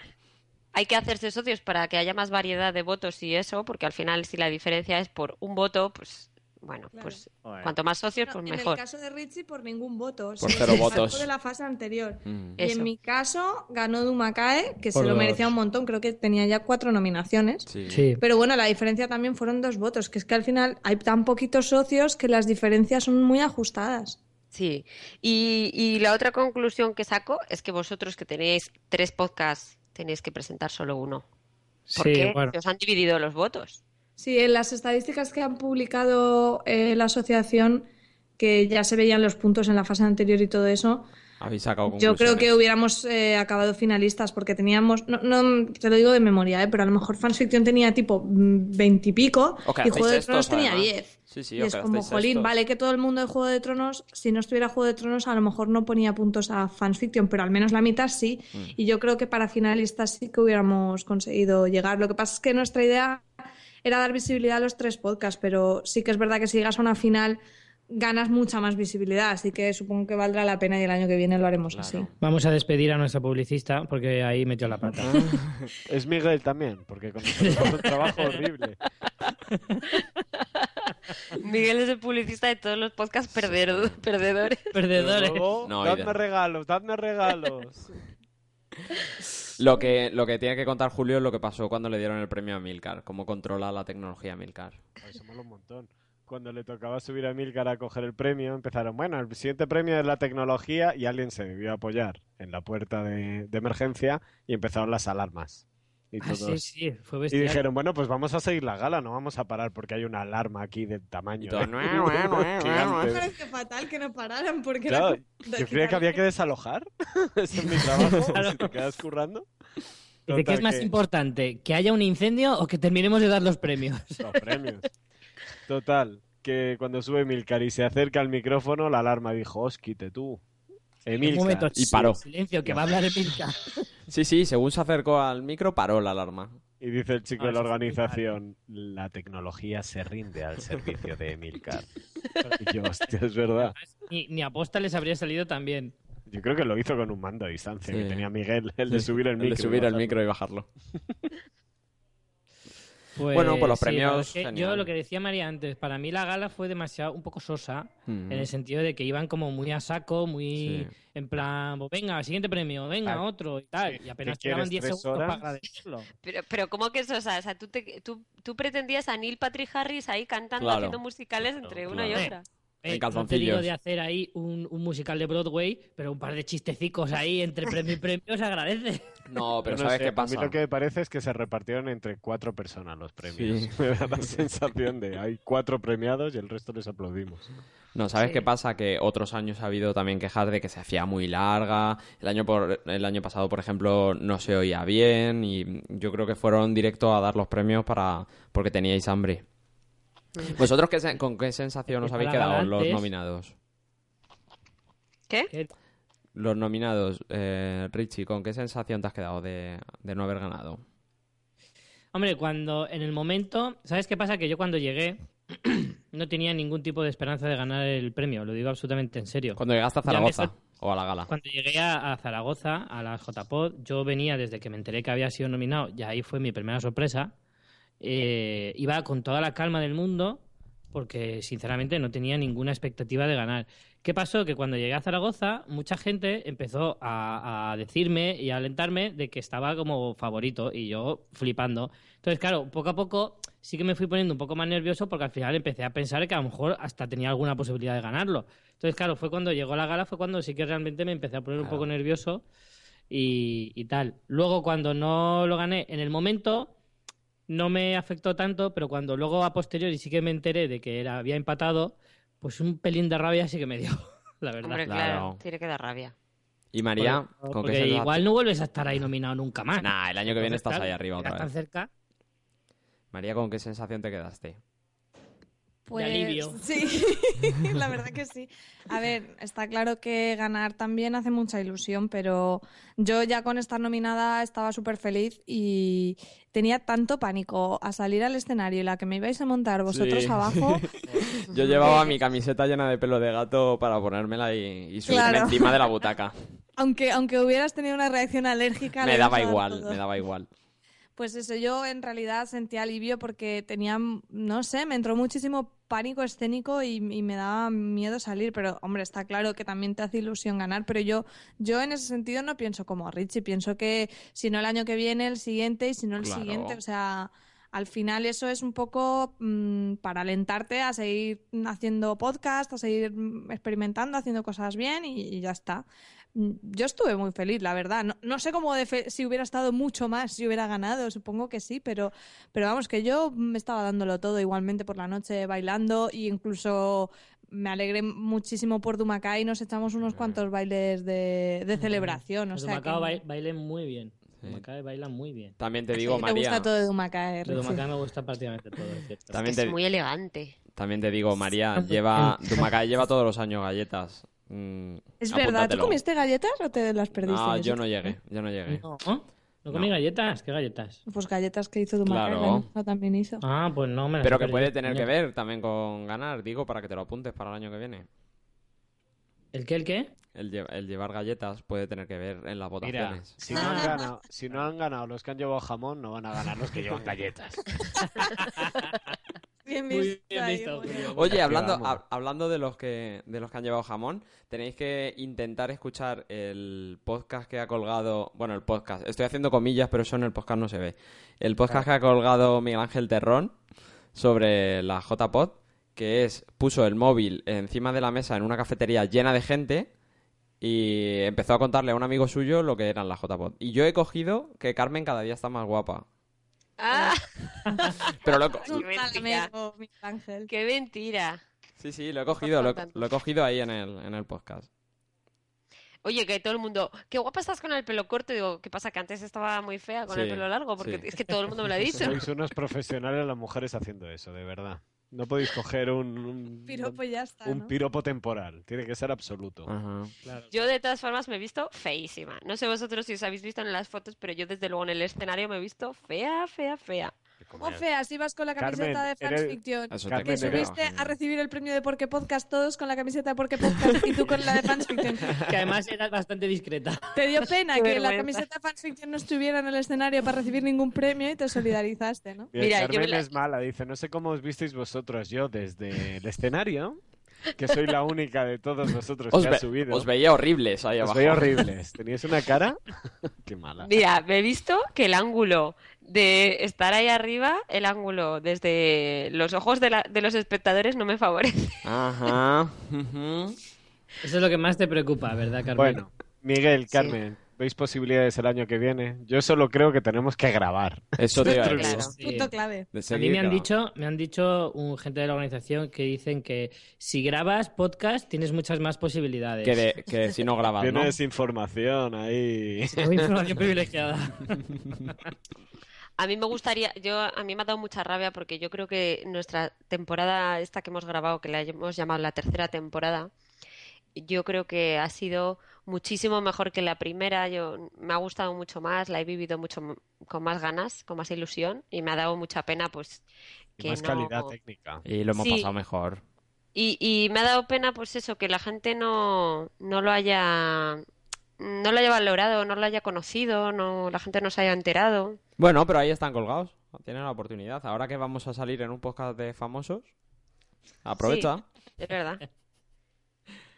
C: Hay que hacerse socios para que haya más variedad de votos y eso, porque al final si la diferencia es por un voto, pues bueno,
B: Claro.
C: pues
E: Bueno.
C: cuanto más socios,
B: No,
C: pues
B: En el
C: mejor.
B: caso de Richie, por ningún voto.
D: Por
B: Se
D: cero
B: sacó
D: votos.
B: de la fase anterior.
D: Mm.
B: Y
C: Eso.
B: en mi caso, ganó Dumacae, que
G: Por
B: se lo
G: dos.
B: merecía un montón. Creo que tenía ya cuatro nominaciones.
D: Sí.
G: Sí.
B: Pero bueno, la diferencia también fueron dos votos, que es que al final hay tan poquitos socios que las diferencias son muy ajustadas.
C: Sí, y, y la otra conclusión que saco es que vosotros que tenéis tres podcasts tenéis que presentar solo uno.
G: Sí,
C: Porque
G: bueno.
C: os han dividido los votos.
B: Sí, en las estadísticas que han publicado eh, la asociación, que ya se veían los puntos en la fase anterior y todo eso,
D: Habéis sacado
B: yo creo que
D: conclusiones.
B: hubiéramos eh, acabado finalistas porque teníamos, no, no, te lo digo de memoria, eh, pero a lo mejor fanfiction tenía tipo mm, 20 y pico
D: O
B: y
D: que hacéis
B: Juego de
D: estos,
B: Tronos tenía
D: además.
B: 10.
D: Sí, sí,
B: Y
D: o
B: es
D: que
B: como,
D: hacéis
B: jolín,
D: estos.
B: vale que todo el mundo de Juego de Tronos, si no estuviera Juego de Tronos, a lo mejor no ponía puntos a fanfiction, pero al menos la mitad sí.
D: Mm.
B: Y yo creo que para finalistas sí que hubiéramos conseguido llegar. Lo que pasa es que nuestra idea era dar visibilidad a los tres podcasts, pero sí que es verdad que si llegas a una final ganas mucha más visibilidad, así que supongo que valdrá la pena y el año que viene lo haremos
D: Claro.
B: así.
A: Vamos a despedir a nuestra publicista porque ahí metió la pata.
E: Es Miguel también, porque con nosotros hace un trabajo horrible.
C: <laughs> Miguel es el publicista de todos los podcasts perdero- perdedores.
A: <laughs> Perdedores.
E: Pero luego,
D: No, y
E: dadme
D: de-
E: regalos, dadme regalos. <laughs>
D: Lo que, lo que tiene que contar Julio es lo que pasó cuando le dieron el premio a Milcar, cómo controla la tecnología Milcar.
E: Ay, se mola un montón. Cuando le tocaba subir a Milcar a coger el premio, empezaron, bueno, el siguiente premio es la tecnología y alguien se debió apoyar en la puerta de, de emergencia y empezaron las alarmas. Y,
A: Ah, sí,
E: todos-
A: sí, fue
E: y
A: bestial.
E: dijeron, bueno, pues vamos a seguir la gala, no vamos a parar porque hay una alarma aquí de tamaño.
D: Y todo,
E: <laughs> ¿eh?
D: "Nue, nue, nue,
B: <laughs>
E: Gigante.
B: fatal que no pararan porque
E: Claro, yo creía que había que desalojar. <laughs> Ese es mi trabajo. Si te quedas currando.
A: Dice, ¿qué
E: Total,
A: es más
E: que-
A: importante? ¿Que haya un incendio o que terminemos de dar los premios?
E: Los premios. Total, que cuando sube Milcar y se acerca al micrófono, la alarma dijo, os quite tú.
A: Un momento,
E: Emilcar.
D: y paró.
A: Silencio, que va a hablar Emilcar.
D: Sí, sí, según se acercó al micro, paró la alarma.
E: Y dice el chico
A: Ah,
E: de la
A: eso es
E: organización, la tecnología se rinde al servicio de
A: <laughs>
E: Emilcar. Y yo, hostia, es verdad.
A: Ni, ni aposta les habría salido también.
E: Yo creo que lo hizo con un mando a distancia
D: Sí.
E: que tenía Miguel, el de
D: Sí,
E: subir el
D: el
E: micro.
D: de subir el micro y bajarlo.
A: Pues,
D: Bueno, pues los
A: sí, la
D: premios,
A: verdad es que
D: genial.
A: yo lo que decía María antes, para mí la gala fue demasiado, un poco sosa,
D: Mm.
A: en el sentido de que iban como muy a saco, muy
D: Sí.
A: en plan, pues, venga, siguiente premio, venga,
E: Claro.
A: otro y tal.
E: Sí,
A: Y apenas
E: ¿qué quieres,
A: tiraban 10
E: tres
A: segundos para
E: horas?
A: agradecerlo.
C: <laughs> Pero, pero ¿cómo que eso? O sea, o sea, tú, te- tú, tú pretendías a Neil Patrick Harris ahí cantando,
D: Claro.
C: haciendo musicales entre una
D: claro.
C: y otra.
A: Eh, no te
D: En
A: digo
D: calzoncillos.
A: de hacer ahí un, un musical de Broadway, pero un par de chistecicos ahí entre premio y premio se
E: <laughs>
A: agradece.
D: No, pero
E: Yo no
D: ¿sabes
E: sé,
D: qué
E: A
D: pasa?
E: mí lo que me parece es que se repartieron entre cuatro personas los premios.
D: Sí.
E: <laughs> Me da la sensación de hay cuatro premiados y el resto les aplaudimos.
D: No, ¿sabes
C: Sí.
D: qué pasa? Que otros años ha habido también quejas de que se hacía muy larga. El año, por, el año pasado, por ejemplo, no se oía bien. Y yo creo que fueron directo a dar los premios para porque teníais hambre.
A: Mm.
D: ¿Vosotros qué se- con qué sensación os
A: Pues
D: habéis
A: para
D: quedado los
A: galantes.
D: nominados?
C: ¿Qué?
A: Eh,
D: Los nominados, eh, Richie, ¿con qué sensación te has quedado de, de no haber ganado?
A: Hombre, cuando en el momento, ¿sabes qué pasa? Que yo cuando llegué <clears throat> no tenía ningún tipo de esperanza de ganar el premio, lo digo absolutamente en serio.
D: Cuando llegaste a
A: Ya me
D: Zaragoza
A: sor-
D: o a la gala.
A: Cuando llegué a, a Zaragoza, a la JPod, yo venía desde que me enteré que había sido nominado, y ahí fue mi primera sorpresa. eh, iba con toda la calma del mundo, porque sinceramente no tenía ninguna expectativa de ganar. ¿Qué pasó? Que cuando llegué a Zaragoza, mucha gente empezó a, a decirme y a alentarme de que estaba como favorito, y yo flipando. Entonces, claro, poco a poco sí que me fui poniendo un poco más nervioso, porque al final empecé a pensar que a lo mejor hasta tenía alguna posibilidad de ganarlo. Entonces, claro, fue cuando llegó la gala, fue cuando sí que realmente me empecé a poner un
D: Claro.
A: poco nervioso y, y tal. Luego, cuando no lo gané, en el momento no me afectó tanto, pero cuando luego a posteriori sí que me enteré de que era- había empatado, pues un pelín de rabia sí que me dio, <laughs> la verdad.
C: Hombre, claro,
D: Claro.
C: tiene que dar rabia.
D: Y María,
A: Porque-
D: ¿con qué
A: porque
D: sensación?
A: igual no vuelves a estar ahí nominado nunca más.
D: Nah, el año que viene
A: Entonces,
D: estás
A: claro,
D: ahí arriba
A: llegas
D: otra
A: tan
D: vez.
A: cerca.
D: María, ¿con qué sensación te quedaste?
B: Pues,
A: alivio.
B: Sí, <laughs> la verdad que sí. A ver, está claro que ganar también hace mucha ilusión, pero yo ya con estar nominada estaba súper feliz y tenía tanto pánico a salir al escenario y la que me ibais a montar vosotros
D: Sí. <laughs>
B: abajo.
D: Yo
B: <laughs>
D: llevaba mi camiseta llena de pelo de gato para ponérmela y, y subirme
B: Claro.
D: encima de
B: <laughs>
D: la butaca.
B: Aunque, aunque hubieras tenido una reacción alérgica, le
D: me
B: ibas a
D: daba
B: dar
D: igual,
B: todo.
D: me daba igual.
B: Pues eso, yo en realidad sentí alivio porque tenía, no sé, me entró muchísimo pánico escénico y, y me daba miedo salir, pero hombre, está claro que también te hace ilusión ganar, pero yo, yo en ese sentido no pienso como Richie, pienso que si no el año que viene, el siguiente y si no el
D: Claro.
B: siguiente, o sea, al final eso es un poco mm, para alentarte a seguir haciendo podcast, a seguir mm, experimentando, haciendo cosas bien y, y ya está. Mm, Yo estuve muy feliz, la verdad. No, no sé cómo de fe- si hubiera estado mucho más, si hubiera ganado, supongo que sí, pero, pero vamos, que yo me estaba dándolo todo igualmente por la noche bailando e incluso me alegré muchísimo por Dumacá y nos echamos unos cuantos bailes de, de celebración. O
D: Pues
A: Los
B: sea, que-
A: Dumacao bai- bailan muy bien. Dumacao bailan muy bien.
D: También te digo,
B: Sí, Me
D: María.
B: gusta todo de Humacae,
A: Pero
B: Richie.
A: Dumacao me gusta prácticamente todo, es cierto.
D: También
C: es
D: te-
C: muy elegante.
D: También te digo, María, lleva. Dumacay lleva todos los años galletas. Mm,
B: Es verdad, ¿tú
D: apúntatelo.
B: comiste galletas o te las perdiste?
D: No, yo no llegué, yo no llegué.
A: No, no comí
D: No.
A: galletas, ¿qué galletas?
B: Pues galletas que hizo Dumacae,
D: Claro.
B: la nuestra también hizo.
A: Ah, pues no me las
D: Pero
A: he
D: que puede
A: perdido.
D: tener
A: Mira.
D: que ver también con ganar, digo, para que te lo apuntes para el año que viene.
A: ¿El qué, el qué?
D: El, lle- el llevar galletas puede tener que ver en las
E: Mira,
D: votaciones.
E: si no, han ganado, si no han ganado los que han llevado jamón, no van a ganar los que llevan galletas.
B: Bien
A: Muy
B: visto
A: bien
B: ahí,
A: visto,
B: muy bien. <laughs>
A: Julio.
D: Oye, hablando,
E: vamos.
D: hab- hablando de los que de los que han llevado jamón, tenéis que intentar escuchar el podcast que ha colgado, bueno, el podcast. Estoy haciendo comillas, pero eso en el podcast no se ve. El podcast que ha colgado Miguel Ángel Terrón sobre la JPod, que es puso el móvil encima de la mesa en una cafetería llena de gente y empezó a contarle a un amigo suyo lo que eran las JPod. Y yo he cogido que Carmen cada día está más guapa.
C: ¡Ah! <laughs>
D: Pero lo, he co-
B: Es un
C: Qué
B: tal
C: mentira.
B: amigo, Miguel Ángel.
C: ¡Qué mentira!
D: sí, sí, lo he cogido, lo, he- lo he cogido ahí en el, en el podcast.
C: Oye, que todo el mundo, qué guapa estás con el pelo corto. Digo, ¿qué pasa? Que antes estaba muy fea con el
D: Sí,
C: pelo largo, porque
D: sí.
C: es que todo el mundo me lo ha dicho.
E: <laughs>
D: <laughs>
E: Sois unos profesionales las mujeres haciendo eso, de verdad. No podéis coger un, un,
B: Piropo y ya está,
E: un
B: ¿no?
E: piropo temporal. Tiene que ser absoluto.
D: Ajá.
C: Yo de todas formas me he visto feísima. No sé vosotros si os habéis visto en las fotos, pero yo desde luego en el escenario me he visto fea, fea, fea.
B: ¿Cómo feas ibas con la
E: Carmen,
B: camiseta de Fans
E: eres-
B: Fiction?
D: Eso
E: Carmen,
B: Que
E: eres-
D: creo.
B: subiste a recibir el premio de Porque Podcast todos con la camiseta de Porque Podcast y tú con la de Fans Fiction.
A: <laughs> Que además era bastante discreta.
B: Te dio pena
C: Qué
B: que la
C: vergüenza.
B: camiseta de Fans Fiction no estuviera en el escenario para recibir ningún premio y te solidarizaste, ¿no?
E: Mira,
C: Mira, yo
E: Carmen
C: me la-
E: es mala, dice, no sé cómo os visteis vosotros, yo desde el escenario, que soy la única de todos vosotros
D: Os, ve-
E: que Pues ha subido.
D: os veía horribles ahí
E: Os
D: abajo.
E: veía horribles. Teníais una cara... <laughs> Qué mala.
C: Mira, me he visto que el ángulo de estar ahí arriba, el ángulo desde los ojos de, la- de los espectadores no me favorece.
D: Ajá.
E: <laughs>
D: ujú.
A: Eso es lo que más te preocupa, ¿verdad, Carmen?
E: Bueno, Miguel, Carmen, ¿veis posibilidades el año que viene? Yo solo creo que tenemos que grabar.
D: Eso te iba a decir.
C: Claro.
A: Sí.
B: Punto clave.
D: De
A: A
D: seguir,
A: mí me han
D: claro.
A: dicho, me han dicho un gente de la organización que dicen que si grabas podcast tienes muchas más posibilidades.
D: que, de- que si no grabas, ¿no?
E: Tienes información ahí.
A: <laughs> Tengo información privilegiada.
C: A mí me gustaría, yo a mí me ha dado mucha rabia porque yo creo que nuestra temporada esta que hemos grabado, que la hemos llamado la tercera temporada, yo creo que ha sido muchísimo mejor que la primera. Yo me ha gustado mucho más, la he vivido mucho m- con más ganas, con más ilusión y me ha dado mucha pena, pues
E: Y
C: que
E: más
C: no.
E: calidad ¿eh? técnica.
D: Y lo hemos
C: Sí.
D: pasado mejor.
C: Y, y me ha dado pena, pues eso, que la gente no, no lo haya, no lo haya valorado, no lo haya conocido, no, la gente no se haya enterado.
D: Bueno, pero ahí están colgados. Tienen la oportunidad. Ahora que vamos a salir en un podcast de famosos, aprovecha.
C: Es
E: <laughs>
C: verdad.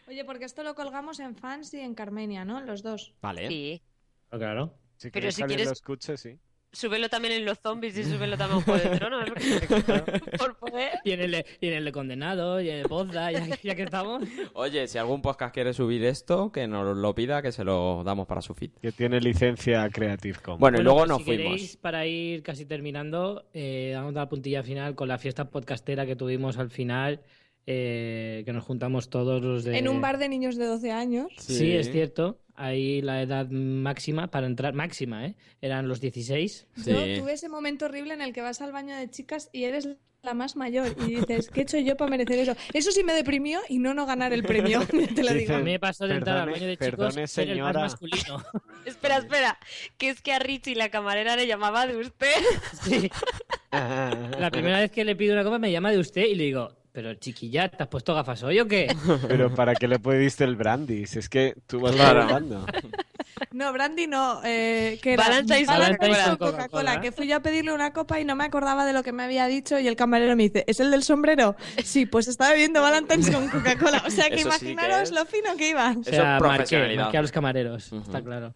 B: Oye, porque esto lo colgamos en Fans y en Carmenia, ¿no? Los dos.
D: Vale.
C: Sí.
A: Claro.
E: Si
C: Pero
E: quieres
C: si
E: que alguien
C: quieres-
E: lo escuche, sí.
C: Súbelo también en los zombies y súbelo también en Juego de Tronos. ¿eh? Por poder.
A: Y en el, y en el de condenado, y en el Pozda, ya, ya que estamos.
D: Oye, si algún podcast quiere subir esto, que nos lo pida, que se lo damos para su feed.
E: Que tiene licencia Creative Commons.
D: Bueno, y luego
A: pues
D: nos
A: si
D: fuimos.
A: queréis, para ir casi terminando, eh, damos la puntilla final con la fiesta podcastera que tuvimos al final, eh, que nos juntamos todos los de...
B: En un bar de niños de 12 años.
A: Sí, es cierto. Ahí la edad máxima para entrar, máxima, ¿eh? Eran los 16.
D: Sí.
B: Yo tuve ese momento horrible en el que vas al baño de chicas y eres la más mayor y dices, ¿qué he hecho yo para merecer eso? Eso sí me deprimió y no no ganar el premio, <laughs> ya te lo digo.
A: A mí
D: <laughs>
A: me pasó de entrar al
E: Perdone-
A: baño de
E: perdone,
A: chicos y ser el más
E: señora.
A: masculino. <laughs>
C: Espera, espera. Que es que a Richie la camarera le llamaba de usted. <laughs>
A: Sí. La primera vez que le pido una copa me llama de usted y le digo, pero chiquilla, ¿te has puesto gafas hoy o qué?
E: Pero ¿para qué le pudiste el brandy? Si es que tú vas
D: Claro.
E: grabando.
B: No, Brandy no, eh, que era
C: Balanza y
B: Balanza
A: Coca-Cola.
B: con Coca-Cola,
D: ¿eh?
B: que fui yo a pedirle una copa y no me acordaba de lo que me había dicho y el camarero me dice, ¿es el del sombrero? Sí, pues estaba bebiendo Valentine's con Coca-Cola, o sea que
D: Eso sí que
B: imaginaros
D: es.
B: lo fino que iba.
A: O
D: Eso es
A: sea, marqué,
D: profesionalidad.
A: marqué a los camareros,
D: Ujú.
A: está claro.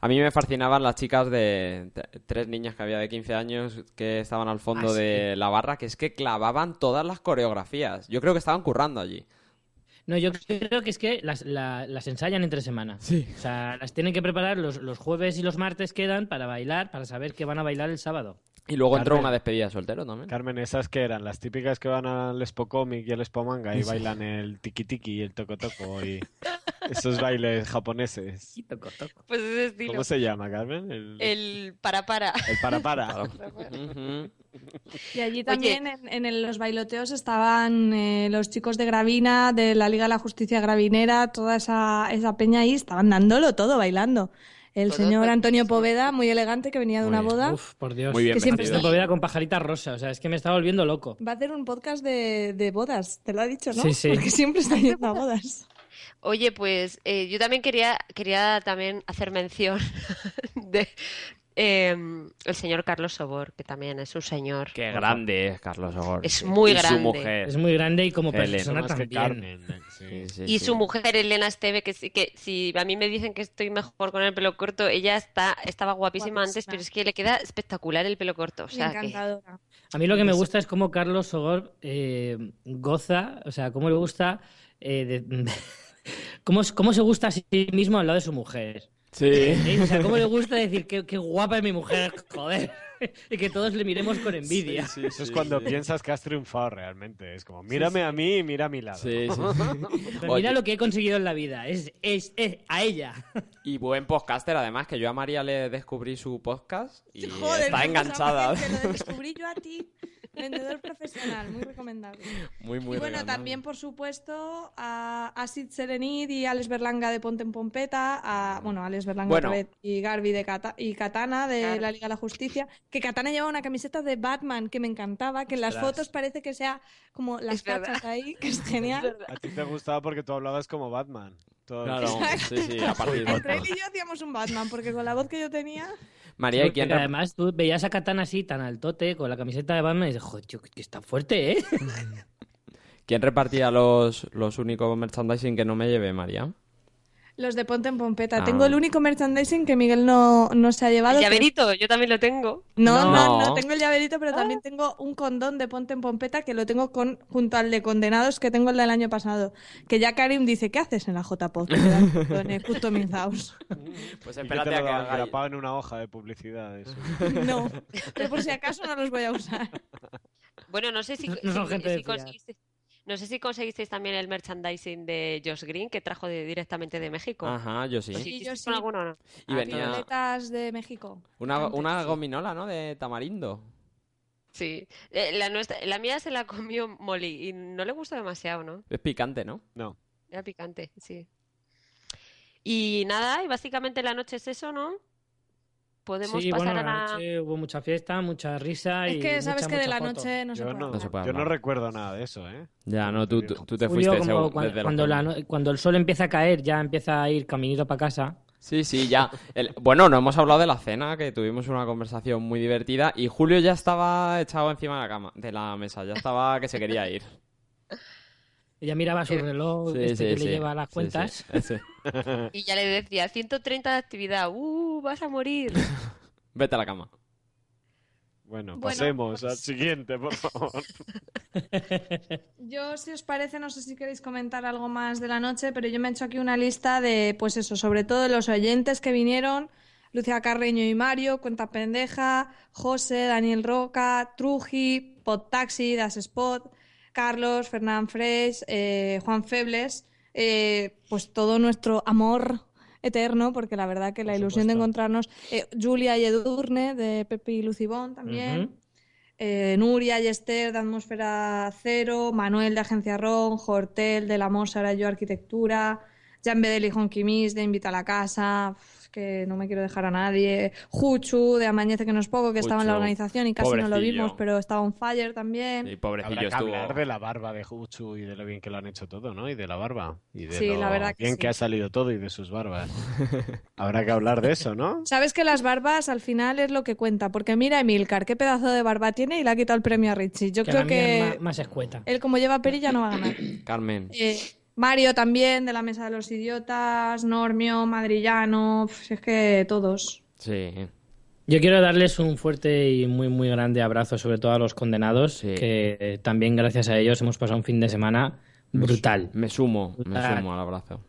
D: A mí me fascinaban las chicas de t- tres niñas que había de 15 años que estaban al fondo
A: Ah, sí.
D: de la barra, que es que clavaban todas las coreografías. Yo creo que estaban currando allí.
A: No, yo creo que es que las, la- las ensayan entre semana. O sea, las tienen que preparar los, los jueves y los martes quedan para bailar, para saber que van a bailar el sábado.
D: Y luego entró
A: Carmen.
D: una despedida de soltero también.
E: Carmen, esas que eran las típicas que van al Expo Comic y al Expo Manga y bailan el tiki tiki y el toco toco y esos bailes japoneses.
C: Pues ese estilo.
E: ¿Cómo se llama, Carmen? El,
C: El para para.
E: el para para.
D: Ujú.
B: Y allí también en, en el- los bailoteos estaban eh, los chicos de Gravina, de la Liga de la Justicia Gravinera, toda esa, esa peña ahí, estaban dándolo todo bailando. El
C: Todo,
B: señor
C: todo,
B: Antonio
C: sí.
B: Poveda, muy elegante, que venía de
D: Muy
B: una
D: bien.
B: boda,
A: Uf, por Dios.
D: Muy bien
B: que siempre
D: vestido.
A: Esto podría con pajaritas rosa, o sea, es que me está volviendo loco.
B: va a hacer un podcast de, de bodas, te lo ha dicho, ¿no?
A: Sí, sí.
B: Porque siempre está yendo a bodas.
C: Oye, pues eh, yo también quería, quería también hacer mención <laughs> de em, el señor Carlos Sobor, que también es un señor.
D: Qué grande es Carlos Ogor.
C: Es muy
D: Y su
C: grande.
D: mujer.
A: Es muy grande y como
D: Helen.
A: persona
E: Más que
A: también.
E: Carmen. sí.
D: ¿eh? Sí, sí,
C: Y
D: sí.
C: su mujer, Elena Esteve, que sí que si a mí me dicen que estoy mejor con el pelo corto, ella está, estaba guapísima antes,
B: Guapísima.
C: pero es que le queda espectacular el pelo corto. O sea que
B: Encantadora.
A: A mí lo que me gusta es cómo Carlos Sogor eh, goza, o sea, cómo le gusta... eh, de- <laughs> cómo, es- cómo se gusta a sí mismo al lado de su mujer.
D: Sí.
A: ¿eh? O sea, cómo le gusta decir que, qué guapa es mi mujer, joder. <laughs> y que todos le miremos con envidia.
D: Sí,
E: Eso es
D: sí,
E: cuando
D: sí.
E: piensas que has triunfado realmente. Es como, mírame a mí y mira a mi lado.
D: Sí, sí, <laughs> sí.
A: Pero
D: Oye,
A: Pues Mira lo que he conseguido en la vida, es, es, es a ella.
D: Y buen podcaster, además, que yo a María le descubrí su podcast
B: <laughs>
D: y está
B: qué cosa
D: enganchada.
B: más, Te lo descubrí yo a ti, vendedor profesional, muy recomendable.
D: Muy, muy
B: y bueno,
D: recomendable.
B: también, por supuesto, a Asit Serenid y Alex Berlanga de Ponte en Pompeta, a, bueno, Alex Berlanga
D: Bueno.
B: otra vez, y Garbi de Cata- y Katana de
C: Claro.
B: la Liga de la Justicia, que Katana lleva una camiseta de Batman que me encantaba, que en las
A: Ostras.
B: fotos parece que sea como las
C: Es verdad.
B: cachas ahí, que <laughs> es genial.
E: A ti te gustaba porque tú hablabas como Batman. Todo el
D: Claro,
E: tiempo.
D: sí, sí, a partir de
B: Entre él y yo hacíamos un Batman, porque con la voz que yo tenía,
D: María, ¿y
A: Porque
D: quién rep-
A: además tú veías a Katana así, tan altote, con la camiseta de Batman, y dices, joder, tío, que está fuerte, ¿eh?
D: ¿Quién repartía los, los únicos merchandising que no me llevé, María?
B: los de Ponte en Pompeta.
D: Ah.
B: Tengo el único merchandising que Miguel no, no se ha llevado.
C: El
B: que es
C: llaverito, yo también lo tengo.
B: No, no,
D: No.
B: no, tengo el llaverito, pero también tengo un condón de Ponte en Pompeta que lo tengo con, junto al de Condenados que tengo el del año pasado. Que ya Karim dice, ¿qué haces en la
D: <laughs>
B: J-Pop? Te dan condones customizados.
D: Pues
E: Y que te lo daban grapado en una hoja de
D: <laughs>
E: publicidad. eso.
B: <laughs> No, pero por si acaso no los voy a usar.
C: Bueno, no sé
A: <laughs>
C: si,
A: No- no son
C: si-
A: gente de
C: si
A: fiar.
C: conseguisteis, no sé si conseguisteis también el merchandising de Josh Green que trajo de- directamente de México.
D: Ajá, yo
C: ¿Os
D: Ah, sí.
B: Sí, yo
C: hicisteis con
B: sí.
C: alguno o no?
D: Y venía
B: Violetas de México.
D: una, una gominola, ¿no? De tamarindo.
C: Sí. Eh, la, nuestra- la mía se la comió Molly y no le gustó demasiado, ¿no?
D: Es picante, ¿no?
E: No.
C: Era picante, sí. Y nada, y básicamente la noche es eso, ¿no? Podemos
A: Sí,
C: pasar
A: bueno,
C: a la...
A: la noche hubo mucha fiesta, mucha risa y
B: Es que sabes
A: mucha,
B: que de
A: mucha
B: la
A: foto.
B: noche no se
E: Yo
B: puede
E: no.
D: No se
B: hablar.
D: puede
E: Yo no
D: hablar.
E: recuerdo nada de eso, ¿eh?
D: Ya, no, tú, tú, tú te
A: Julio,
D: fuiste
A: como
D: seguro,
A: cuando,
D: desde la
A: cuando la
D: primera.
A: no- cuando el sol empieza a caer, ya empieza a ir caminito para casa.
D: Sí, sí, ya. El- Bueno, no hemos hablado de la cena, que tuvimos una conversación muy divertida y Julio ya estaba echado encima de la cama, de la mesa, ya estaba que se
A: <laughs>
D: quería ir.
A: Ella miraba su
C: Eh,
A: reloj,
D: Sí,
A: este
D: sí,
A: que
D: sí.
A: le lleva las
D: Sí, sí,
A: cuentas.
D: <laughs> sí.
C: Y ya le decía, 130 de actividad, ¡uh! Vas a morir.
D: Vete a la cama.
E: Bueno,
B: Bueno,
E: pasemos
B: pues-
E: al
D: <laughs>
E: siguiente, por favor.
B: Yo, si os parece, no sé si queréis comentar algo más de la noche, pero yo me he hecho aquí una lista de, pues eso, sobre todo los oyentes que vinieron, Lucía Carreño y Mario, Cuenta Pendeja, José, Daniel Roca, Truji, Podtaxi, Das Spot, Carlos, Fernán Fresh, eh, Juan Febles, eh, pues todo nuestro amor eterno, porque la verdad que la
A: Por
B: ilusión de
A: supuesto.
B: encontrarnos, eh, Julia y Edurne, de Pepi y Lucibón también.
A: Ujú.
B: Eh, Nuria y Esther de Atmósfera Cero, Manuel de Agencia Ron, Hortel de La Mosara Yo Arquitectura, Jan Bedel y Honkimis de Invita a la Casa, uf, es que no me quiero dejar a nadie, Juchu de Amañece que no es poco, que estaba en la
D: Juchu,
B: organización y casi no lo
D: pobrecillo.
B: vimos, pero estaba on fire también.
D: Y
E: Habrá
D: pobrecillo
E: que hablar de
D: estuvo.
E: la barba de Juchu y de lo bien que lo han hecho todo, ¿no? Y de la barba. Y de
B: Sí,
E: lo
B: la verdad que
E: bien
B: sí.
E: que ha salido todo y de
D: <laughs>
E: sus barbas. Habrá que hablar de eso, ¿no?
B: Sabes que las barbas al final es lo que cuenta, porque mira a Emilcar, qué pedazo de barba tiene y le ha quitado el premio a Richie. Yo
A: Que la
B: creo
A: mía es
B: que
A: más, más escueta.
B: él como lleva perilla no va a ganar.
D: Carmen.
B: Eh, Mario también, de la Mesa de los Idiotas, Normio, Madrillano, pf, es que todos.
D: Sí.
A: Yo quiero darles un fuerte y muy, muy grande abrazo, sobre todo a los condenados,
D: Sí.
A: que también gracias a ellos hemos pasado un fin de semana brutal.
D: Me sumo, me
A: Brutal.
D: sumo al abrazo.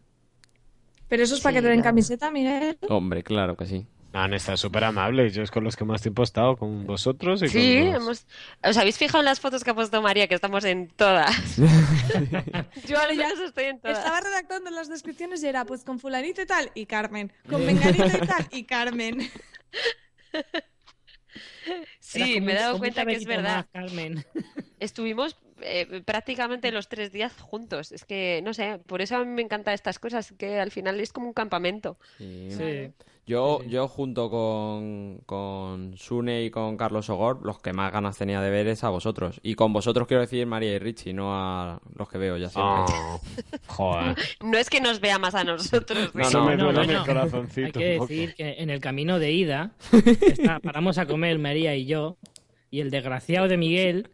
B: Pero eso es para que te den camiseta, Miguel.
D: Hombre, claro que sí.
E: Han estado súper amables. Yo es con los que más tiempo he estado, con vosotros y
C: Sí,
E: con los-
C: hemos... ¿os habéis fijado en las fotos que ha puesto María? Que estamos en todas. <laughs> Yo ahora ya estoy en todas.
B: Estaba redactando las descripciones y era pues con fulanito y tal y Carmen, con menganito y <laughs> tal y Carmen.
A: Era
C: Sí,
A: como
C: me he
A: un-
C: dado
A: como un
C: cuenta que es
A: cabellito
C: verdad.
A: más, Carmen. <laughs>
C: Estuvimos eh, prácticamente los tres días juntos. Es que, no sé, por eso a mí me encantan estas cosas, que al final es como un campamento.
D: Sí.
A: Sí.
D: Yo,
A: Sí, sí.
D: yo junto con, con Sune y con Carlos Ogor, los que más ganas tenía de ver es a vosotros. Y con vosotros quiero decir María y Richie, no a los que veo ya siempre.
E: Oh, joder.
C: No es que nos vea más a nosotros.
D: No,
E: Eso
D: no,
E: me
A: no,
E: duele
A: bueno,
E: mi corazoncito.
A: Hay que
E: un poco.
A: decir que en el camino de ida
D: <laughs>
A: está- paramos a comer María y yo, y el desgraciado de Miguel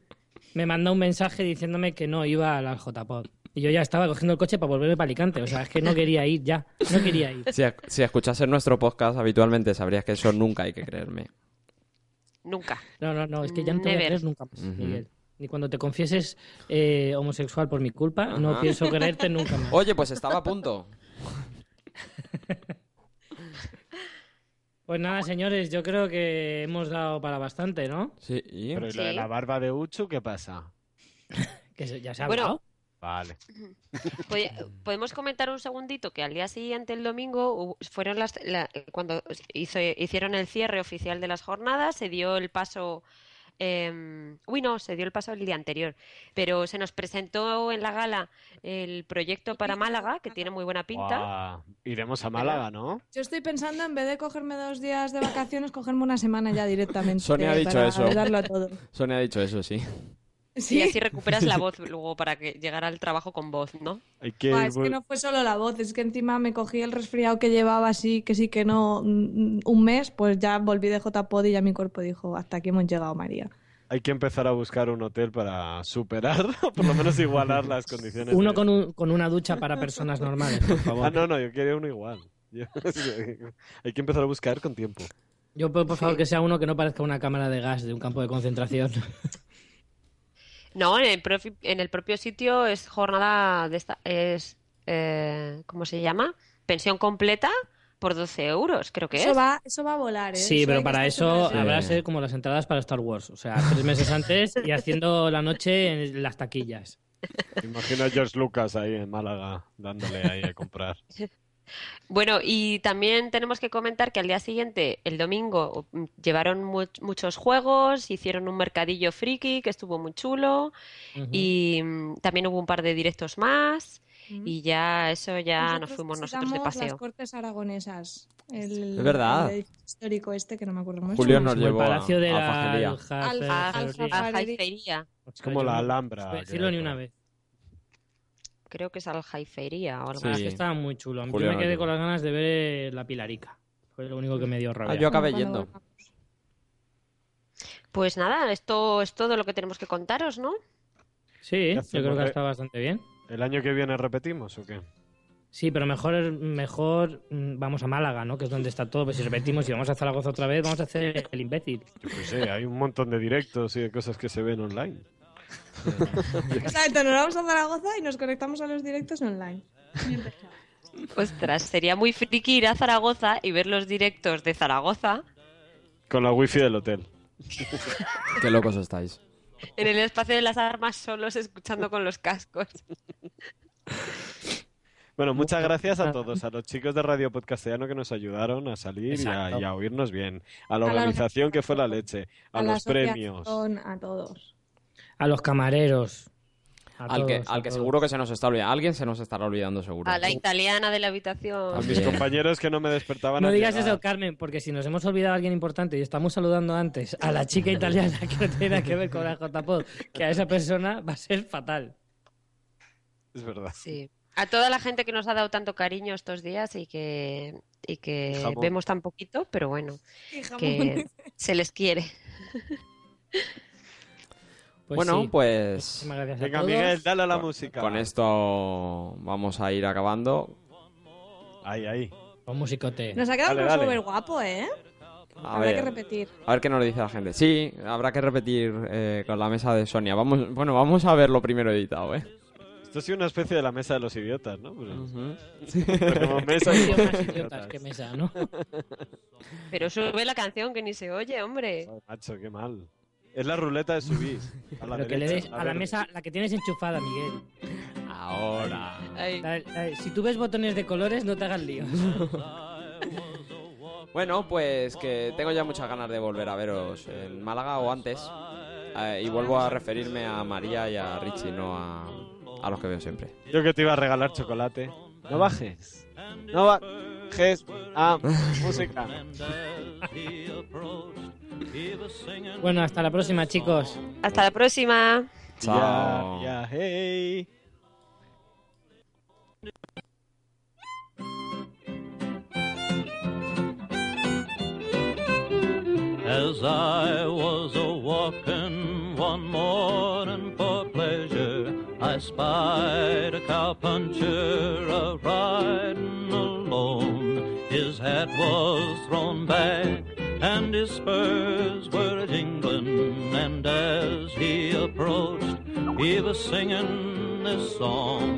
A: me mandó un mensaje diciéndome que no iba a la JPod. Y yo ya estaba cogiendo el coche para volverme para Alicante. O sea, es que no quería ir ya. No quería ir.
D: Si, si escuchases nuestro podcast habitualmente sabrías que eso nunca hay que creerme.
C: Nunca.
A: No, no, no. Es que ya no te voy a
C: Never.
A: creer nunca más,
D: Ujú.
A: Miguel. Ni cuando te confieses eh, homosexual por mi culpa, no
D: Ajá.
A: pienso creerte nunca más.
D: Oye, pues estaba a punto.
A: Pues nada, señores, yo creo que hemos dado para bastante, ¿no?
D: Sí, y-
E: Pero ¿y lo de
C: Sí.
E: la barba de Uchu qué pasa?
A: Que se- ya se ha
C: Bueno,
A: hablado.
E: Vale.
C: Pod- Pues, eh, Podemos comentar un segundito que al día siguiente, el domingo, hu- fueron las la- cuando hizo- hicieron el cierre oficial de las jornadas, se dio el paso. em, uy, no, se dio el paso el día anterior, pero se nos presentó en la gala el proyecto para Málaga, que tiene muy buena pinta.
E: Guau. Iremos a Málaga, ¿no?
B: Yo estoy pensando en vez de cogerme dos días de vacaciones, cogerme una semana ya directamente. eh,
D: Sonia ha dicho
B: para
D: eso.
B: darlo a todo.
D: Sonia ha dicho eso, sí.
C: Y
B: <laughs> Sí.
C: así recuperas
B: <laughs>
C: la voz luego para que llegar al trabajo con voz, ¿no?
E: Hay que
B: Buah,
E: ir
B: es
D: pues-
B: que
E: muy-
B: no fue solo la voz, es que encima me cogí el resfriado que llevaba así, que sí, que no, mm, un mes, pues ya volví de J-Pod y ya mi cuerpo dijo, hasta aquí hemos llegado, María.
E: Hay que empezar a buscar un hotel para superar, <laughs> o por lo menos igualar las condiciones.
A: Uno
E: de-
A: con, un- con una ducha para personas normales, por favor.
E: Ah, no, no, yo quería uno igual. <laughs> Yo- Hay que empezar a buscar con tiempo.
A: Yo, por, por favor, que sea uno que no parezca una cámara de gas de un campo de
B: <laughs>
A: concentración.
C: No, en el, profi- en el propio sitio es jornada de esta, es, eh, ¿cómo se llama? Pensión completa por 12 euros, creo que
B: Eso
C: es.
B: va, eso va a volar, ¿eh?
A: Sí, pero
B: hay que
A: para
B: estar
A: eso
D: Sí.
B: preparado.
A: habrá que ser como las entradas para Star Wars. O sea, tres meses antes y haciendo la noche en las taquillas.
E: Imagino a George Lucas ahí en Málaga dándole ahí
A: <laughs>
E: a comprar.
C: Bueno, y también tenemos que comentar que al día siguiente, el domingo, mm, llevaron mu- muchos juegos, hicieron un mercadillo friki que estuvo muy chulo
A: Ujú.
C: y mm, también hubo un par de directos más
B: Mm.
C: y ya eso ya nos
B: Nosotros
C: fuimos nosotros de
B: visitamos
C: paseo.
B: Las Cortes Aragonesas. El,
D: Es verdad.
B: el edificio histórico este que no me acuerdo mucho.
D: Julio nos
A: Como el
D: llevó a,
A: Palacio de
D: a
A: la
D: Fajería.
B: Al-
C: A-
A: Ah,
B: Alfarería.
C: a Jaifería,
E: Es como la Alhambra.
A: Decirlo
E: que-
A: ni una vez.
C: creo que es al Jaifería o algo
D: Sí.
A: Ah, es
C: así.
A: que estaba muy chulo. A mí yo
D: Julio
A: me
D: nos
A: quedé
D: llevó.
A: con las ganas de ver eh, la Pilarica. Fue lo único que me dio rabia.
D: Ah, yo acabé
B: Cuando
D: yendo.
B: volvamos.
C: Pues nada, esto es todo lo que tenemos que
B: <laughs>
C: contaros, ¿no?
A: Sí, yo
E: Ya
A: creo
E: hacemos,
A: que ha
E: eh.
A: estado bastante bien.
E: ¿El año que viene repetimos o qué?
A: Sí, pero mejor, mejor mm, vamos a Málaga, ¿no? Que es donde está todo. Pues si repetimos y vamos a Zaragoza otra vez, vamos a hacer el imbécil.
E: Yo qué sé, hay un montón de directos y de cosas que se ven online.
B: Exacto, nos vamos a Zaragoza y nos conectamos a los directos online.
C: Ostras, sería muy friki ir a Zaragoza y ver los directos de Zaragoza
E: Con la wifi del hotel.
D: Qué locos estáis.
C: en el espacio de las armas solos escuchando con los cascos.
E: Bueno, muchas gracias a todos, a los chicos de Radio Podcastellano que nos ayudaron a salir y a,
A: Exacto.
E: y a oírnos bien, a la
B: A la
E: organización que fue la leche, a,
B: la
E: los premios.
B: asociación, A todos.
A: A los camareros. A
D: Al que,
A: todos, a
D: al que
A: todos.
D: seguro que se nos está olvidando. Alguien se nos estará olvidando seguro.
C: A la italiana de la habitación.
E: A mis
D: Bien.
E: compañeros que no me despertaban
A: No
E: al
A: digas
E: llegar.
A: eso, Carmen, porque si nos hemos olvidado a alguien importante y estamos saludando antes a la
D: <laughs>
A: chica italiana que no tiene nada que ver con la JPod, que a esa persona va a ser fatal.
E: Es verdad.
C: Sí. A toda la gente que nos ha dado tanto cariño estos días y que, y que
E: Y jamón.
C: vemos tan poquito, pero
B: <laughs>
C: bueno, que se les quiere.
G: Pues
D: bueno,
G: sí.
D: pues
G: Muchísimas gracias a
E: Venga,
G: todos.
E: Miguel, dale a la música.
D: con esto vamos a ir acabando.
E: Ahí, ahí.
G: Con musicote.
B: Nos ha quedado
E: Dale,
B: un
E: dale.
B: crossover guapo, ¿eh?
D: A
B: Habrá
D: ver,
B: que repetir.
D: a ver qué nos dice la gente. Sí, habrá que repetir eh, con la mesa de Sonia. Vamos, bueno, vamos a verlo primero editado, ¿eh?
E: Esto ha sido una especie de la mesa de los idiotas,
G: <laughs>
E: ¿no? Pero- <laughs>
D: Ujú.
E: Tenemos mesa
G: Tío,
E: y-
D: <laughs>
G: más idiotas que mesa, ¿no?
C: Pero sube la canción que ni se oye, hombre.
E: Joder, Oh, macho, qué mal. Es la ruleta de subir. A la
G: Pero que le
E: derecha,
G: des a la
E: ver.
G: mesa, la que tienes enchufada, Miguel.
D: Ahora.
C: Ay,
G: La- la- si tú ves botones de colores, no te hagas
E: <laughs>
G: lío.
D: Bueno, pues que tengo ya muchas ganas de volver a veros en Málaga o antes. Eh, y vuelvo a referirme a María y a Richie, no a, a los que veo siempre.
E: Yo que te iba a regalar chocolate. No bajes. No bajes. Ah, música.
G: Bueno, hasta la próxima, chicos.
C: Hasta la próxima.
D: Chao.
E: Ya, ya, hey.
H: As I was a walking one morning for pleasure, I spied a cowpuncher a riding alone. His hat was thrown back and his spurs were jingling, and as he approached, he was singing this song.